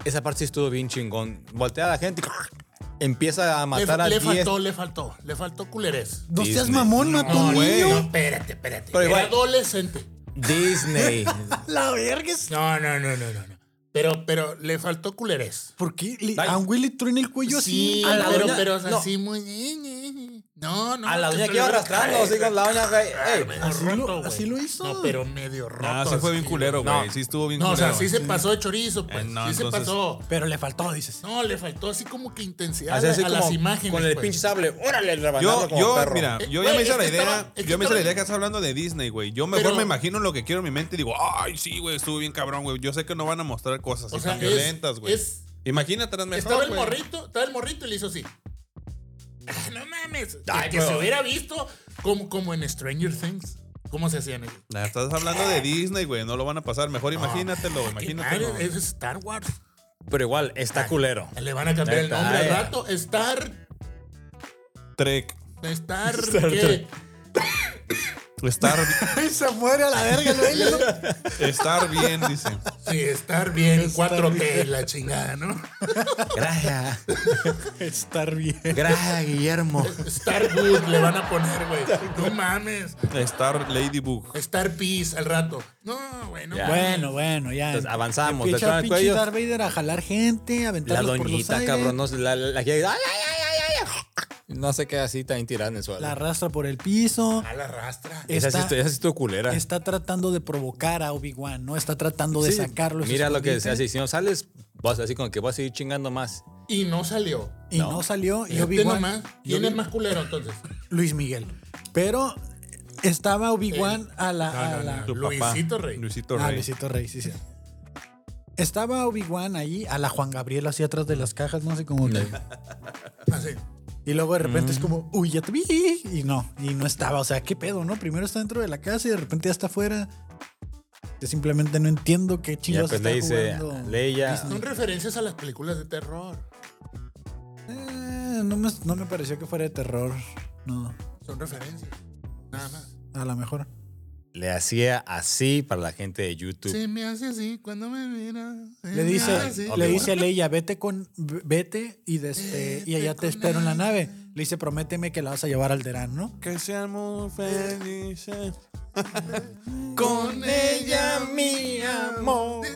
Speaker 2: esa parte sí estuvo bien chingón. Voltea a la gente y *laughs* empieza a
Speaker 3: Le,
Speaker 2: matar a
Speaker 3: le
Speaker 2: 10
Speaker 3: faltó, le faltó, le faltó culerés.
Speaker 1: No seas
Speaker 2: Disney.
Speaker 1: mamón, mató a un
Speaker 4: güey.
Speaker 1: niño.
Speaker 3: No, espérate, espérate.
Speaker 2: Pero
Speaker 3: Era
Speaker 2: igual-
Speaker 3: adolescente. *laughs*
Speaker 2: Disney.
Speaker 1: *laughs* La verga es-
Speaker 3: No, no, no, no, no. no. Pero, pero le faltó culerés.
Speaker 1: ¿Por qué? Le-
Speaker 2: Ay.
Speaker 1: a un Willy truena el cuello
Speaker 3: Sí,
Speaker 1: así.
Speaker 2: a la
Speaker 3: pero,
Speaker 2: doña-
Speaker 3: pero o sea,
Speaker 2: no.
Speaker 3: así muy. No, no.
Speaker 2: A la
Speaker 3: que
Speaker 2: doña
Speaker 3: se
Speaker 2: que iba
Speaker 3: le-
Speaker 2: arrastrando, así con la doña, güey.
Speaker 3: Ay,
Speaker 2: ey.
Speaker 3: medio
Speaker 1: Así lo-
Speaker 3: roto, güey.
Speaker 1: así lo hizo.
Speaker 3: No, pero medio roto.
Speaker 4: No, sí Ah, fue bien
Speaker 3: así,
Speaker 4: culero,
Speaker 3: No.
Speaker 4: güey. Sí estuvo bien
Speaker 3: No, o
Speaker 4: culero.
Speaker 3: sea, sí se pasó de chorizo, pues.
Speaker 4: Eh, no,
Speaker 3: sí se
Speaker 4: entonces-
Speaker 3: pasó.
Speaker 1: Pero le faltó,
Speaker 3: *laughs*
Speaker 1: dices.
Speaker 3: No, le faltó así como que intensidad
Speaker 2: Así,
Speaker 3: a-
Speaker 2: así
Speaker 3: a
Speaker 2: como
Speaker 3: las imágenes.
Speaker 2: Con el
Speaker 3: pues.
Speaker 2: pinche sable. Órale, el rebanado
Speaker 4: Yo,
Speaker 2: como
Speaker 4: yo
Speaker 2: perro.
Speaker 4: mira,
Speaker 3: Eh,
Speaker 4: yo ya
Speaker 3: güey,
Speaker 4: me hice
Speaker 3: es
Speaker 4: la
Speaker 3: que
Speaker 4: idea.
Speaker 3: estaba- es que
Speaker 4: yo me hice
Speaker 3: estaba-
Speaker 4: la idea que estás hablando de Disney, güey. Yo mejor
Speaker 3: Pero-
Speaker 4: me imagino lo que quiero en mi mente y digo, ay, sí, güey, estuvo bien cabrón, güey. Yo sé que no van a mostrar cosas
Speaker 3: O
Speaker 4: así
Speaker 3: sea,
Speaker 4: tan
Speaker 3: es-
Speaker 4: violentas, güey.
Speaker 3: es-
Speaker 4: Imagínate las mejor.
Speaker 3: Estaba el
Speaker 4: güey.
Speaker 3: morrito, estaba el morrito y le hizo así. Ah, no mames. Que-
Speaker 2: Ay,
Speaker 3: que
Speaker 2: pero-
Speaker 3: se hubiera visto como, como en Stranger Things. ¿Cómo se hacían ellos?
Speaker 4: Nah, Estás hablando de Disney, güey. No Ah, lo van a pasar. Mejor imagínatelo,
Speaker 3: Qué madre,
Speaker 4: imagínatelo.
Speaker 3: Es Star Wars.
Speaker 2: Pero igual, está culero.
Speaker 3: Le van a cambiar el nombre al
Speaker 2: Ay.
Speaker 3: rato. Star.
Speaker 4: Trek.
Speaker 3: Star.
Speaker 2: Star
Speaker 3: ¿qué?
Speaker 2: Trek.
Speaker 4: Estar,
Speaker 1: Se muere a la verga, lo
Speaker 4: estar bien, dice.
Speaker 3: Sí, estar bien.
Speaker 1: Star
Speaker 3: 4T, la chingada, ¿no?
Speaker 2: Gracias.
Speaker 1: *laughs* Estar bien.
Speaker 2: Gracias, Guillermo.
Speaker 3: Star Good le van a poner, güey. No mames.
Speaker 4: Estar Ladybug.
Speaker 3: Star Peace al rato. No, güey,
Speaker 2: *laughs*
Speaker 3: no.
Speaker 2: Ya.
Speaker 1: Bueno, bueno, ya.
Speaker 2: Entonces, avanzamos,
Speaker 1: Empieza
Speaker 2: le
Speaker 1: el
Speaker 2: traen
Speaker 1: pinche
Speaker 2: cuellos.
Speaker 1: Darth Vader a jalar gente, a
Speaker 2: La
Speaker 1: aventarlos por los
Speaker 2: doñita,
Speaker 1: aires,
Speaker 2: cabrón. No, la, la, la- ay, ay, ay, ay, ay. No se queda así tan tirada en el suelo.
Speaker 1: La arrastra por el piso.
Speaker 3: A la rastra.
Speaker 1: Eh,
Speaker 2: esa,
Speaker 1: está-
Speaker 2: sí estuvo- esa sí estuvo culera.
Speaker 1: Está tratando de provocar a Obi-Wan, ¿no? Está tratando de
Speaker 2: Sí,
Speaker 1: sacarlo. de su
Speaker 2: Mira lo que se
Speaker 1: escondite,
Speaker 2: hace. Si no sales, vas así como que vas a seguir chingando más.
Speaker 3: Y no salió.
Speaker 1: Y no, salió. Y
Speaker 3: Fíjate
Speaker 1: Obi-Wan.
Speaker 3: nomás.
Speaker 1: y
Speaker 3: ¿Quién
Speaker 1: Obi-
Speaker 3: es más culero entonces?
Speaker 1: Luis Miguel. Pero estaba Obi-Wan a la. a
Speaker 3: Eh, No, no,
Speaker 1: la-
Speaker 3: no.
Speaker 4: Tu
Speaker 3: Luisito Rey.
Speaker 4: Luisito
Speaker 1: Ah,
Speaker 4: Rey.
Speaker 1: Luisito Rey, sí, sí. Estaba Obi-Wan ahí, a la Juan Gabriel, así atrás de las cajas, no sé cómo.
Speaker 2: *laughs*
Speaker 1: que-
Speaker 3: Así.
Speaker 1: Y luego de repente
Speaker 2: Mm.
Speaker 1: es como, uy, ya te vi. Y no, y no estaba. O sea, ¿qué pedo, no? Primero está dentro de la casa y de repente ya está afuera. Yo simplemente no entiendo qué
Speaker 2: Y ya
Speaker 1: chingados
Speaker 2: pues
Speaker 1: está
Speaker 2: le dice,
Speaker 1: jugando.
Speaker 2: Leia,
Speaker 1: Disney.
Speaker 3: Son referencias a las películas de terror.
Speaker 1: Eh, no, me, no me pareció que fuera de terror. No,
Speaker 3: Son referencias. Nada más.
Speaker 1: a lo mejor.
Speaker 2: le hacía así para la gente de YouTube.
Speaker 3: Se me hace así cuando me mira. se
Speaker 1: Le
Speaker 3: me hace
Speaker 1: dice,
Speaker 3: así.
Speaker 1: le
Speaker 2: Obi-Wan.
Speaker 1: dice a Leia, vete con, vete y, desde, y allá te espero en la nave. Le dice, prométeme que la vas a llevar al Derán, ¿no?
Speaker 4: Que seamos felices.
Speaker 3: Con ella,
Speaker 2: mi amor.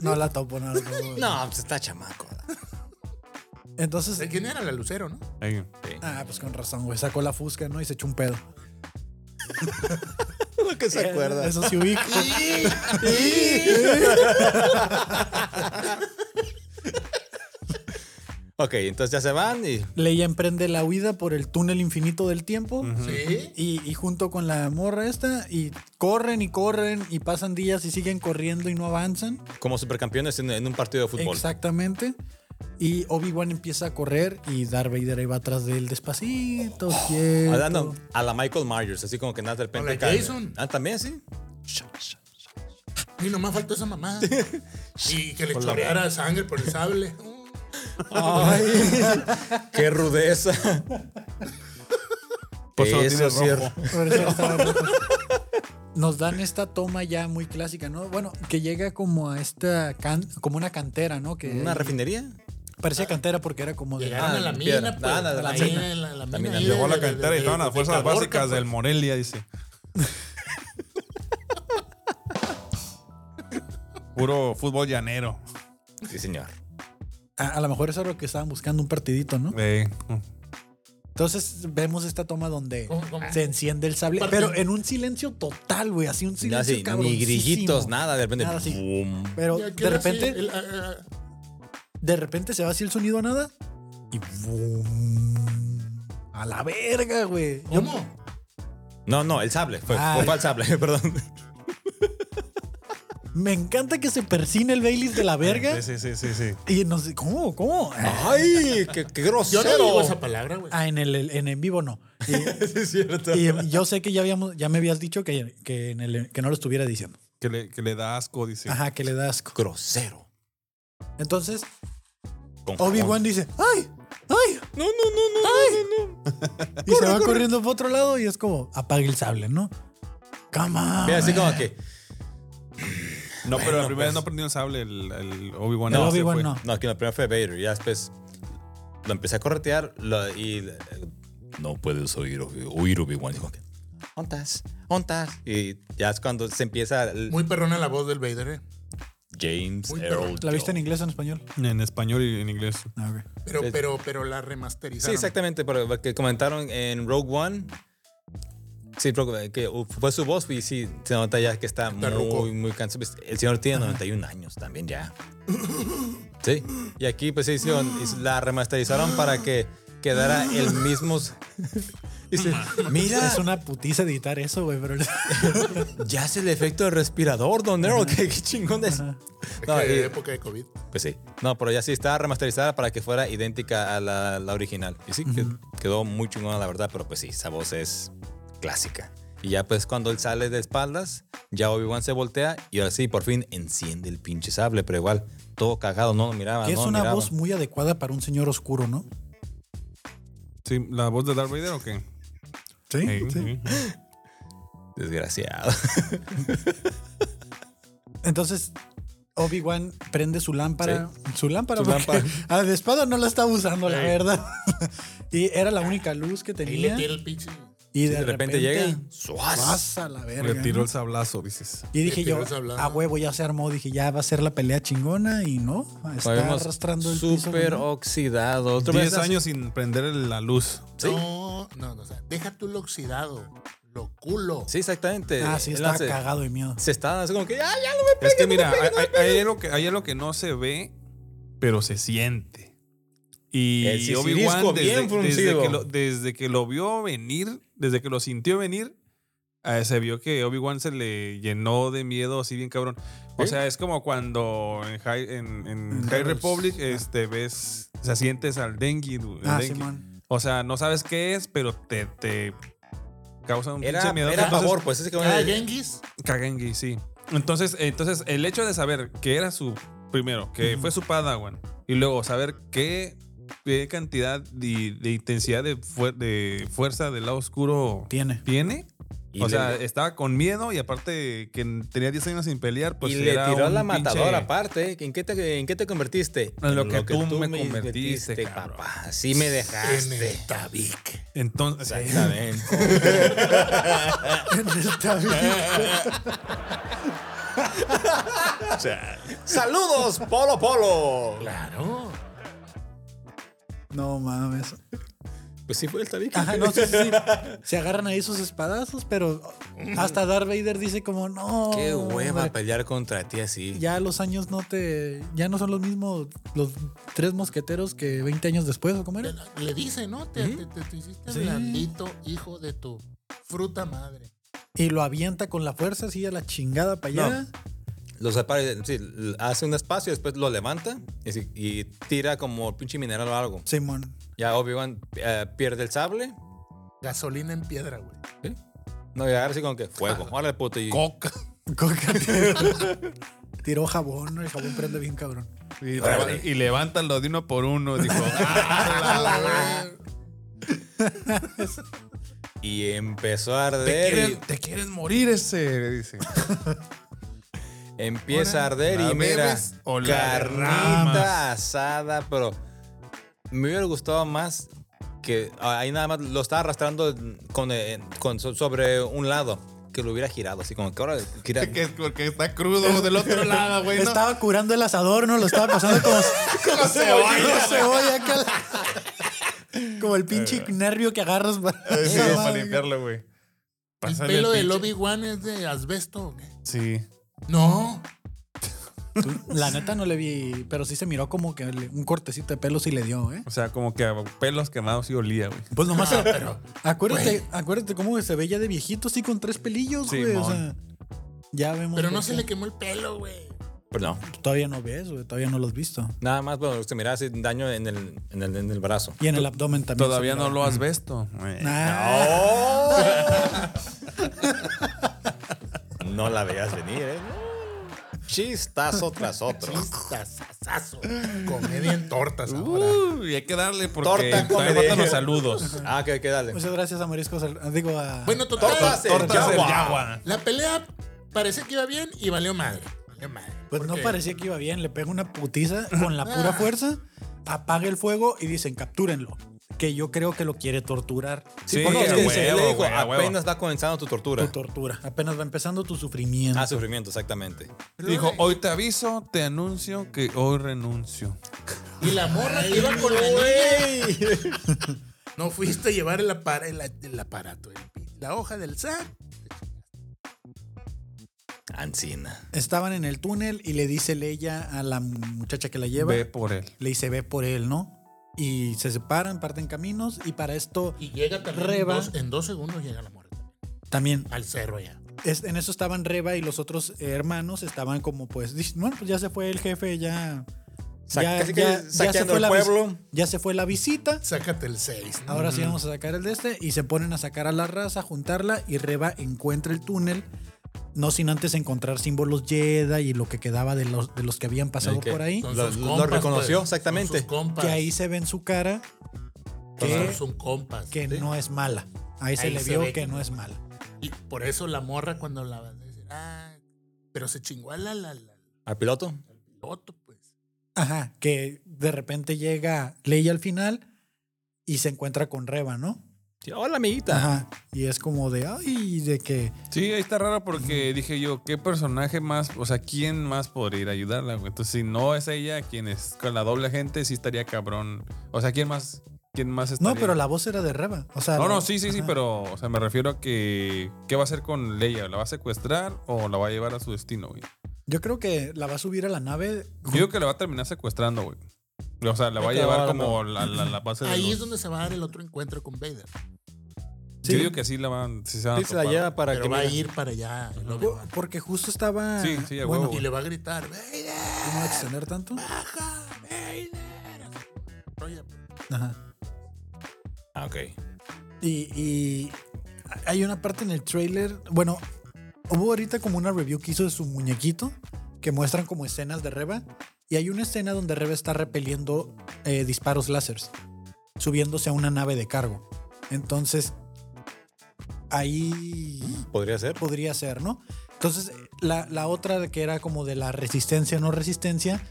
Speaker 1: No la topo, no la topo.
Speaker 2: No, pues está *laughs* chamaco.
Speaker 1: Entonces,
Speaker 3: ¿De quién era la Lucero, no?
Speaker 4: Ahí.
Speaker 1: ah, pues con razón, güey. Sacó la fusca, ¿no? Y se echó un pedo.
Speaker 2: Lo que se acuerda.
Speaker 1: Eso sí ubico.
Speaker 2: *laughs* Ok, entonces ya se van y
Speaker 1: Leia emprende la huida por el túnel infinito del tiempo.
Speaker 3: Sí.
Speaker 1: Y, y junto con la morra esta, y corren y corren y pasan días y siguen corriendo y no avanzan.
Speaker 2: como supercampeones en, en un partido de fútbol.
Speaker 1: Exactamente. Y Obi-Wan empieza a correr y Darth Vader ahí va atrás de él despacito, quieto.
Speaker 2: Ah, no, a la Michael Myers, así como que nada de repente.
Speaker 3: O la
Speaker 2: cae.
Speaker 3: Jason.
Speaker 2: Ah, también, sí.
Speaker 3: Y nomás faltó esa mamá. Y que le
Speaker 2: Con la-
Speaker 3: chorreara sangre por el sable.
Speaker 1: *laughs*
Speaker 3: Oh,
Speaker 2: Qué rudeza. Pues
Speaker 4: Por eso lo tiene
Speaker 2: sí es-
Speaker 4: rojo.
Speaker 1: Por
Speaker 2: *laughs*
Speaker 1: eso estaba roto. Nos dan esta toma ya muy clásica, ¿no? Bueno, que llega como a esta can- como una cantera, ¿no? Que
Speaker 2: ¿Una refinería?
Speaker 1: parecía cantera porque era como de
Speaker 3: Llegaron
Speaker 2: Ah,
Speaker 3: a la
Speaker 2: en
Speaker 3: mina,
Speaker 2: piedra.
Speaker 3: pues.
Speaker 2: Ah, la-
Speaker 3: a la
Speaker 2: la
Speaker 3: mina,
Speaker 2: mina.
Speaker 3: la, la
Speaker 2: La
Speaker 3: mina.
Speaker 2: mina.
Speaker 3: ahí
Speaker 4: Llegó a la
Speaker 3: de- de-
Speaker 4: cantera y
Speaker 3: de-
Speaker 4: estaban
Speaker 3: de- de
Speaker 4: las fuerzas
Speaker 3: Caborca,
Speaker 4: básicas
Speaker 3: pues.
Speaker 4: del Morelia, dice. Puro fútbol llanero.
Speaker 2: Sí, señor.
Speaker 1: a, a lo mejor eso era lo que estaban buscando un partidito, ¿no?
Speaker 4: Eh,
Speaker 1: Entonces vemos esta toma donde
Speaker 3: ¿Cómo, cómo?
Speaker 1: se enciende el sable,
Speaker 3: Partido.
Speaker 1: pero en un silencio total, güey, así un
Speaker 2: No,
Speaker 1: silencio
Speaker 2: así, ni grillitos,
Speaker 1: cabroncísimo.
Speaker 2: nada, de repente.
Speaker 1: Nada, sí.
Speaker 2: boom.
Speaker 1: Pero
Speaker 3: Y aquí
Speaker 1: de
Speaker 3: era así,
Speaker 1: repente
Speaker 3: el- ah, a- a-
Speaker 1: De repente se va así el sonido a nada y boom, a la verga, güey. Yo-
Speaker 3: ¿Cómo?
Speaker 2: No, no, el sable. Fue,
Speaker 1: Ah,
Speaker 2: fue- fue el sable, *laughs* perdón.
Speaker 1: me encanta que se persine el Baileys de la verga
Speaker 4: Sí, sí, sí, sí, sí.
Speaker 1: y no sé cómo, cómo.
Speaker 2: ¡Ay! ¡Qué, qué
Speaker 3: Yo
Speaker 2: grosero!
Speaker 3: no digo esa palabra, güey.
Speaker 1: Ah, en el, el- en en vivo
Speaker 2: *laughs*
Speaker 1: no. Y,
Speaker 2: Sí, es cierto.
Speaker 1: y em, yo sé que ya habíamos ya me habías dicho que, que, en el- que no lo estuviera diciendo.
Speaker 4: Que le, que le da asco, dice.
Speaker 1: Ajá, que le da asco.
Speaker 2: Grosero.
Speaker 1: Entonces,
Speaker 2: Con
Speaker 1: Obi-Wan
Speaker 2: jabón.
Speaker 1: dice, "Ay, ay,
Speaker 2: No, no, no, no, no, no, no.
Speaker 1: *laughs* Y se va corriendo para otro lado y es como, apague el sable, ¿no? Come on.
Speaker 2: Mira, así
Speaker 1: man.
Speaker 2: como que.
Speaker 4: No, pero la
Speaker 2: Bueno,
Speaker 4: primera
Speaker 2: pues.
Speaker 4: no prendió el sable, el, el Obi-Wan.
Speaker 1: No,
Speaker 4: ese
Speaker 1: Obi-Wan
Speaker 4: fue.
Speaker 1: no.
Speaker 2: No, aquí la primera fue Vader. Ya después lo empecé a corretear lo- y. eh, No puedes oír, Obi- oír Obi-Wan. Dijo que. Ontas, ontas. Y ya es cuando se empieza el
Speaker 3: Muy perrona la voz del Vader, ¿eh?
Speaker 2: James
Speaker 3: muy
Speaker 2: Earl.
Speaker 1: ¿La viste en
Speaker 2: Jones.
Speaker 1: inglés o en español?
Speaker 4: En español y en inglés.
Speaker 1: Ah, ok.
Speaker 3: Pero,
Speaker 2: Sí.
Speaker 3: pero, pero la
Speaker 2: Sí,
Speaker 3: remasterizaron.
Speaker 2: exactamente. Pero lo que comentaron en Rogue One. Sí, pero que fue su voz y sí, se nota ya que está
Speaker 3: Está ruco.
Speaker 2: muy, muy cansado. Pues, El señor tiene 91 años también ya. Sí. Y aquí pues sí, hicieron- la remasterizaron para que quedara el mismo... Dice, mira,
Speaker 1: Es una putiza editar eso, güey, pero
Speaker 2: ya hace el efecto del respirador, don Nero. *laughs* Qué, qué chingón es.
Speaker 3: Es
Speaker 2: No,
Speaker 3: que
Speaker 2: y-
Speaker 3: de época de COVID.
Speaker 2: pues sí. No, pero ya sí estaba remasterizada para que fuera idéntica a la, la original. Y sí, que- quedó muy chingona, la verdad, pero pues sí, esa voz es clásica. Y ya pues cuando él sale de espaldas, ya Obi-Wan se voltea y ahora sí, por fin enciende el pinche sable, pero igual, todo cagado, no lo
Speaker 1: *laughs*
Speaker 2: miraba.
Speaker 1: Que es
Speaker 2: Ah, no lo
Speaker 1: una
Speaker 2: miraba.
Speaker 1: voz muy adecuada para un señor oscuro, ¿no?
Speaker 4: Sí, ¿La voz de Darth Vader o qué?
Speaker 1: Sí.
Speaker 4: Sí,
Speaker 1: sí.
Speaker 4: sí.
Speaker 2: Desgraciado.
Speaker 1: Entonces, Obi-Wan prende su lámpara. Su lámpara,
Speaker 2: Su
Speaker 1: porque *laughs*
Speaker 2: lámpara.
Speaker 1: a de espada no la estaba usando, la
Speaker 3: Sí.
Speaker 1: verdad. *laughs* y era la única luz que
Speaker 3: Ahí le
Speaker 1: tenía.
Speaker 3: tira el pinche.
Speaker 1: *laughs* Y
Speaker 2: Y
Speaker 1: de, repente,
Speaker 2: llega.
Speaker 1: Pasa la verga.
Speaker 4: Le tiró
Speaker 1: ¿no?
Speaker 4: el sablazo, dices.
Speaker 1: Y dije
Speaker 3: tiró
Speaker 1: yo,
Speaker 3: el sablazo.
Speaker 1: a huevo ya se armó. Dije, ya va a ser la pelea chingona. Y no, está
Speaker 2: Sabemos,
Speaker 1: arrastrando el piso,
Speaker 2: Súper
Speaker 1: ¿no?
Speaker 2: oxidado. Otra vez
Speaker 4: 10
Speaker 2: las-
Speaker 4: años sin prender la luz.
Speaker 2: Sí.
Speaker 3: No, no, no. O sea, deja tú lo oxidado. Lo culo.
Speaker 2: Sí, exactamente.
Speaker 1: Ah, sí,
Speaker 2: Él
Speaker 1: estaba
Speaker 2: hace-
Speaker 1: cagado de miedo.
Speaker 2: Se está así como que ya, ya lo
Speaker 4: Es que mira, hay, hay algo que, hay algo que no se ve, pero se siente. Y
Speaker 2: El sisirisco
Speaker 4: Obi-Wan,
Speaker 2: bien
Speaker 4: desde, desde,
Speaker 2: fruncido.
Speaker 4: que lo, desde que lo vio venir, desde que lo sintió venir, eh, se vio que Obi-Wan se le llenó de miedo así bien cabrón. O
Speaker 2: ¿Sí?
Speaker 4: sea, es como cuando en High, en, en
Speaker 1: En
Speaker 4: High
Speaker 1: Rebels.
Speaker 4: Republic este, ves, o sea, sientes al dengue. du- el
Speaker 1: Ah,
Speaker 4: dengue.
Speaker 1: Simón. *laughs*
Speaker 4: o sea, no sabes qué es, pero te, te causa un
Speaker 2: Era,
Speaker 4: pinche miedo.
Speaker 2: era
Speaker 4: Entonces,
Speaker 2: pavor, pues. Ese que
Speaker 3: Ah, Genghis.
Speaker 4: Kagengui, sí. Entonces, entonces, el hecho de saber que era su. Primero, que
Speaker 1: Ujú.
Speaker 4: fue su Padawan. Y luego saber qué, qué cantidad de, de intensidad de, fuer- de fuerza del lado oscuro
Speaker 1: Tiene.
Speaker 4: tiene.
Speaker 2: Y
Speaker 4: o
Speaker 2: le-
Speaker 4: sea, estaba con miedo y aparte que tenía 10 años sin pelear, pues.
Speaker 2: y le
Speaker 4: era
Speaker 2: tiró
Speaker 4: un
Speaker 2: la
Speaker 4: pinche-
Speaker 2: matadora aparte. ¿eh? ¿En qué, te, ¿En qué te convertiste?
Speaker 4: En lo que tú me convertiste, cabrón.
Speaker 2: papá. Así me
Speaker 3: En
Speaker 2: dejaste.
Speaker 3: el tabique.
Speaker 4: Entonces,
Speaker 2: Exactamente.
Speaker 1: En el tabique.
Speaker 2: ¡Saludos, Polo Polo!
Speaker 3: Claro.
Speaker 1: no mames.
Speaker 2: Pues sí fue el tabique.
Speaker 1: Ajá, no, sí, sí, sí. Se agarran ahí sus espadazos, pero hasta Darth Vader dice como, no.
Speaker 2: *laughs* Qué hueva
Speaker 1: hombre,
Speaker 2: pelear contra ti así.
Speaker 1: Ya los años no te. Ya no son los mismos los tres mosqueteros que 20 años después, ¿o cómo
Speaker 3: Te
Speaker 1: era?
Speaker 3: la- Le dice, ¿no? Te,
Speaker 2: Ujú.
Speaker 3: te- te- te hiciste
Speaker 1: Sí.
Speaker 3: blandito, hijo de tu fruta madre.
Speaker 1: Y lo avienta con la fuerza así a la chingada para allá.
Speaker 2: Los separa, sí, l- hace un espacio, después lo levanta y, sí- y tira como pinche mineral o algo.
Speaker 1: Simón.
Speaker 2: Ya Obi-Wan eh, pierde el sable.
Speaker 3: Gasolina en piedra, güey.
Speaker 2: No, y agarra así como que
Speaker 4: Ah.
Speaker 2: fuego. Órale, puto. Y
Speaker 3: *laughs*
Speaker 4: coca.
Speaker 1: Coca. *laughs* Tiró jabón, el jabón prende bien cabrón.
Speaker 4: *laughs* Y,
Speaker 2: Órale.
Speaker 4: y levántalo de uno por uno. Dijo, "Ah, *laughs* la ver-
Speaker 2: Y empezó a
Speaker 4: te,
Speaker 2: arder.
Speaker 4: quieren,
Speaker 2: y
Speaker 4: te quieren morir ese. le Dice.
Speaker 2: empieza a
Speaker 4: Ahora,
Speaker 2: arder
Speaker 4: ¿la
Speaker 2: y mira.
Speaker 4: bebes o la derramas?
Speaker 2: Carnita asada, pero me hubiera gustado más que ah, ahí nada más lo estaba arrastrando con, eh, con- so- sobre un lado. Que lo hubiera girado, así como que ahora gira-
Speaker 4: *laughs* Que es porque está crudo del otro lado, güey. ¿no?
Speaker 1: Estaba curando el asador, ¿no? Lo estaba pasando *laughs* como, como cebolla. Como cebolla acá. Como el pinche nervio que agarras para,
Speaker 4: Eh. Sí,
Speaker 1: Esa
Speaker 4: para
Speaker 1: madre.
Speaker 4: limpiarlo, güey.
Speaker 3: El
Speaker 4: Pásale
Speaker 3: pelo del
Speaker 4: pinche-
Speaker 3: Obi-Wan es de asbesto. ¿o qué?
Speaker 4: Sí.
Speaker 3: No.
Speaker 1: La neta no le vi, pero sí se miró como que le- un cortecito de pelo sí le dio, ¿eh?
Speaker 4: O sea, como que a pelos quemados y olía, güey.
Speaker 1: Pues nomás
Speaker 3: No,
Speaker 1: se-
Speaker 3: pero-
Speaker 1: acuérdate, acuérdate cómo se veía de viejito sí con tres pelillos, güey. o sea, ya vemos.
Speaker 3: Pero no
Speaker 1: por
Speaker 3: se
Speaker 1: qué.
Speaker 3: le quemó el pelo, güey.
Speaker 2: Pero no.
Speaker 1: Todavía no ves, güey. Todavía no lo has visto.
Speaker 2: Nada más, bueno, se miraba así daño en el, en el, en el brazo.
Speaker 1: Y en el abdomen también.
Speaker 4: Todavía
Speaker 1: se
Speaker 4: no Mm.
Speaker 1: miraba.
Speaker 4: lo has visto.
Speaker 1: Ah,
Speaker 4: ¡Oh!
Speaker 2: No la veas venir, ¿eh? Chistazo tras otro.
Speaker 3: Chistazazazo. Comedia en tortas ahora.
Speaker 4: Uy, hay que darle porque
Speaker 2: Torta
Speaker 4: todavía
Speaker 2: con
Speaker 4: faltan
Speaker 2: media.
Speaker 4: los saludos.
Speaker 2: Ah, que, que dale.
Speaker 1: Muchas gracias a Mariscos. Al- Digo a.
Speaker 3: Bueno, total.
Speaker 2: Tortas en
Speaker 3: tortas
Speaker 2: Yagua.
Speaker 3: en Yagua. La pelea parecía que iba bien y valió madre. Valió madre.
Speaker 1: pues no
Speaker 3: Porque
Speaker 1: parecía que iba bien. Le pega una putiza con la pura
Speaker 3: Ah.
Speaker 1: fuerza, apaga el fuego y dicen captúrenlo. Que yo creo que lo quiere torturar.
Speaker 4: Sí,
Speaker 2: porque
Speaker 4: a
Speaker 2: es que
Speaker 4: huevo,
Speaker 2: se le dijo,
Speaker 4: güey, a huevo.
Speaker 2: apenas está comenzando tu
Speaker 1: Tu
Speaker 2: tortura.
Speaker 1: tortura. Apenas va empezando tu sufrimiento.
Speaker 2: Ah, sufrimiento, exactamente.
Speaker 4: Dijo, hoy te aviso, te anuncio que hoy renuncio.
Speaker 3: Y la morra que iba con la niña. No fuiste a llevar el, apara- el- el aparato, el pi- la hoja del SAT.
Speaker 2: Ancina.
Speaker 1: Estaban en el túnel y le dice Leia a la muchacha que la lleva.
Speaker 4: Ve por él.
Speaker 1: Le dice ve por él, ¿no? Y se separan, parten caminos y para esto
Speaker 3: Y llega también. En
Speaker 1: Reba.
Speaker 3: dos, en dos segundos llega la morra.
Speaker 1: también
Speaker 3: Al cerro ya.
Speaker 1: Es- en eso estaban Reba y los otros eh, hermanos estaban como pues, dic- bueno, pues ya se fue el jefe, ya
Speaker 2: Sa-
Speaker 1: Ya-
Speaker 2: casi que
Speaker 1: ya- ya se
Speaker 2: saqueando
Speaker 1: fue
Speaker 2: el
Speaker 1: la vis-
Speaker 2: pueblo.
Speaker 1: Ya se fue la visita.
Speaker 3: Sácate el 6.
Speaker 1: Ahora sí vamos a sacar el de este y se ponen a sacar a la raza, juntarla y Reba encuentra el túnel, no sin antes encontrar símbolos Jedi y lo que quedaba de los, de los que habían pasado
Speaker 2: El que-
Speaker 1: por ahí.
Speaker 2: Lo- lo reconoció,
Speaker 3: pues.
Speaker 2: exactamente.
Speaker 1: Que ahí se ve en su cara que,
Speaker 3: son compas.
Speaker 1: que
Speaker 3: ¿sí?
Speaker 1: no es mala. Ahí se
Speaker 3: Ahí
Speaker 1: le
Speaker 3: se
Speaker 1: vio
Speaker 3: ve
Speaker 1: que
Speaker 3: que-
Speaker 1: no es mala.
Speaker 3: Y por eso la morra cuando la dice, ah, pero se chingó a la, la, la-
Speaker 2: Al piloto.
Speaker 3: al piloto, pues.
Speaker 1: Ajá, que de repente llega Leia al final y se encuentra con Reba, ¿no?
Speaker 2: Sí, Hola, amiguita.
Speaker 1: Ajá. Y es como de, ay, de que...
Speaker 4: Sí, ahí está raro porque dije yo, ¿qué personaje más, o sea, quién más podría ir a ayudarla? güey? Entonces, si no es ella, quien es con la doble agente, sí estaría cabrón. O sea, ¿quién más, quién más estaría?
Speaker 1: No, pero la voz era de Reba. O sea,
Speaker 4: No,
Speaker 1: la-
Speaker 4: no, sí, sí, sí,
Speaker 1: ajá.
Speaker 4: pero, o sea, me refiero a que, ¿qué va a hacer con Leia? ¿La va a secuestrar o la va a llevar a su destino, güey?
Speaker 1: Yo creo que la va a subir a la nave.
Speaker 4: Yo digo que la va a terminar secuestrando, güey. O sea, la va a
Speaker 2: Yo creo
Speaker 4: llevar
Speaker 2: ahora
Speaker 4: como la, la, la base de
Speaker 3: Ahí
Speaker 4: los-
Speaker 3: es donde se va a dar el otro encuentro con Vader.
Speaker 4: Yo digo que sí la van, sí se van a
Speaker 2: Sí, se la
Speaker 4: topar,
Speaker 2: lleva para que
Speaker 3: Pero va a
Speaker 2: mira.
Speaker 3: ir para allá. el
Speaker 1: Po-
Speaker 3: Obi-Wan.
Speaker 1: Porque justo estaba.
Speaker 4: Sí, sí, a
Speaker 1: bueno,
Speaker 4: huevo.
Speaker 3: Y le va a gritar, Vader,
Speaker 1: no voy a extender tanto.
Speaker 4: Ah.
Speaker 3: baja, Vader. Oye, pues,
Speaker 1: Ajá.
Speaker 2: Ah, ok.
Speaker 1: Y, y hay una parte en el trailer. Bueno, hubo ahorita como una review que hizo de su muñequito que muestran como escenas de Reba. Y hay una escena donde Reba está repeliendo eh, disparos láseres, subiéndose a una nave de cargo. Entonces, ahí
Speaker 2: Podría ser.
Speaker 1: podría ser, ¿no? Entonces, la, la otra que era como de la resistencia, no resistencia,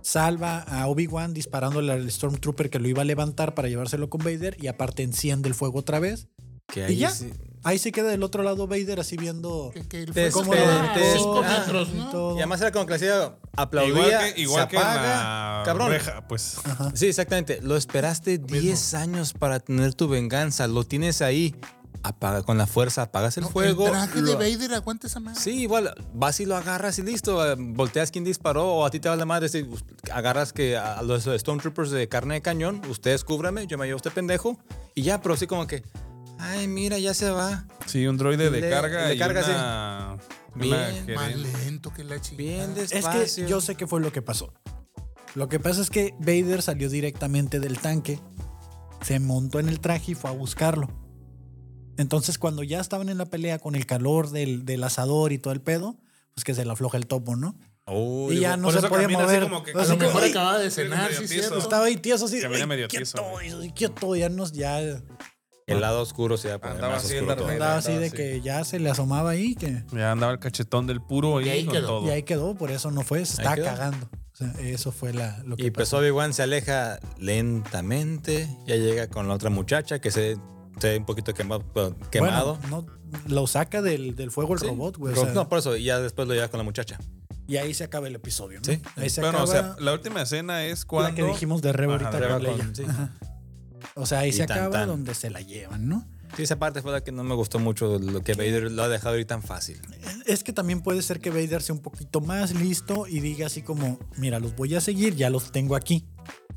Speaker 1: salva a Obi-Wan disparándole al Stormtrooper que lo iba a levantar para llevárselo con Vader y aparte enciende el fuego otra vez.
Speaker 2: Que
Speaker 1: ya?
Speaker 2: sí-
Speaker 1: Ahí se queda del otro lado Vader así viendo
Speaker 3: que, que él
Speaker 2: Te
Speaker 3: fue como
Speaker 1: lo
Speaker 2: espera,
Speaker 3: a
Speaker 2: te
Speaker 3: Este, cinco
Speaker 1: ah,
Speaker 2: espera.
Speaker 3: metros,
Speaker 1: y
Speaker 3: ¿no?
Speaker 1: todo.
Speaker 2: Y además era como que la hacía- aplaudía,
Speaker 4: Igual que, igual
Speaker 2: se
Speaker 4: que en
Speaker 2: apaga,
Speaker 4: la
Speaker 2: cabrón.
Speaker 4: reja, pues.
Speaker 1: Ajá.
Speaker 2: Sí, exactamente. Lo esperaste 10 años para tener tu venganza. Lo tienes ahí. Apaga con la fuerza, apagas el
Speaker 3: No,
Speaker 2: fuego.
Speaker 3: El traje de
Speaker 2: lo-
Speaker 3: Vader, aguanta esa madre.
Speaker 2: Sí, igual vas y lo agarras y listo. eh, Volteas quién disparó o a ti te va la madre. si us- agarras que a a los Stormtroopers de carne de cañón, ustedes cúbrame, yo me llevo a este pendejo. Y ya, pero sí como que, ay, mira, ya se va.
Speaker 4: Sí, un droide de
Speaker 2: Le-
Speaker 4: carga
Speaker 2: le
Speaker 4: y
Speaker 2: carga, sí.
Speaker 4: una,
Speaker 2: Bien,
Speaker 4: una
Speaker 2: mal.
Speaker 3: Más
Speaker 4: gerente.
Speaker 3: lento que la chingada.
Speaker 2: Bien
Speaker 1: Es
Speaker 2: despacio.
Speaker 1: que yo sé que fue lo que pasó. Lo que pasa es que Vader salió directamente del tanque, se montó en el traje y fue a buscarlo. Entonces, cuando ya estaban en la pelea con el calor del, del asador y todo el pedo, pues que se le afloja el topo, ¿no?
Speaker 2: Oh,
Speaker 1: y
Speaker 2: digo,
Speaker 1: ya no
Speaker 4: por
Speaker 1: se
Speaker 4: eso
Speaker 1: podía
Speaker 4: camina así
Speaker 1: mover.
Speaker 4: como que-
Speaker 1: No,
Speaker 3: A
Speaker 1: así
Speaker 3: lo
Speaker 1: como,
Speaker 3: mejor
Speaker 1: "Ay",
Speaker 3: acababa de cenar,
Speaker 4: medio
Speaker 3: sí,
Speaker 4: tieso.
Speaker 3: cierto.
Speaker 1: Estaba ahí tieso así.
Speaker 4: Camina
Speaker 1: "Ay,
Speaker 4: medio tieso,
Speaker 1: quieto, ay, quieto, ya nos ya
Speaker 2: el lado oscuro se va a poner
Speaker 4: Andaba
Speaker 2: más
Speaker 4: así en
Speaker 2: oscuro
Speaker 4: la
Speaker 2: todo.
Speaker 4: red.
Speaker 1: andaba así de
Speaker 4: andaba así.
Speaker 1: que ya se le asomaba ahí que
Speaker 4: Ya andaba el cachetón del puro ahí,
Speaker 3: Y ahí
Speaker 4: con
Speaker 3: quedó.
Speaker 4: todo.
Speaker 1: y ahí quedó, por eso no fue, se
Speaker 2: Ahí
Speaker 1: estaba
Speaker 2: quedó.
Speaker 1: cagando. O sea, eso fue la lo que
Speaker 2: Y pues
Speaker 1: pasó.
Speaker 2: Obi-Wan se aleja lentamente. Ya llega con la otra muchacha que se, se ve un poquito quema- bueno, quemado.
Speaker 1: Bueno, no, lo saca del, del fuego el
Speaker 2: Sí.
Speaker 1: robot, güey. o
Speaker 2: Pero-
Speaker 1: sea,
Speaker 2: no, por eso. Y ya después lo lleva con la muchacha.
Speaker 1: Y ahí se acaba el episodio, ¿no?
Speaker 2: Sí.
Speaker 1: Ahí se
Speaker 4: Bueno,
Speaker 1: acaba
Speaker 4: o sea, la última escena es cuando.
Speaker 1: la que dijimos de Reba
Speaker 4: Ajá,
Speaker 1: ahorita
Speaker 4: de
Speaker 1: con
Speaker 4: Reba
Speaker 1: Leia.
Speaker 4: con-
Speaker 2: sí.
Speaker 1: Ajá. O sea, ahí
Speaker 2: Y
Speaker 1: se
Speaker 2: tan,
Speaker 1: acaba
Speaker 2: tan.
Speaker 1: donde se la llevan, ¿no?
Speaker 2: Sí, esa parte fue la que no me gustó mucho. Lo que Vader lo ha dejado ir tan fácil.
Speaker 1: Es que también puede ser que Vader sea un poquito más listo y diga así como, mira, los voy a seguir, ya los tengo aquí.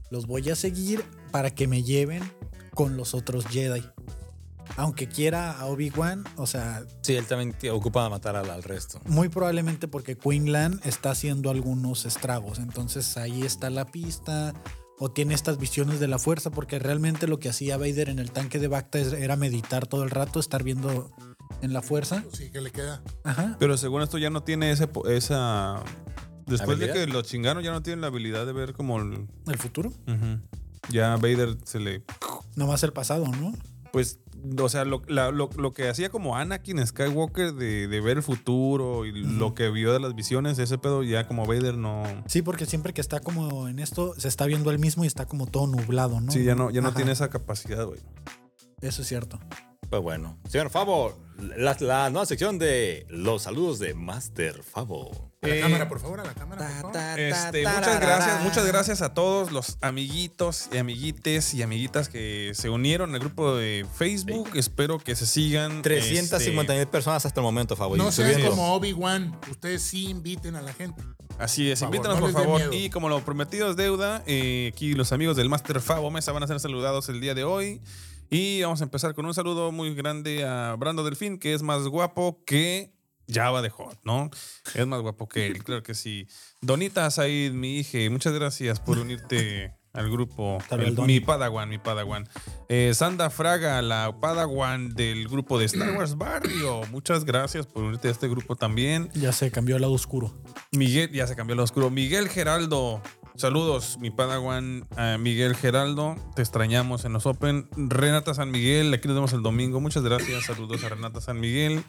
Speaker 1: Los voy a seguir para que me lleven con los otros Jedi. Aunque quiera a Obi-Wan, o sea,
Speaker 2: Sí, él también te- ocupa de matar al, al resto.
Speaker 1: Muy probablemente porque Queenland está haciendo algunos estragos. Entonces ahí está la pista. O tiene estas visiones de la fuerza. Porque realmente lo que hacía Vader en el tanque de Bacta es- era meditar todo el rato, estar viendo en la fuerza.
Speaker 3: Sí, que le queda.
Speaker 1: Ajá.
Speaker 4: Pero según esto ya no tiene ese, po- esa. Después de
Speaker 2: ¿Habilidad?
Speaker 4: que lo chingaron, ya no tiene la habilidad de ver como el.
Speaker 1: El futuro.
Speaker 4: Ujú. Ya Vader se le.
Speaker 1: Nomás el pasado, ¿no?
Speaker 4: Pues, o sea, lo, la- lo- lo que hacía como Anakin Skywalker de, de ver el futuro y lo que vio de las visiones, ese pedo ya como Vader no.
Speaker 1: Sí, porque siempre que está como en esto, se está viendo él mismo y está como todo nublado, ¿no?
Speaker 4: Sí, ya no, ya no
Speaker 1: Ajá.
Speaker 4: tiene esa capacidad, güey.
Speaker 1: Eso es cierto.
Speaker 2: Pues bueno. Señor Favo, la, la nueva sección de los saludos de Master Favo.
Speaker 3: A la
Speaker 4: Eh,
Speaker 3: cámara, por favor, a la cámara. Por favor.
Speaker 4: Este, muchas gracias, muchas gracias a todos los amiguitos y amiguites y amiguitas que se unieron al grupo de Facebook. Espero que se sigan.
Speaker 2: 350
Speaker 4: este,
Speaker 2: mil personas hasta el momento, Favo. y
Speaker 3: No sean
Speaker 2: subiendo.
Speaker 3: como Obi-Wan. Ustedes sí inviten a la gente.
Speaker 4: así es,
Speaker 3: Por favor,
Speaker 4: invítanos
Speaker 3: no
Speaker 4: por
Speaker 3: les dé
Speaker 4: favor.
Speaker 3: miedo.
Speaker 4: Y como lo prometido es deuda, eh, aquí los amigos del Master Fabo Mesa van a ser saludados el día de hoy. Y vamos a empezar con un saludo muy grande a Brando Delfín, que es más guapo que Java de Hot, ¿no? Es más guapo que él, claro que sí. Donita Said, mi hija, muchas gracias por
Speaker 3: *laughs*
Speaker 4: unirte al grupo.
Speaker 1: Tal vez
Speaker 4: El-
Speaker 1: Don.
Speaker 4: mi Padawan, mi Padawan. Eh, Sanda Fraga, la Padawan del grupo de Star Wars Barrio. Muchas gracias por unirte a este grupo también.
Speaker 1: Ya se cambió al lado oscuro.
Speaker 4: Miguel, ya se cambió el oscuro. Miguel Geraldo. Saludos, mi Padawan eh, Miguel Geraldo. Te extrañamos en los Open. Renata San Miguel, aquí nos vemos el domingo. Muchas gracias. Saludos a Renata San Miguel.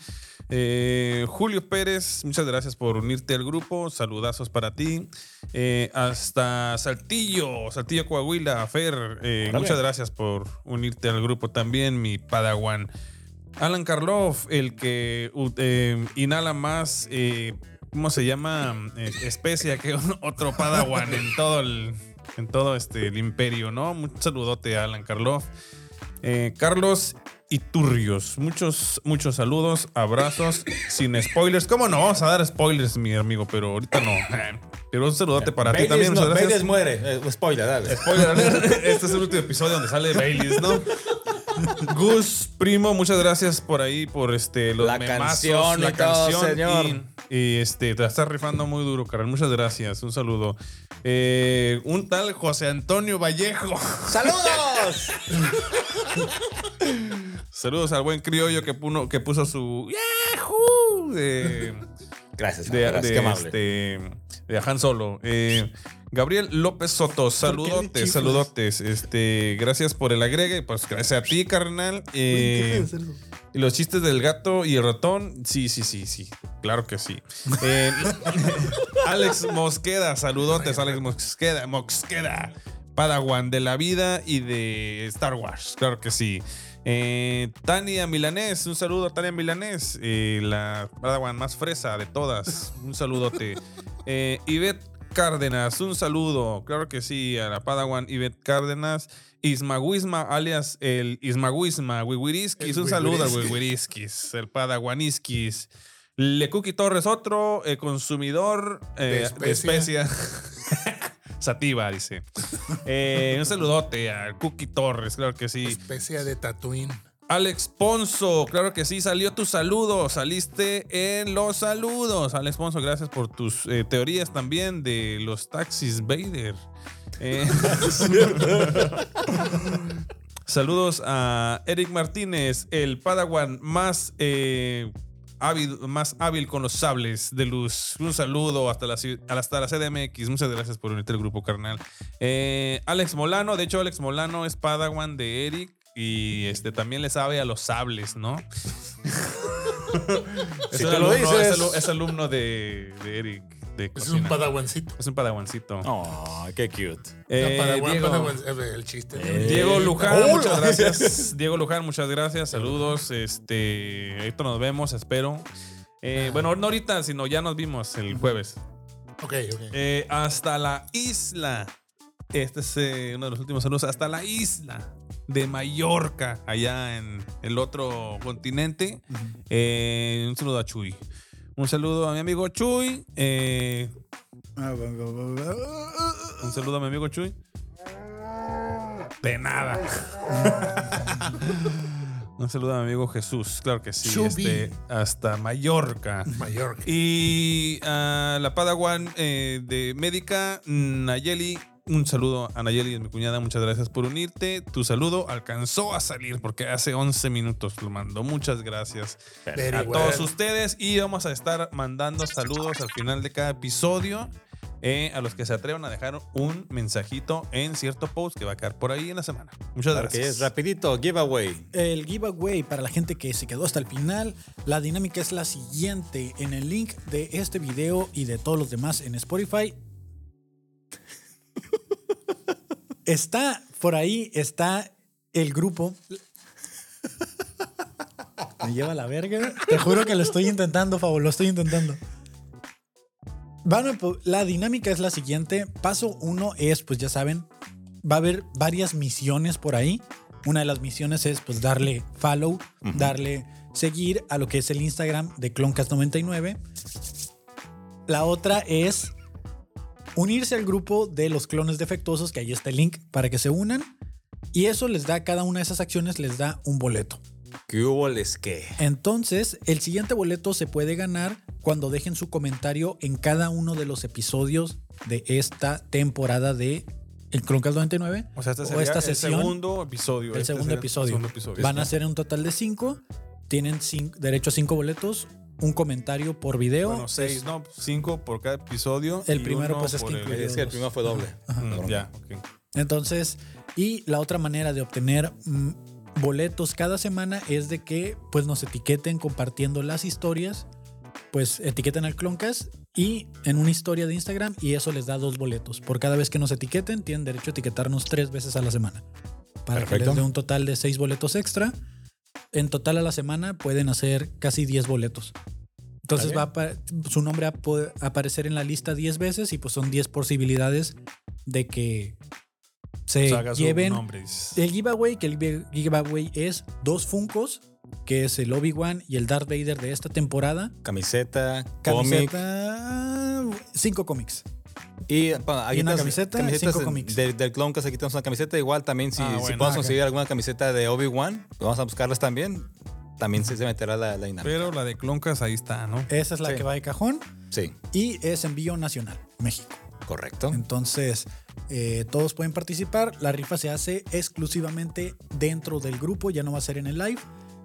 Speaker 4: Eh, Julio Pérez, muchas gracias por unirte al grupo. Saludazos para ti. Eh, hasta Saltillo, Saltillo Coahuila, Fer. eh,
Speaker 1: Órale.
Speaker 4: muchas gracias por unirte al grupo también, mi Padawan. Alan Karloff, el que uh, eh, inhala más, eh, ¿cómo se llama? Eh, especia que un- *laughs* otro Padawan en todo el, en todo este, el imperio, ¿no? Un saludote a Alan Karloff. Eh, Carlos Iturrios, muchos, muchos saludos, abrazos, sin spoilers. ¿Cómo no? Vamos a dar spoilers, mi amigo, pero ahorita no. Eh, Pero un saludote para ti
Speaker 2: Baileys
Speaker 4: también.
Speaker 2: no,
Speaker 4: muchas gracias.
Speaker 2: Baileys muere. Eh, spoiler, dale.
Speaker 4: *laughs* Spoiler alert, este es el último episodio donde sale Baileys, ¿no? Gus, primo, muchas gracias por ahí, por este, los
Speaker 2: La
Speaker 4: memazos,
Speaker 2: canción y todo, señor.
Speaker 4: Y, y, este, te la estás rifando muy duro, carnal. Muchas gracias, un saludo. Eh, un tal José Antonio Vallejo.
Speaker 2: ¡Saludos!
Speaker 4: Saludos al buen criollo que, puno- que puso su ¡Yahoo! de-
Speaker 2: Gracias,
Speaker 4: de,
Speaker 2: gracias,
Speaker 4: de,
Speaker 2: qué amable.
Speaker 4: este, de Han Solo. Eh, Gabriel López Soto,
Speaker 1: qué le
Speaker 4: saludotes,
Speaker 1: chiflas?
Speaker 4: saludotes. Este, gracias por el agregue, pues gracias a ti, carnal. Eh, y los chistes del gato y el ratón, sí, sí, sí, sí. Claro que sí.
Speaker 2: *laughs*
Speaker 4: Eh, Alex Mosqueda, saludotes, Alex Mosqueda, Mosqueda. Padawan de la vida y de Star Wars, claro que sí. Eh, Tania Milanés, un saludo a Tania Milanés, eh, la Padawan más fresa de todas, un
Speaker 3: *laughs*
Speaker 4: saludote. Eh, Ivette Cárdenas, un saludo, claro que sí, a la Padawan Ivette Cárdenas. Ismaguisma, alias el Ismaguisma, Wiwiriskis,
Speaker 3: El
Speaker 4: un saludo a
Speaker 3: Wiwiriskis.
Speaker 4: Wiwiriskis, el Padaguaniskis. Le Cookie Torres, otro eh, consumidor eh, de
Speaker 3: De especia.
Speaker 4: especias. *laughs* Sativa,
Speaker 3: *laughs*
Speaker 4: dice. Eh, un saludote al Cookie Torres, claro que sí.
Speaker 3: Especie de Tatooine.
Speaker 4: Alex Ponzo, claro que sí, salió tu saludo, saliste en los saludos. Alex Ponzo, gracias por tus eh, teorías también de los taxis Vader. Eh, *laughs* saludos a Eric Martínez, el Padawan más, eh, hábil, más hábil con los sables de luz. Un saludo hasta la, ci- hasta la CDMX. Muchas gracias por unirte al grupo, carnal. Eh, Alex Molano, de hecho, Alex Molano es Padawan de Eric. Y este también le sabe a los sables, ¿no? es,
Speaker 2: Si
Speaker 4: el
Speaker 2: te lo
Speaker 4: alumno,
Speaker 2: dices.
Speaker 4: es, alu- es alumno de, de Eric. de
Speaker 3: Es
Speaker 4: cocina.
Speaker 3: un padawancito.
Speaker 4: Es un padawancito.
Speaker 2: Oh, qué cute.
Speaker 4: Eh,
Speaker 3: No, padawan,
Speaker 4: Diego-
Speaker 3: padawan, eh, el chiste. Oh,
Speaker 2: Eh,
Speaker 4: Diego Luján,
Speaker 2: Hola.
Speaker 4: muchas gracias. *laughs* Diego Luján, muchas gracias. Saludos. Este, ahorita nos vemos, espero. Eh, bueno, no ahorita, sino ya nos vimos el jueves.
Speaker 3: Ok, ok.
Speaker 4: Eh, hasta la isla. Este es eh, uno de los últimos saludos. Hasta la isla de Mallorca, allá en el otro continente. Eh, un saludo a Chuy. Un saludo a mi amigo Chuy. Eh, un saludo a mi amigo Chuy. De nada. *laughs* Un saludo a mi amigo Jesús, claro que sí.
Speaker 3: Chubi.
Speaker 4: este, hasta Mallorca.
Speaker 3: Mallorca.
Speaker 4: Y a la Padawan eh, de médica, Nayeli. Un saludo a Nayeli, es mi cuñada. Muchas gracias por unirte. Tu saludo alcanzó a salir porque hace 11 minutos lo mandó. Muchas gracias
Speaker 3: Very
Speaker 4: a
Speaker 3: well.
Speaker 4: todos ustedes. Y vamos a estar mandando saludos al final de cada episodio. eh, a los que se atrevan a dejar un mensajito en cierto post que va a quedar por ahí en la semana. Muchas
Speaker 2: Claro que es
Speaker 4: gracias.
Speaker 2: rapidito, giveaway.
Speaker 1: El giveaway para la gente que se quedó hasta el final, la dinámica es la siguiente. En el link de este video y de todos los demás en Spotify, está por ahí, está el grupo. Me lleva la verga. Te juro que lo estoy intentando, Fabo, lo estoy intentando. Van a po- la dinámica es la siguiente. Paso uno es, pues ya saben, va a haber varias misiones por ahí. Una de las misiones es pues darle follow, darle seguir a lo que es el Instagram de Cloncast99. La otra es unirse al grupo de los clones defectuosos, que ahí está el link para que se unan. Y eso les da, cada una de esas acciones les da un boleto.
Speaker 2: ¿Qué hubo les qué?
Speaker 1: Entonces, el siguiente boleto se puede ganar cuando dejen su comentario en cada uno de los episodios de esta temporada de El Croncast 99.
Speaker 4: O sea, este
Speaker 1: O
Speaker 4: sería
Speaker 1: esta sesión,
Speaker 4: el segundo episodio.
Speaker 1: el
Speaker 4: Este
Speaker 1: segundo
Speaker 4: sería
Speaker 1: episodio.
Speaker 4: segundo episodio. Este.
Speaker 1: Van a ser un total de cinco. Tienen cin- derecho a cinco boletos, un comentario por video.
Speaker 4: Este, Bueno, seis, no, cinco por cada episodio.
Speaker 1: El
Speaker 4: y
Speaker 1: primero,
Speaker 4: uno
Speaker 1: pues, es
Speaker 4: por
Speaker 1: que
Speaker 4: el-
Speaker 1: incluye- Ah,
Speaker 2: Es que el primero fue doble.
Speaker 4: Mm,
Speaker 2: Cabrón.
Speaker 4: ya,
Speaker 1: Eh,
Speaker 4: ok.
Speaker 1: Entonces, y la otra manera de obtener mm, boletos cada semana es de que pues nos etiqueten compartiendo las historias, pues etiqueten al Cloncast y en una historia de Instagram y eso les da dos boletos. Por cada vez que nos etiqueten, tienen derecho a etiquetarnos tres veces a la semana. Para que
Speaker 2: Perfecto.
Speaker 1: les dé un total de seis boletos extra. En total a la semana pueden hacer casi 10 boletos. Entonces va a
Speaker 2: Está
Speaker 1: apa- su nombre va a poder aparecer en la lista 10 veces y pues son 10 posibilidades de que se
Speaker 4: Saca Pues su
Speaker 1: lleven eh,
Speaker 4: nombre, dices.
Speaker 1: el giveaway, que el give- giveaway es dos Funcos, que es el Obi-Wan y el Darth Vader de esta temporada.
Speaker 2: Camiseta, cómic.
Speaker 1: Camiseta, cinco cómics.
Speaker 2: Y, bueno,
Speaker 1: Y
Speaker 2: ahí
Speaker 1: una
Speaker 2: estás-
Speaker 1: camiseta,
Speaker 2: camisetas
Speaker 1: cinco cómics.
Speaker 2: Del, del Cloncast aquí tenemos una camiseta. Igual también si,
Speaker 4: Ah,
Speaker 2: si
Speaker 4: bueno,
Speaker 1: ok.
Speaker 2: podemos conseguir alguna camiseta de Obi-Wan, vamos a buscarlas también. También se, se meterá la, la dinámica.
Speaker 4: Pero la de Cloncas ahí está, ¿no?
Speaker 1: Esa es la
Speaker 2: Sí.
Speaker 1: que va de cajón
Speaker 2: Sí,
Speaker 1: y es envío nacional, México.
Speaker 4: Ah.
Speaker 2: correcto.
Speaker 1: Entonces, eh, todos pueden participar. La rifa se hace exclusivamente dentro del grupo, ya no va a ser en el live,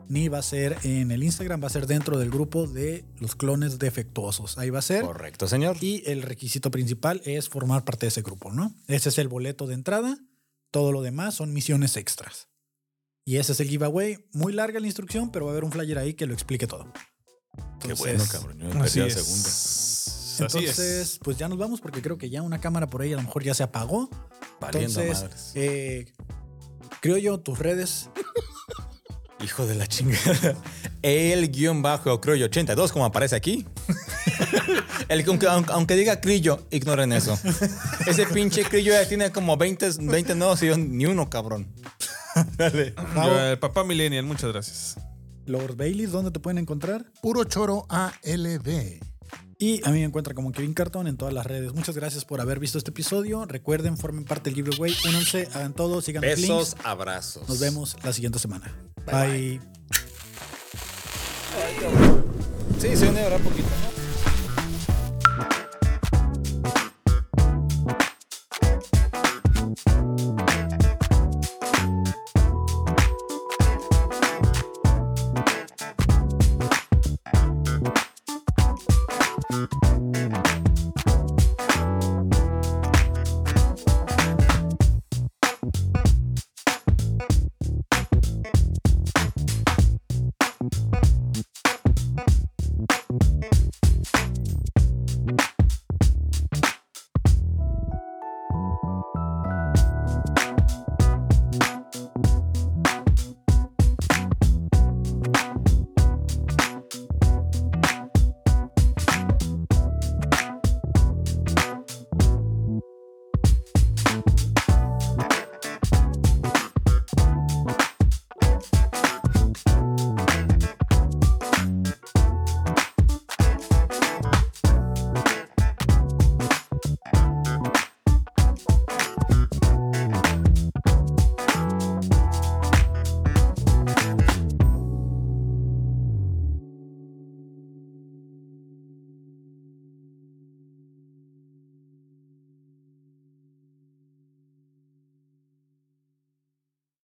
Speaker 1: ni va a ser en el Instagram, va a ser dentro del grupo de los clones defectuosos. Ahí va a ser.
Speaker 2: Correcto, señor.
Speaker 1: Y el requisito principal es formar parte de ese grupo, ¿no? Ese es el boleto de entrada. Todo lo demás son misiones extras. Y ese es el giveaway. Muy larga la instrucción, pero va a haber un flyer ahí que lo explique todo.
Speaker 2: Qué
Speaker 1: Entonces,
Speaker 2: bueno, cabrón. Yo me perdí la segunda.
Speaker 4: Así es.
Speaker 1: Entonces, pues ya nos vamos porque creo que ya una cámara por ahí a lo mejor ya se apagó.
Speaker 2: Valiendo
Speaker 1: Entonces,
Speaker 2: madres.
Speaker 1: eh, creo yo, tus redes.
Speaker 2: Hijo de la chingada. El guión bajo, creo yo, 82, como aparece aquí. *laughs* El, que aunque, aunque- aunque diga crillo, ignoren eso. Ese pinche crillo ya tiene como 20, 20 nuevos y yo ni uno, cabrón. Dale.
Speaker 1: Pau,
Speaker 4: Ya, el papá Millennial, muchas gracias.
Speaker 1: Lord Bailey, ¿dónde te pueden encontrar?
Speaker 3: Puro Choro ALB.
Speaker 1: Y a mí me encuentra como Kevin Cartón en todas las redes. Muchas gracias por haber visto este episodio. Recuerden, formen parte del giveaway. Únanse, hagan todo, sigan los links.
Speaker 2: Besos, abrazos.
Speaker 1: Nos vemos la siguiente semana. bye.
Speaker 2: Sí, se viene ahora poquito. ¿no?